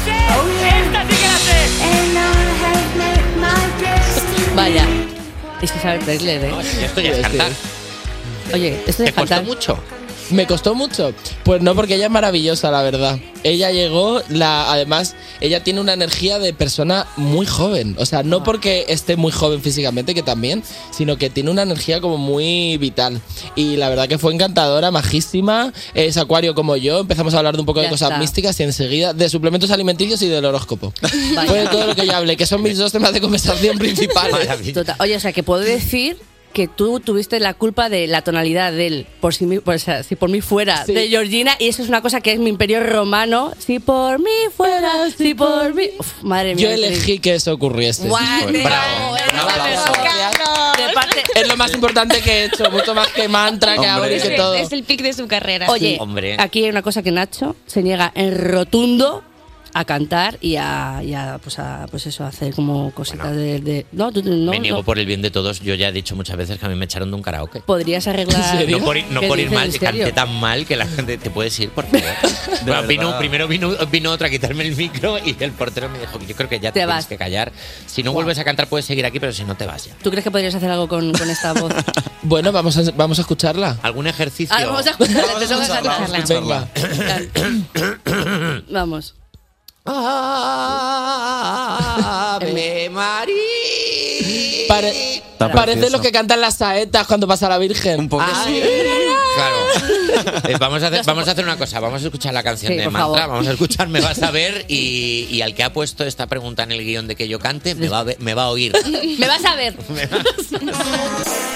Isabel. Vaya. Es Isabel Presler, ¿eh? Esto Este, ya es cantar. Oye, esto de cantar. mucho? ¿Me costó mucho? Pues no, porque ella es maravillosa, la verdad. Ella llegó, la, además, ella tiene una energía de persona muy joven. O sea, no porque esté muy joven físicamente, que también, sino que tiene una energía como muy vital. Y la verdad que fue encantadora, majísima. Es acuario como yo. Empezamos a hablar de un poco de Ya cosas está. místicas y enseguida de suplementos alimenticios y del horóscopo. Vaya. Fue de todo lo que yo hablé, que son mis dos temas de conversación principales. Total. Oye, o sea, que puedo decir que tú tuviste la culpa de la tonalidad de él, por si, mi- por, o sea, si por mí fuera, Sí. de Georgina, y eso es una cosa que es mi imperio romano. Si por mí fuera, si por mí. Uf, madre mía. Yo qué elegí que eso ocurriese. Guau, Bueno, bravo. De parte, Es lo más importante que he hecho, mucho más que mantra, que Hombre. ahora y Es que el- todo. es El pic de su carrera. Oye, aquí hay una cosa que Nacho se niega en rotundo a cantar y a, y a, pues, a pues eso, a hacer como cositas de, de- No, tú- no, me niego no. por el bien de todos. Yo ya he dicho muchas veces que a mí me echaron de un karaoke. <laughs> Podrías arreglar. No por, ir- no ¿Qué por ir dices? mal, ¿En que serio? canté tan mal que la gente te puedes ir, por <laughs> favor. Bueno, vino, verdad. primero vino, vino otro a quitarme el micro y el portero me dijo que yo creo que ya Te te, vas. tienes que callar. Si no vuelves a cantar, puedes seguir aquí, pero si no, te vas ya. ¿Tú crees que podrías hacer algo con, con esta voz? Bueno, vamos a, vamos a escucharla. ¿Algún ejercicio? Ah, vamos a escucharla, te tengo que escucharla. Venga. <coughs> Vamos. Ave María. Pare- Está parece precioso. lo que cantan las saetas cuando pasa la Virgen. Ah, Un poco. Ah. <laughs> Claro. Eh, vamos, a hacer, vamos a hacer una cosa. Vamos a escuchar la canción Sí, de por Mantra. favor. Vamos a escuchar Me <laughs> Vas a Ver. Y, y al que ha puesto esta pregunta en el guión de que yo cante, me va a, ver- me va a <laughs> oír. <laughs> Me vas a ver.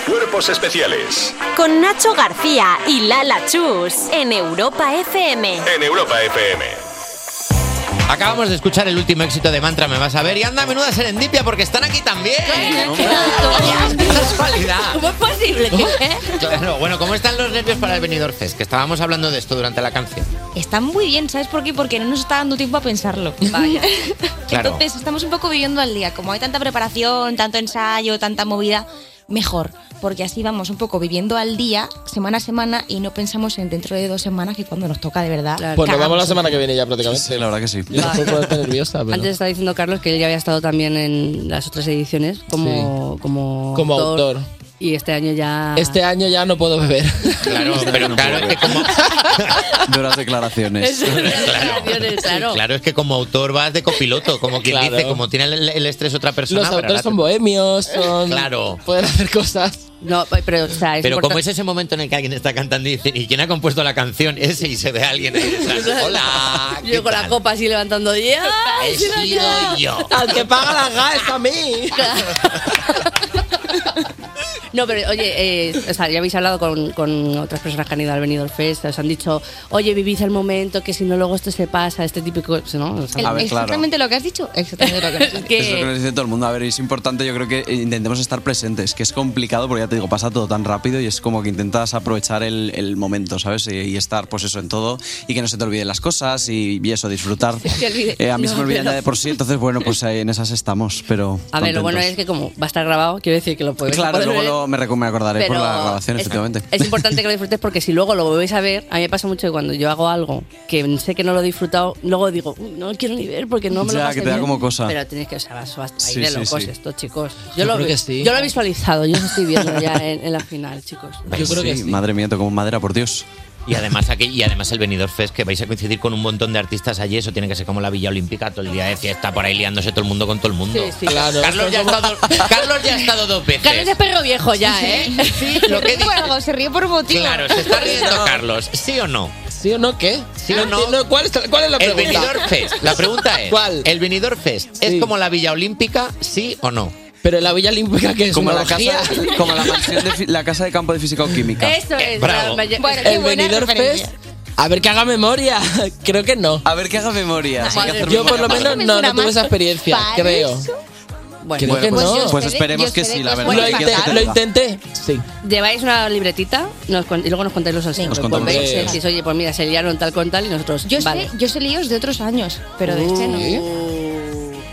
Cuerpos especiales Con Nacho García y Lala Chus en Europa FM. en Europa FM. Acabamos de escuchar el último éxito de Mantra, me vas a ver. Y anda, menuda serendipia, porque están aquí también. Hombre. ¡Qué casualidad! ¿Cómo es posible? <laughs> Claro, bueno, ¿cómo están los nervios para el Benidorm Fest? Que estábamos hablando de esto durante la canción. Está muy bien, ¿sabes por qué? Porque no nos está dando tiempo a pensarlo. Vaya. <laughs> Claro. Entonces estamos un poco viviendo al día. Como hay tanta preparación, tanto ensayo, tanta movida, mejor. Porque así vamos un poco viviendo al día, semana a semana, y no pensamos en dentro de dos semanas que cuando nos toca de verdad. Pues nos cagamos. vamos la semana que viene ya prácticamente. Sí, la verdad que sí. Yo estoy un poco nerviosa, pero... Antes estaba diciendo Carlos que él ya había estado también en las otras ediciones como, como, Como autor. Y este año ya. Este año ya no puedo beber. Claro, pero claro, es que como... <laughs> Duras declaraciones. Claro. Claro, es que como autor vas de copiloto, como quien Claro. dice, como tiene el, el estrés otra persona. Los pero autores la- son bohemios, son. Claro. Pueden hacer cosas. No, pero, o sea, Pero como es ese momento en el que alguien está cantando y dice, ¿y quién ha compuesto la canción? Ese y se ve a alguien ahí detrás. Hola. Ah, ¿qué Yo con la tal?". copa así levantando. ¡Ya! He ¡Mira sido ya! yo. Al que paga las gas a mí. No, pero oye, eh, o sea, ya habéis hablado con, con otras personas que han ido al Benidorm Fest, os han dicho, oye, vivís el momento, que si no luego esto se pasa, este típico, ¿no? O sea, A ver, claro. Exactamente lo que has dicho. Exactamente lo que has dicho. Es lo que nos dice todo el mundo. A ver, es importante, yo creo que intentemos estar presentes, que es complicado porque ya te digo, pasa todo tan rápido y es como que intentas aprovechar el, el momento, ¿sabes? Y, y estar, pues eso, en todo y que no se te olviden las cosas y, y eso, disfrutar. te olvide. Eh, a mí se No, me olvidan pero- ya de por sí, entonces, bueno, pues ahí en esas estamos, pero. A ver, lo bueno contentos. es que como va a estar grabado, quiero decir que lo podéis lo Claro, podéis luego ver. lo- me, recu- me acordaré por Pero la grabación, es- efectivamente. Es importante que lo disfrutes porque si luego lo volvéis a ver, a mí me pasa mucho que cuando yo hago algo que sé que no lo he disfrutado, luego digo, "Uy, no lo quiero ni ver porque no me lo Ya, pasé que te da bien". como cosa. Pero tenéis que usar vas hasta ahí Sí, de sí, locos sí. esto, chicos. Yo, Yo lo, creo que sí. yo lo he visualizado, yo lo estoy viendo ya en, en la final, chicos. creo que sí. Madre mía, como madera, por Dios. Y además, aquí, y además el Benidorm Fest, que vais a coincidir con un montón de artistas allí, eso tiene que ser como la Villa Olímpica, todo el día de fiesta, por ahí liándose todo el mundo con todo el mundo. Sí, sí. Claro. Carlos, ya ha estado, Carlos ya ha estado dos veces. Carlos es perro viejo ya, ¿eh? lo <laughs> que Por algo, se ríe por un motivo. Claro, se está <laughs> riendo Carlos, ¿sí o no? ¿Sí o no qué? ¿Sí o no? entiendo. ¿Cuál es, cuál es la El pregunta? Benidorm Fest, la pregunta es, ¿Cuál? ¿el Benidorm Fest es como la Villa Olímpica, sí o no? Pero la Villa Olímpica que es Como una la, casa, orgía. <laughs> como la, mansión de fi- la casa de campo de física o química. Eso es. bravo. la- Bueno, qué El buena Benidorm referencia. Fest. A ver que haga memoria. <laughs> Creo que no. A ver que haga memoria. sí, hay que hacer Yo por memoria lo para menos eso. no, no tuve esa experiencia, Para creo. Bueno, creo que pues, no. pues esperemos que sí, la verdad. Lo, hay que inte- hacerla. lo intenté. Sí. Lleváis una libretita nos con- y luego nos contáis los ensayos. Os contamos Volvéis los y ensayos. decís, oye, pues mira, se liaron tal con tal y nosotros, Yo, vale. sé, yo sé líos de otros años, pero de este no.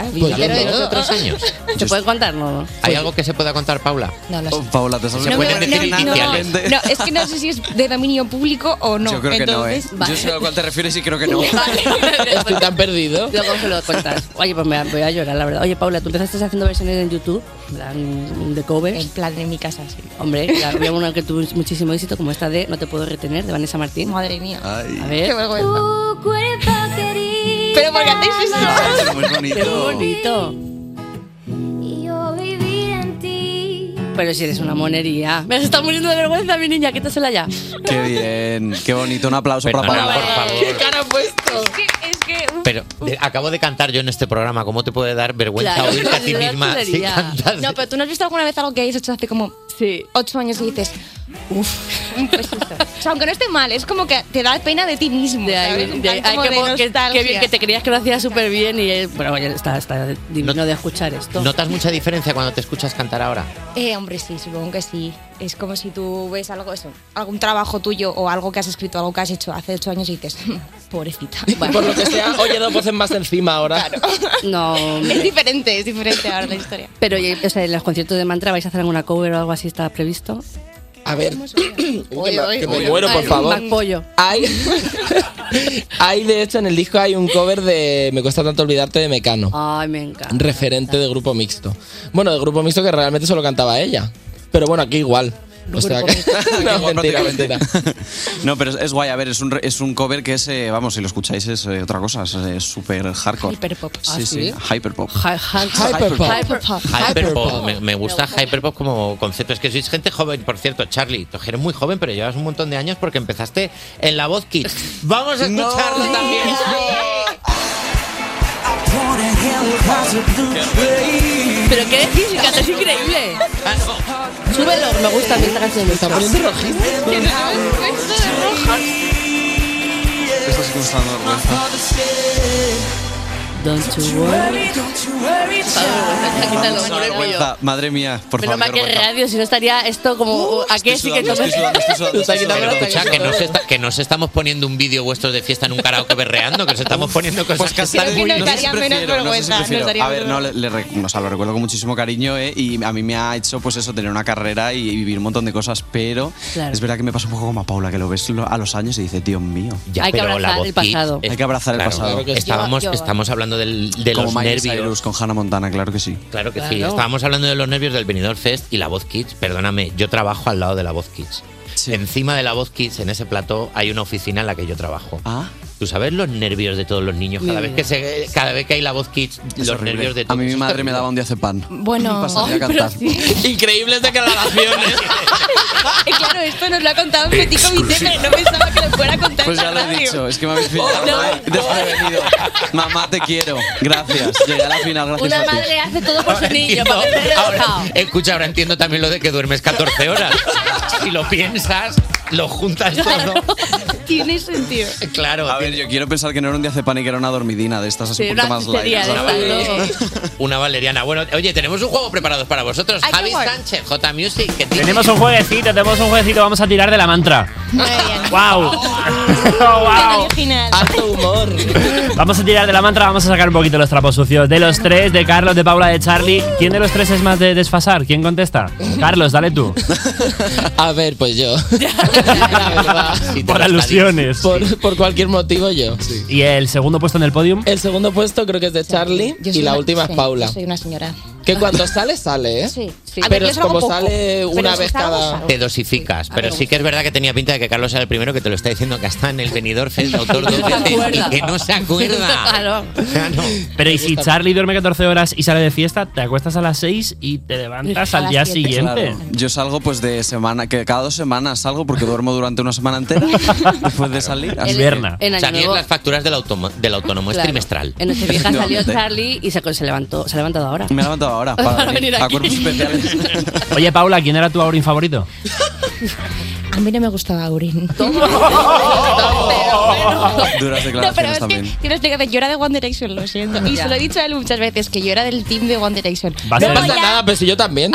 Ah, Pues pero yo no. de ¿De otros años? ¿Se puede contar? No, no. ¿Hay Pues algo que se pueda contar, Paula? No lo sé. Paula, te Oh, Se pueden decir no, iniciales. no, es que no sé si es de dominio público o no. Yo creo que no, ¿eh? Entonces, vale. Yo sé a cuál te refieres y creo <laughs> que no. <laughs> Estoy tan perdido. Luego se lo contas. Oye, pues me voy a llorar, la verdad. Oye, Paula, tú empezaste haciendo versiones en YouTube, en plan, de covers. En plan, en mi casa, sí. Hombre, claro, había una que tuvo muchísimo éxito, como esta de No te puedo retener, de Vanessa Martín. Madre mía. A Qué ver. vergüenza. Pero porque hacéis eso. Muy Qué bonito. Y yo viví en ti. Pero si eres una monería. Me está muriendo de vergüenza, mi niña, quítasela ya. Qué bien, qué bonito. Un aplauso para Perdona, Paula. Ah, por favor. ¿Qué cara ha puesto? Pero de- acabo de cantar yo en este programa, ¿cómo te puede dar vergüenza Claro, oírte a ti es una misma si tontería. cantas? No, pero tú no has visto alguna vez algo que hayas hecho hace como ocho años y dices, <laughs> uff, pues esto. <laughs> O sea, aunque no esté mal, es como que te da pena de ti mismo. ¿sabes? De- En plan ay, como qué, de mo- qué- nostalgia. qué bien, que te creías que lo hacías súper bien y eh, bueno, oye, está, está divino de escuchar esto. ¿Notas mucha diferencia cuando te escuchas cantar ahora? Eh, hombre, sí, supongo que sí. Es como si tú ves algo, eso, algún trabajo tuyo o algo que has escrito, algo que has hecho hace ocho años y dices, "Mm, pobrecita. Por lo que sea, oye, dos voces más encima ahora. <laughs> No, <laughs> Es hombre. diferente, es diferente ahora la historia. <coughs> pero oye, o sea, en los conciertos de mantra vais a hacer alguna cover o algo así está previsto. A ver. Oye, que me- oye, que me oye. muero, por Ay, favor. Mac pollo. Hay, hay, de hecho, en el disco hay un cover de Me cuesta tanto olvidarte de Mecano. Ay, me encanta. referente de grupo mixto. Bueno, de grupo mixto que realmente solo cantaba ella. Pero bueno, aquí igual. O sea que. <laughs> No, mentira, mentira. <laughs> No, pero es, es guay. A ver, es un, re- es un cover que es, eh, vamos, si lo escucháis es eh, otra cosa. Es eh, súper hardcore. Hyperpop. ¿ah, Sí, sí, hyperpop. Hyperpop. Hyperpop. Hyperpop, me, me gusta Hyperpop como concepto. Es que sois gente joven, por cierto, Charlie, tú eres muy joven, pero llevas un montón de años porque empezaste en la voz Kids. Vamos a escucharlo también. Pero qué decís, Cata, es increíble. Ah, Súbelo, me gusta a mí esta canción. Me está poniendo rojito. Esto sí que me está dando vergüenza. Don't you worry. Qué vergüenza, madre mía, por Menos mal favor. qué que radio, si no estaría esto como. ¿A qué sí que sudando, estoy sudando, estoy sudando, estoy sudando. Pero Pero escucha, escucha, que no, se está- que no se estamos poniendo un vídeo vuestro de fiesta en un karaoke berreando, que nos estamos poniendo cosas Pues que casi están no- muy- no sé si prefiero, no sé si prefiero. daría A ver, menos- no, le, le rec- o sea, lo recuerdo con muchísimo cariño eh, y a mí me ha hecho pues eso, tener una carrera y, y vivir un montón de cosas, pero Claro. es verdad que me pasa un poco como a Paula, que lo ves lo- a los años y dices, Dios mío. Ya, Hay que pero la abrazar el voz kit pasado. es- Hay que abrazar claro, el pasado. claro que sí. Estábamos- Yo- yo- estamos hablando del, de como los Miley nervios. Cyrus con Hannah Montana, claro que sí. Claro que sí. Claro. Estábamos hablando de los nervios del Benidorm Fest y la Voz Kids. Perdóname, yo trabajo al lado de la Voz Kids. Encima de la Voz Kids, en ese plató, hay una oficina en la que yo trabajo. Ah. ¿Tú sabes los nervios de todos los niños? Cada, Mi vez que, se, cada vez que hay la Voz Kids, Es los horrible. nervios de A todos. mí mi Eso madre está me horrible. daba un diazepam. Bueno. Y <laughs> pasaría a cantar. Increíbles declaraciones. <laughs> <laughs> Eh, claro, esto nos lo ha contado un petico Vicente, no pensaba que lo fuera a contar. Pues en ya lo la he radio. dicho, es que me habéis pillado <laughs> desprevenido. Mamá, te quiero. Gracias. Llegué a la final, <laughs> gracias Una a ti. madre hace todo por su niño, Entiendo- para tenerlo ahora- educado. escucha, ahora entiendo también lo de que duermes 14 horas. Si lo piensas, lo juntas todo. Tiene sentido. Claro. A ver, yo quiero pensar que no era un diazepam y que era una dormidina de estas así Sí, un poquito una más light. chuchería ¿sabes? de estas, Una valeriana. Bueno, oye, tenemos un juego preparado para vosotros. Hay que Javi jugar. Sánchez, J Music. que tiene- Tenemos un jueguecito, tenemos un jueguecito, vamos a tirar de la mantra. ¡Wow! Tan original. humor. Vamos a tirar de la mantra, vamos a sacar un poquito los trapos sucios. De los tres, de Carlos, de Paula, de Charlie. ¿Quién de los tres es más de desfasar? ¿Quién contesta? Carlos, dale tú. <laughs> A ver, pues <laughs> <laughs> yo. Por alusiones. Por, por cualquier motivo yo. ¿Y el segundo puesto en el podium? El segundo puesto creo que es de Charlie Yo y soy la una- última sí, es Paula. yo Soy una señora. Que cuando sale, sale, ¿eh? Sí, sí. Pero yo es salgo como poco, sale pero una si Pues vez salgo, cada- salgo. Te dosificas, pero sí que es verdad que tenía pinta de que Carlos era el primero que te lo está diciendo que está en el venidor Fest autor dos veces y que no se acuerda. Claro. Pero y si Charlie duerme 14 horas y sale de fiesta, te acuestas a las 6 y te levantas al día siguiente. Claro. Yo salgo pues de semana, que cada dos semanas salgo porque duermo durante una <laughs> semana entera después de salir. El- Invierna. en Año Salir Nuevo- las facturas del, automo- del autónomo es Claro. trimestral. En este vieja salió Charlie y se, se levantó. Se ha levantado ahora. Me he levantado <laughs> ahora para Para venir venir a aquí. cuerpos especiales. <laughs> Oye, Paula, ¿quién era tu Aurin favorito? A mí no me gustaba Aurin. <laughs> Duras No, pero es declaraciones que también. quiero explicarte, yo era de One Direction, lo siento. Y Ya. se lo he dicho a él muchas veces, que yo era del team de One Direction. No Luego pasa ya- nada, pero si yo también.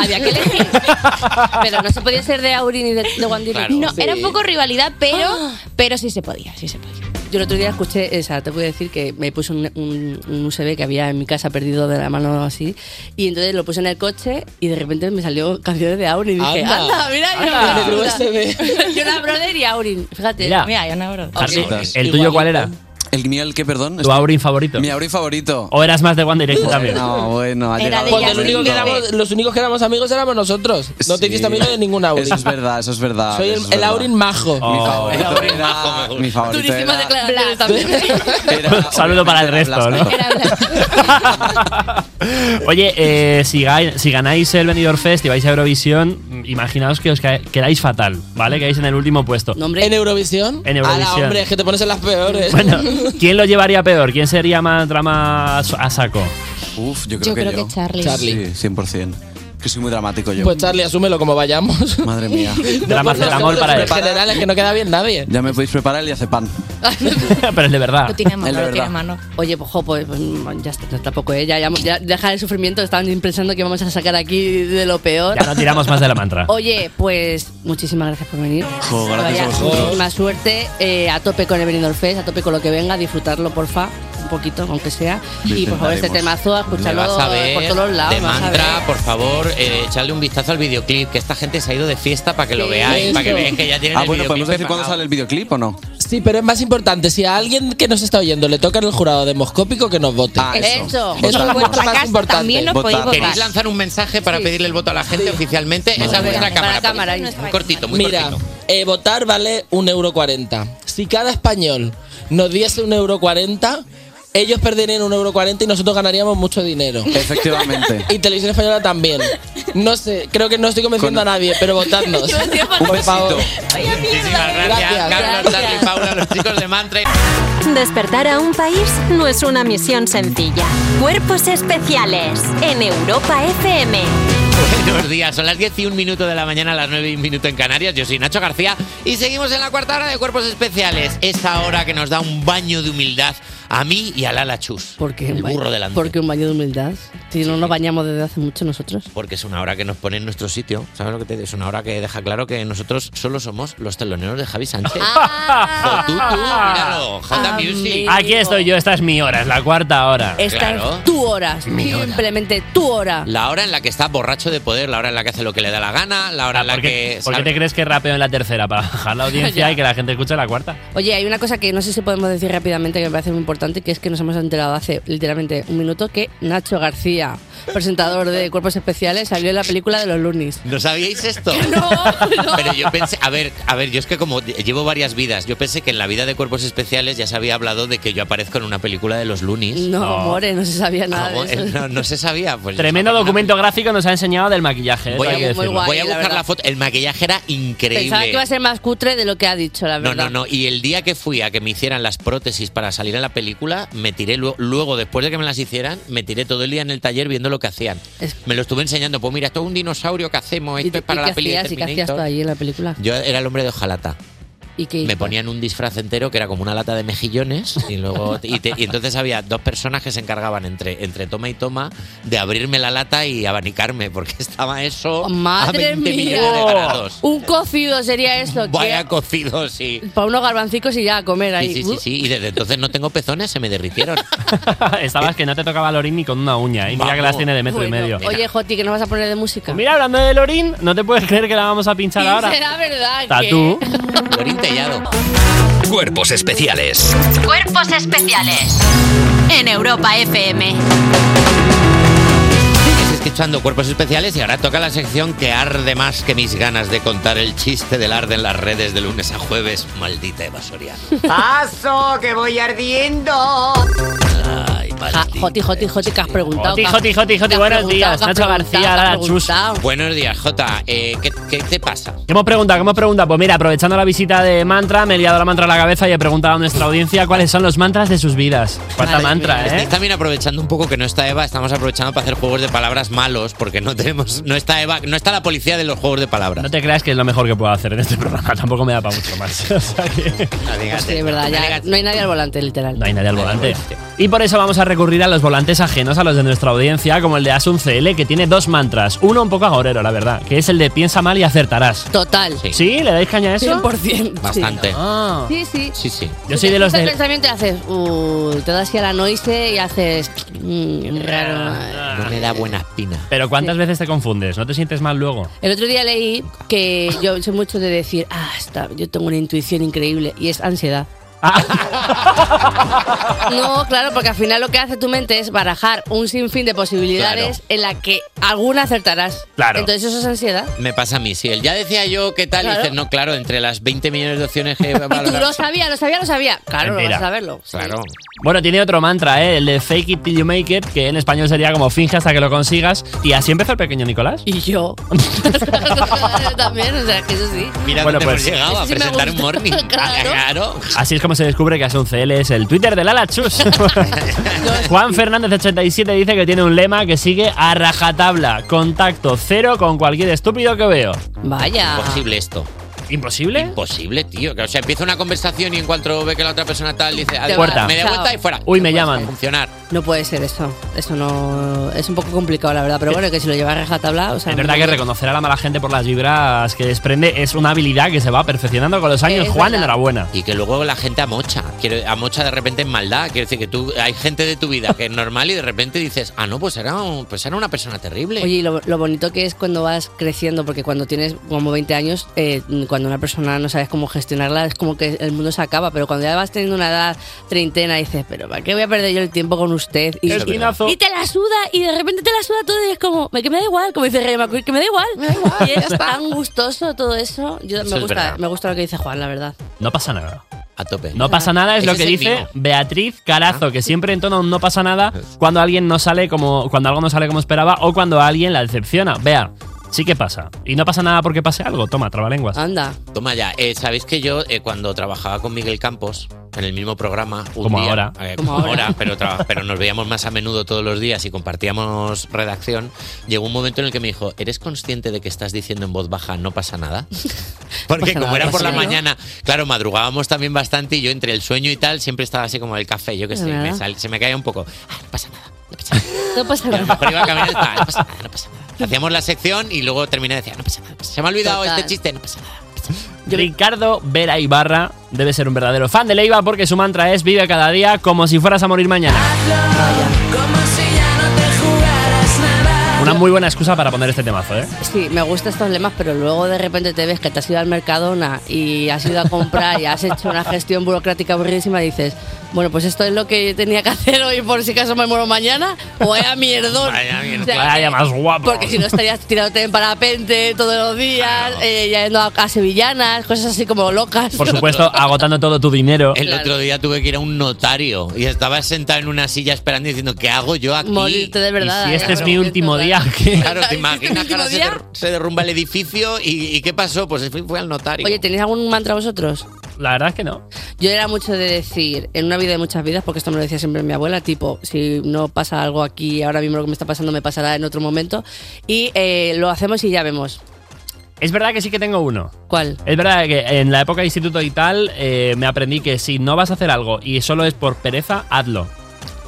Pero no se podía ser de Aurin y de, de One Direction. No, era un poco rivalidad, pero, Ah. pero sí se podía, sí se podía. Yo el otro día escuché, o sea, te voy a decir que me puse un, un, un USB que había en mi casa perdido de la mano así, y entonces lo puse en el coche y de repente me salió canciones de Aurin y dije, Anda. anda, mira, Anda. yo En el <laughs> Jonah Brother y Aurin, fíjate, Mira. mira, Jonah Brother. Charlie, Cositas. ¿el tuyo cuál era? El mío, el que, perdón. Este, ¿Tu Aurin favorito? Mi Aurin favorito. ¿O eras más de One Direction también? <laughs> No, bueno, ha llegado. Porque el único que éramos- los únicos que éramos amigos éramos nosotros. No te hiciste amigo de ningún Aurin. Eso es verdad, eso es <laughs> verdad. Soy el- eso es el verdad. Oh, eh. Aurin majo. Mi favorito Aurin era- Mi favorito Durísimas era- declaraciones también. <laughs> Saludo para el resto, ¿no? <laughs> Oye, eh, si, ga- si ganáis el Benidorm Fest y vais a Eurovisión, mm, imaginaos que os ca- quedáis fatal, ¿vale? Quedáis en el último puesto. ¿En Eurovisión? En Ala, Ah, Eurovisión. hombre, es que te pones en las peores. Bueno, ¿quién lo llevaría peor? ¿Quién sería más drama a s- a saco? Uf, yo creo Yo que creo yo. que Charlie. Charlie. Sí, 100%. Que soy muy dramático yo. Pues Charlie, asúmelo como vayamos. <laughs> Madre mía. Dramacetamol para él. general es que no queda bien nadie. Ya me podéis preparar <laughs> el diazepam. Pero es de verdad. Lo tiene mano, Es de lo tiene verdad. Ah, mano. Oye, pues, jo, pues, pues, mm, ya está, tampoco, ¿eh? Ya, ya, ya deja el sufrimiento, estaban pensando que vamos a sacar aquí de lo peor. Ya no tiramos más de la mantra. Oye, pues muchísimas gracias por venir. Jo, gracias Vaya, a vosotros. Muchísima suerte, eh, a tope con el Benidorm Fest, a tope con lo que venga, disfrutarlo, porfa, un poquito, aunque sea. Y por favor, este Intentaremos. temazo, a escucharlo Me vas a ver por todos lados. De vas a ver. mantra, por favor, eh, echarle un vistazo al videoclip, que esta gente se ha ido de fiesta para que lo Sí, veáis, para que eso. veáis que ya tienen Ah, el bueno, videoclip podemos decir cuándo preparado. sale el videoclip o no. Sí, pero es más importante, si a alguien que nos está oyendo le toca en el jurado demoscópico, que nos vote. Ah, Eso. Ah, Eso es mucho más importante. ¿Queréis lanzar un mensaje para pedirle el voto a la gente oficialmente? Esa es vuestra cámara. podéis- muy cortito, muy Mira, cortito. eh, votar vale 1,40€. Si cada español nos diese 1,40€, ellos perderían 1,40€ y nosotros ganaríamos mucho dinero. Efectivamente. <laughs> Y Televisión Española también. No sé, creo que no estoy convenciendo a nadie, pero <laughs> votadnos. Llevo tiempo Por favor. Muchísimas gracias, Gracias. Carlos, Charlie, Paula, los chicos de Mantra. Despertar a un país no es una misión sencilla. Cuerpos especiales en Europa FM. Buenos días, son las 10 y un minuto de la mañana, las 9 y un minuto en Canarias. Yo soy Nacho García y seguimos en la cuarta hora de Cuerpos Especiales. Esa hora que nos da un baño de humildad a mí y a Lala Chus. ¿Por qué? El burro delante. Porque un baño de humildad. Si no nos bañamos desde hace mucho nosotros. Porque es una hora que nos pone en nuestro sitio. ¿Sabes lo que te digo? Es una hora que deja claro que nosotros solo somos los teloneros de Javi Sánchez. Ah. Tú, tú, míralo. J Music. Aquí estoy yo, esta es mi hora, es la cuarta hora. Esta Claro. es tu hora. Mi hora. Simplemente tu hora. La hora en la que está borracho de poder, la hora en la que hace lo que le da la gana, la hora en la que... Ah, ¿Por qué te crees que rapeo en la tercera? Para bajar la audiencia Ya. y que la gente escuche la cuarta. Oye, hay una cosa que no sé si podemos decir rápidamente que me parece muy importante, que es que nos hemos enterado hace literalmente un minuto que Nacho García, presentador de Cuerpos Especiales, salió en la película de los Lunis. ¿No sabíais esto? No, Pero yo pensé, a ver, a ver, yo es que como llevo varias vidas, yo pensé que en la vida de cuerpos especiales ya se había hablado de que yo aparezco en una película de los Lunis. No, amores, no se sabía nada ¿Cómo? de eso. No, no se sabía. Pues Tremendo documento gráfico nos ha enseñado del maquillaje. ¿eh? Voy a, Hay que decirlo. voy a buscar la, foto. El maquillaje era increíble. Pensaba que iba a ser más cutre de lo que ha dicho, la No, verdad. no, no. Y el día que fui a que me hicieran las prótesis para salir a la película, me tiré luego, luego, después de que me las hicieran, me tiré todo el día en el taller viendo lo que hacían. Es- Me lo estuve enseñando. Pues mira, esto es un dinosaurio que hacemos. Esto es para ¿Y qué la peli de hacías? ¿Y qué hacías tú Terminator. ahí en <laughs> la película? Yo era el hombre de hojalata. ¿Y qué Me ponían un disfraz entero que era como una lata de mejillones y <laughs> luego y, te- y entonces había dos personas que se encargaban entre, entre toma y toma de abrirme la lata y abanicarme porque estaba eso a ¡Madre 20 mía! millones Ah, de grados. Un cocido sería eso. Vaya cocido, sí. Para unos garbancicos y ya a comer ahí. Sí, sí, sí, sí. Y desde entonces no tengo pezones, se <laughs> me derritieron. Estabas que no te tocaba Lorín ni con una uña. ¿eh? Y mira que Eh. Vamos. las tiene de metro y medio. Uh, Oye, Joti, ¿qué nos vas a poner de música? Pues Mira, hablando de Lorín, no te puedes creer que la vamos a pinchar ahora. Será verdad Tatú. Lorín Tellado. Cuerpos especiales. Cuerpos especiales en Europa FM. Sigues escuchando Cuerpos Especiales y ahora toca la sección que arde más que mis ganas de contar el chiste del arde en las redes de lunes a jueves. Maldita evasoriana. Paso, que voy ardiendo. Ja, Joti, Joti, Joti, que has preguntado. Joti, que has- Joti, Joti, Joti, que has buenos días. preguntado, que has Nacho preguntado, García, que has Lara Chus. preguntado. Buenos días, Jota. Eh, ¿qué, ¿Qué te pasa? ¿Qué hemos preguntado? ¿Qué hemos preguntado? Pues mira, aprovechando la visita de Mantra, me he liado la mantra a la cabeza y he preguntado a nuestra audiencia cuáles son los mantras de sus vidas. ¿Cuánta Madre mantra, mía. eh? Estáis Este, también aprovechando un poco que no está Eva, estamos aprovechando para hacer juegos de palabras malos porque no tenemos no está Eva, no está la policía de los juegos de palabras. No te creas que es lo mejor que puedo hacer en este programa, <laughs> tampoco me da para mucho más. <laughs> O sea que- <laughs> Sí, es verdad, ya no hay nadie al volante, literal. No hay nadie al volante. Y por eso vamos a recurrir a los volantes ajenos a los de nuestra audiencia, como el de Asun CL, que tiene dos mantras. Uno un poco agorero, la verdad, que es el de piensa mal y acertarás. Total. Sí. ¿Le dais caña a eso? 100%. Bastante. Ah. Sí, sí. Sí, sí. Yo soy de los Te del... el pensamiento y haces, uh, te das ya la noise y haces, mm, raro. No me da buena espina. Pero ¿cuántas veces te confundes? ¿No te sientes mal luego? El otro día leí que yo soy mucho de decir, ah, está, yo tengo una intuición increíble y es ansiedad. Ah. no, claro, porque al final lo que hace tu mente es barajar un sinfín de posibilidades en la que alguna acertarás. Claro. Entonces eso es ansiedad. Me pasa a mí, sí. El ya decía yo qué tal y Claro. dices, no, claro, entre las 20 millones de <laughs> opciones que Tú lo sabía, lo sabía, lo sabía. Claro, no Mentira. vas a saberlo. Claro. Bueno, tiene otro mantra, ¿eh? el de fake it till you make it, que en español sería como finge hasta que lo consigas. Y así empezó el pequeño Nicolás. Y yo. Yo también, o sea, que eso sí. Mira Bueno, dónde pues- hemos llegado a Eso sí me presentar un gusta. morning. Ah, Claro. claro. Así es como se descubre que Asun CL es el Twitter de Lala Chus. <laughs> <laughs> Juan Fernández 87 dice que tiene un lema que sigue a rajatabla, contacto cero con cualquier estúpido que veo. Pues Vaya. Imposible esto. Ah. ¿Imposible? Imposible, tío. Que, O sea, empieza una conversación y en cuanto ve que la otra persona tal, dice, "Adiós, Puerta. me da Chao. vuelta y fuera. Uy, me llaman. Funcionar. No puede ser eso. Eso no. Es un poco complicado, la verdad. Pero bueno, que si lo llevas a rajatabla. O sea, Es verdad que reconocer a la mala gente por las vibras que desprende es una habilidad que se va perfeccionando con los años. Es Juan, verdad. enhorabuena. Y que luego la gente amocha. Quiero, amocha de repente en maldad. Quiero decir que tú hay gente de tu vida que es normal y de repente dices, ah, no, pues era, un- pues era una persona terrible. Oye, y lo, lo bonito que es cuando vas creciendo, porque cuando tienes como 20 años, eh, cuando una persona no sabes cómo gestionarla, es como que el mundo se acaba. Pero cuando ya vas teniendo una edad treintena, dices, pero ¿para qué voy a perder yo el tiempo con usted? Y, Esquinazo. y te la suda, y de repente te la suda todo, y es como, "Me- que me da igual, como dice Rey McQueen, que me da igual. Y es tan gustoso todo eso. Yo, Eso me, es gusta, verdad. me gusta lo que dice Juan, la verdad. No pasa nada. a tope. No pasa nada, es Ese lo que el Ah. dice mío. Beatriz Carazo, que siempre entona un no pasa <laughs> nada cuando alguien no sale como. cuando algo no sale como esperaba o cuando alguien la decepciona. Vea, sí que pasa. Y no pasa nada porque pase algo. Toma, trabalenguas. Anda. Toma ya, eh, sabéis que yo eh, cuando trabajaba con Miguel Campos en el mismo programa, un Como día- ahora. eh, Como como ahora. ahora, pero, tra- pero nos veíamos más a menudo todos los días y compartíamos redacción, llegó un momento en el que me dijo, ¿eres consciente de que estás diciendo en voz baja no <laughs> pasa nada? Porque pasa como nada, era por pasa la nada. mañana, claro, madrugábamos también bastante y yo entre el sueño y tal siempre estaba así como el café, yo qué Es sé, me verdad. sal- se me caía un poco. "Ah, no pasa nada. No pasa Y a lo nada. mejor iba caminando y estaba, "Ah, no pasa nada, no <laughs> pasa nada". Hacíamos la sección y luego terminé y decía, no pasa nada, no pasa nada". se me ha olvidado Total. este chiste, no pasa nada. Ricardo Vera Ibarra debe ser un verdadero fan de Leiva porque su mantra es vive cada día como si fueras a morir mañana. Como si ya no te jugaras nada. Una muy buena excusa para poner este temazo, ¿eh? Sí, me gustan estos lemas, pero luego de repente te ves que te has ido al Mercadona y has ido a comprar y has hecho una gestión burocrática aburridísima y dices, bueno, pues esto es lo que tenía que hacer hoy por si acaso me muero mañana, o vaya mierdón. Vaya mierda. O sea, Vaya más guapo. Porque si no estarías tirándote en parapente todos los días, eh, yendo a, a sevillanas, cosas así como locas. Por supuesto, agotando todo tu dinero. El otro día tuve que ir a un notario y estaba sentado en una silla esperando y diciendo, ¿qué hago yo aquí? Morirte de verdad. Y ¿eh? ¿este este es mi último día. ¿qué? Claro, te imaginas que ahora se, der- se derrumba el edificio y, y ¿qué pasó? Pues fui, fui al notario. Oye, ¿tenéis algún mantra vosotros? La verdad es que no. Yo era mucho de decir, en una vida de muchas vidas, porque esto me lo decía siempre mi abuela, tipo, si no pasa algo aquí, ahora mismo lo que me está pasando me pasará en otro momento. Y eh, lo hacemos y ya vemos. Es verdad que sí que tengo uno. ¿Cuál? Es verdad que en la época de instituto y tal eh, me aprendí que si no vas a hacer algo y solo es por pereza, hazlo.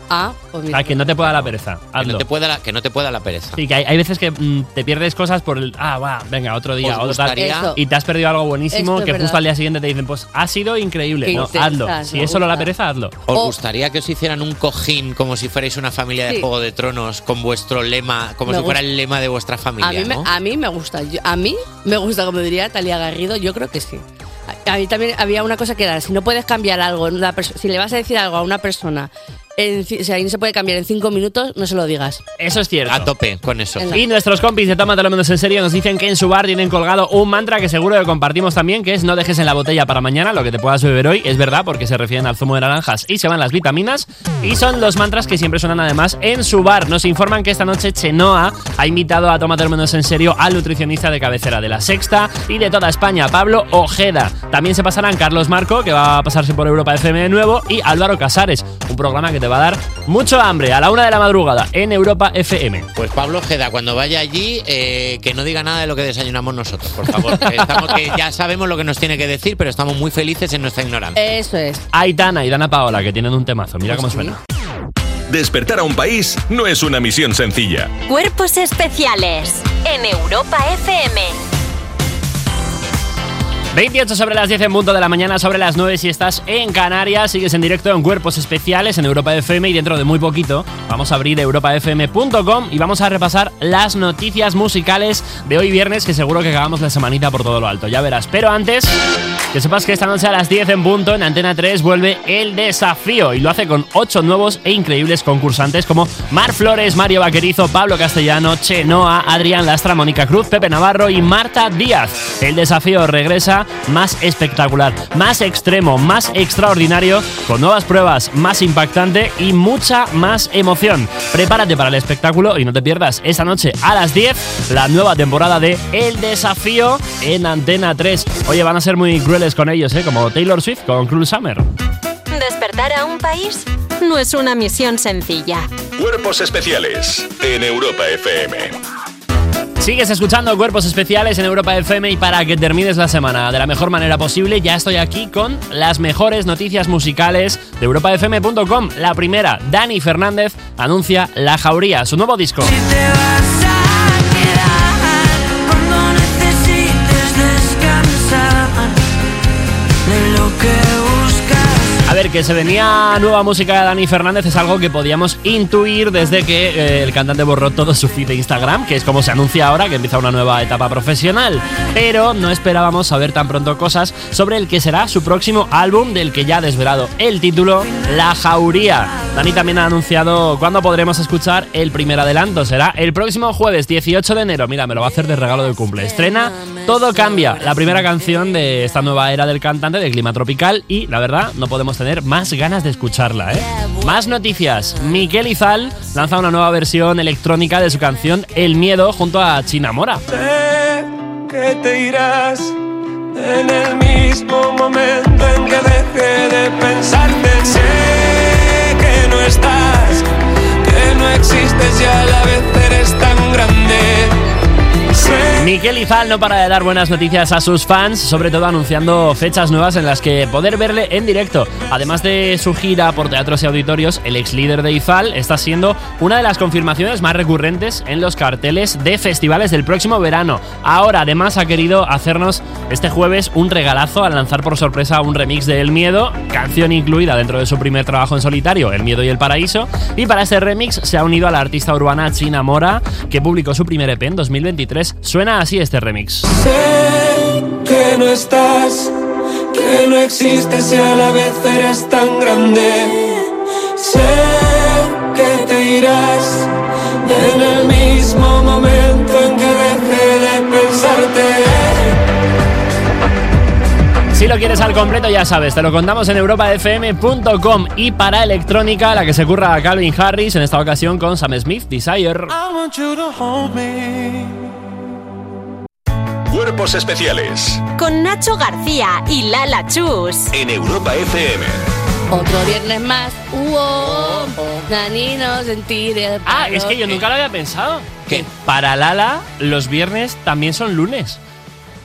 Ah, pues A que no te pueda la pereza. que, Hazlo. no te pueda la, que no te pueda la pereza. Sí, que hay, hay veces que mm, te pierdes cosas por el. Ah, va, venga, otro día, Os otro tal. gustaría- Eso. Y te has perdido algo buenísimo Esto es que justo verdad. al día siguiente te dicen, pues ha sido increíble. Qué No, intensas, hazlo. me Si es solo la gusta. pereza, hazlo. ¿Os gustaría que os hicieran un cojín como si fuerais una familia de Sí. Juego de Tronos con vuestro lema, como Me si fuera gusta. el lema de vuestra familia? A mí, me, ¿no? a mí me gusta. Yo- a mí me gusta, como diría Talia Garrido, yo creo que sí. A, a mí también había una cosa que era, si no puedes cambiar algo, en una perso- si le vas a decir algo a una persona, en ci- o sea, y no se puede cambiar en cinco minutos, no se lo digas. Eso es cierto. A tope con eso. Venga. Y nuestros compis de Tómatelo Menos en Serio nos dicen que en su bar tienen colgado un mantra que seguro que compartimos también, que es no dejes en la botella para mañana lo que te puedas beber hoy. Es verdad, porque se refieren al zumo de naranjas y se van las vitaminas. Y son los mantras que siempre suenan además en su bar. Nos informan que esta noche Chenoa ha invitado a Tómatelo Menos en Serio al nutricionista de cabecera de La Sexta y de toda España, Pablo Ojeda. También se pasarán Carlos Marco, que va a pasarse por Europa FM de nuevo, y Álvaro Casares, un programa que te va a dar mucho hambre a la una de la madrugada en Europa FM. Pues Pablo Ojeda, cuando vaya allí, eh, que no diga nada de lo que desayunamos nosotros, por favor. Que Estamos, que ya sabemos lo que nos tiene que decir, pero estamos muy felices en nuestra ignorancia. Eso es. Aitana y Dana Paola, que tienen un temazo. Mira cómo suena. Despertar a un país no es una misión sencilla. Cuerpos especiales en Europa FM. 28 sobre las 10 en punto de la mañana, sobre las 9 si estás en Canarias. Sigues en directo en Cuerpos Especiales en Europa FM y dentro de muy poquito vamos a abrir europafm.com y vamos a repasar las noticias musicales de hoy viernes que seguro que acabamos la semanita por todo lo alto. Ya verás. Pero antes, que sepas que esta noche a las 10 en punto en Antena 3 vuelve el desafío y lo hace con 8 nuevos e increíbles concursantes como Mar Flores, Mario Vaquerizo, Pablo Castellano, Chenoa, Adrián Lastra, Mónica Cruz, Pepe Navarro y Marta Díaz. El desafío regresa más espectacular, más extremo, más extraordinario, con nuevas pruebas, más impactante y mucha más emoción. Prepárate para el espectáculo y no te pierdas esta noche a las 10 la nueva temporada de El Desafío en Antena 3. Oye, van a ser muy crueles con ellos, ¿eh? como Taylor Swift con Cruel Summer. Despertar a un país no es una misión sencilla. Cuerpos especiales en Europa FM. Sigues escuchando Cuerpos Especiales en Europa FM y para que termines la semana de la mejor manera posible, ya estoy aquí con las mejores noticias musicales de europafm.com. La primera, Dani Fernández anuncia La Jauría, su nuevo disco. Cuando necesites descansar de lo que buscas. A ver, que se venía nueva música de Dani Fernández es algo que podíamos intuir desde que eh, el cantante borró todo su feed de Instagram, que es como se anuncia ahora, que empieza una nueva etapa profesional. Pero no esperábamos saber tan pronto cosas sobre el que será su próximo álbum, del que ya ha desvelado el título, La Jauría. Dani también ha anunciado cuándo podremos escuchar el primer adelanto. Será el próximo jueves 18 de enero. Mira, me lo va a hacer de regalo de cumple. Estrena Todo Cambia, la primera canción de esta nueva era del cantante de clima tropical. Y la verdad, no podemos tener más ganas de escucharla, ¿eh? Más noticias. Miquel Izal lanza una nueva versión electrónica de su canción El Miedo junto a China Mora. Sé que te irás en el mismo momento en que dejé de pensarte. Sé que no estás, que no existes y a la vez eres tan grande. Miquel Izal no para de dar buenas noticias a sus fans, sobre todo anunciando fechas nuevas en las que poder verle en directo. Además de su gira por teatros y auditorios, el ex líder de Izal está siendo una de las confirmaciones más recurrentes en los carteles de festivales del próximo verano. Ahora, además, ha querido hacernos este jueves un regalazo al lanzar por sorpresa un remix de El Miedo, canción incluida dentro de su primer trabajo en solitario, El Miedo y el Paraíso. Y para este remix se ha unido a la artista urbana China Mora, que publicó su primer EP en 2023. Suena así este remix. Sé que no estás, que no existes y a la vez eres tan grande. Sé que te irás en el mismo momento en que dejé de pensarte. Si lo quieres al completo, ya sabes, te lo contamos en europafm.com y para electrónica, la que se curra a Calvin Harris, en esta ocasión con Sam Smith, Desire. I want you to hold me. Cuerpos especiales Con Nacho García y Lala Chus. en Europa FM. Otro viernes más. uh, oh, Uo, Danino, sentir el Oh, Ah, calor. es que yo nunca lo había pensado. Que para Lala, los viernes también son lunes.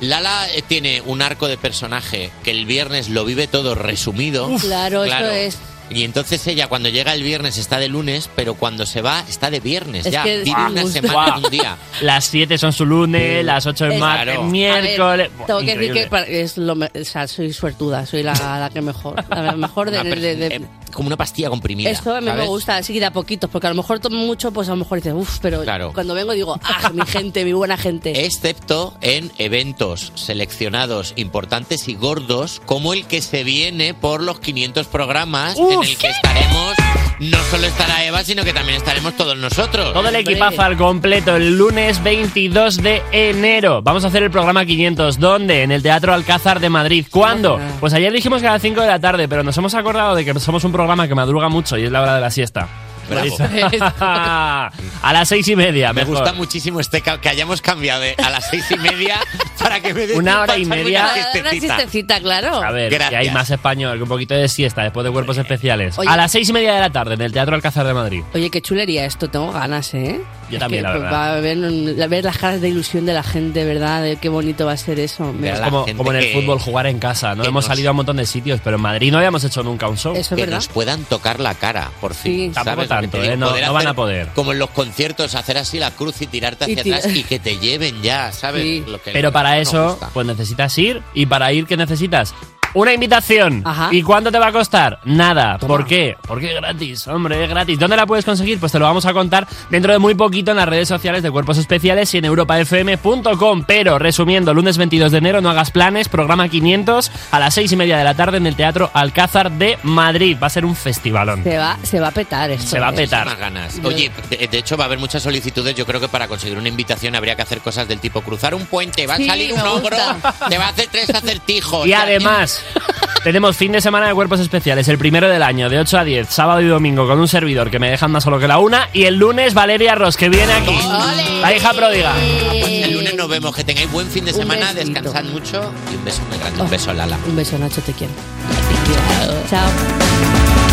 Lala eh, tiene un arco de personaje que el viernes lo vive todo resumido. Uf. Claro, eso es. Y entonces ella cuando llega el viernes está de lunes, pero cuando se va está de viernes. Es ya que vive una disgusta. semana Guau. y un día. Las 7 son su lunes, las 8 es Es- martes, Claro. miércoles. A ver, tengo que decir Increíble. que para- es lo me- o sea, soy suertuda, soy la, la que mejor, la mejor de, Una per- de- de- eh, como una pastilla comprimida. Esto a mí me ¿sabes? gusta, así que de a poquitos, porque a lo mejor tomo mucho, pues a lo mejor dices, uff, pero Claro. cuando vengo digo, ah, mi gente, mi buena gente. Excepto en eventos seleccionados importantes y gordos, como el que se viene por los 500 programas, en el que estaremos, no solo estará Eva, sino que también estaremos todos nosotros. Todo el equipazo al completo el lunes 22 de enero. Vamos a hacer el programa 500. ¿Dónde? En el Teatro Alcázar de Madrid. ¿Cuándo? Pues ayer dijimos que a las 5 de la tarde, pero nos hemos acordado de que somos un programa que madruga mucho y es la hora de la siesta. Bravo. <laughs> Por <laughs> eso. a las seis y media. Me mejor. gusta muchísimo este ca- que hayamos cambiado de a las seis y media <laughs> para que me dé Una hora y tiempo a echarme media. una Para dar Una siestecita. siestecita, claro. A ver, que Gracias. hay más español, que un poquito de siesta después de cuerpos especiales. Oye. A las seis y media de la tarde en el Teatro Alcázar de Madrid. Oye, qué chulería esto, tengo ganas, ¿eh? Yo también, la verdad. Va a ver, un- ver las caras de ilusión de la gente, ¿verdad? De qué bonito va a ser eso. Es Mira, como, como en el que- fútbol jugar en casa. No que hemos nos- salido a un montón de sitios, pero en Madrid no habíamos hecho nunca un show. Eso es que verdad. nos puedan tocar la cara, por Sí. fin. Tampoco ¿sabes lo que tanto, te digo? ¿eh? No- Poder no van a hacer poder. Como en los conciertos, hacer así la cruz y tirarte Y hacia tira- atrás y que te lleven ya, ¿sabes? Sí. Lo que- Pero para no eso, gusta. pues necesitas ir. ¿Y para ir qué necesitas? Una invitación. Ajá. ¿Y cuánto te va a costar? Nada. ¿Por qué? Porque es gratis, hombre, es gratis. ¿Dónde la puedes conseguir? Pues te lo vamos a contar dentro de muy poquito en las redes sociales de Cuerpos Especiales y en europafm.com. Pero, resumiendo, lunes 22 de enero, no hagas planes, programa 500 a las 6 y media de la tarde en el Teatro Alcázar de Madrid. Va a ser un festivalón. Se va, se va a petar esto. Se va a ¿eh? petar. Más ganas. Oye, de, de hecho va a haber muchas solicitudes. Yo creo que para conseguir una invitación habría que hacer cosas del tipo cruzar un puente, va Sí, a salir un me ogro, gusta. te va a hacer tres acertijos. Y al- además, tenemos fin de semana de cuerpos especiales, el primero del año, de 8 a 10, sábado y domingo, con un servidor que me dejan más solo que la una. Y el lunes, Valeria Ross, que viene aquí. La hija pródiga. Pues el lunes nos vemos. Que tengáis buen fin de semana, descansad mucho y un beso muy grande. Un beso, Lala. Un beso, Nacho, te quiero. Chao.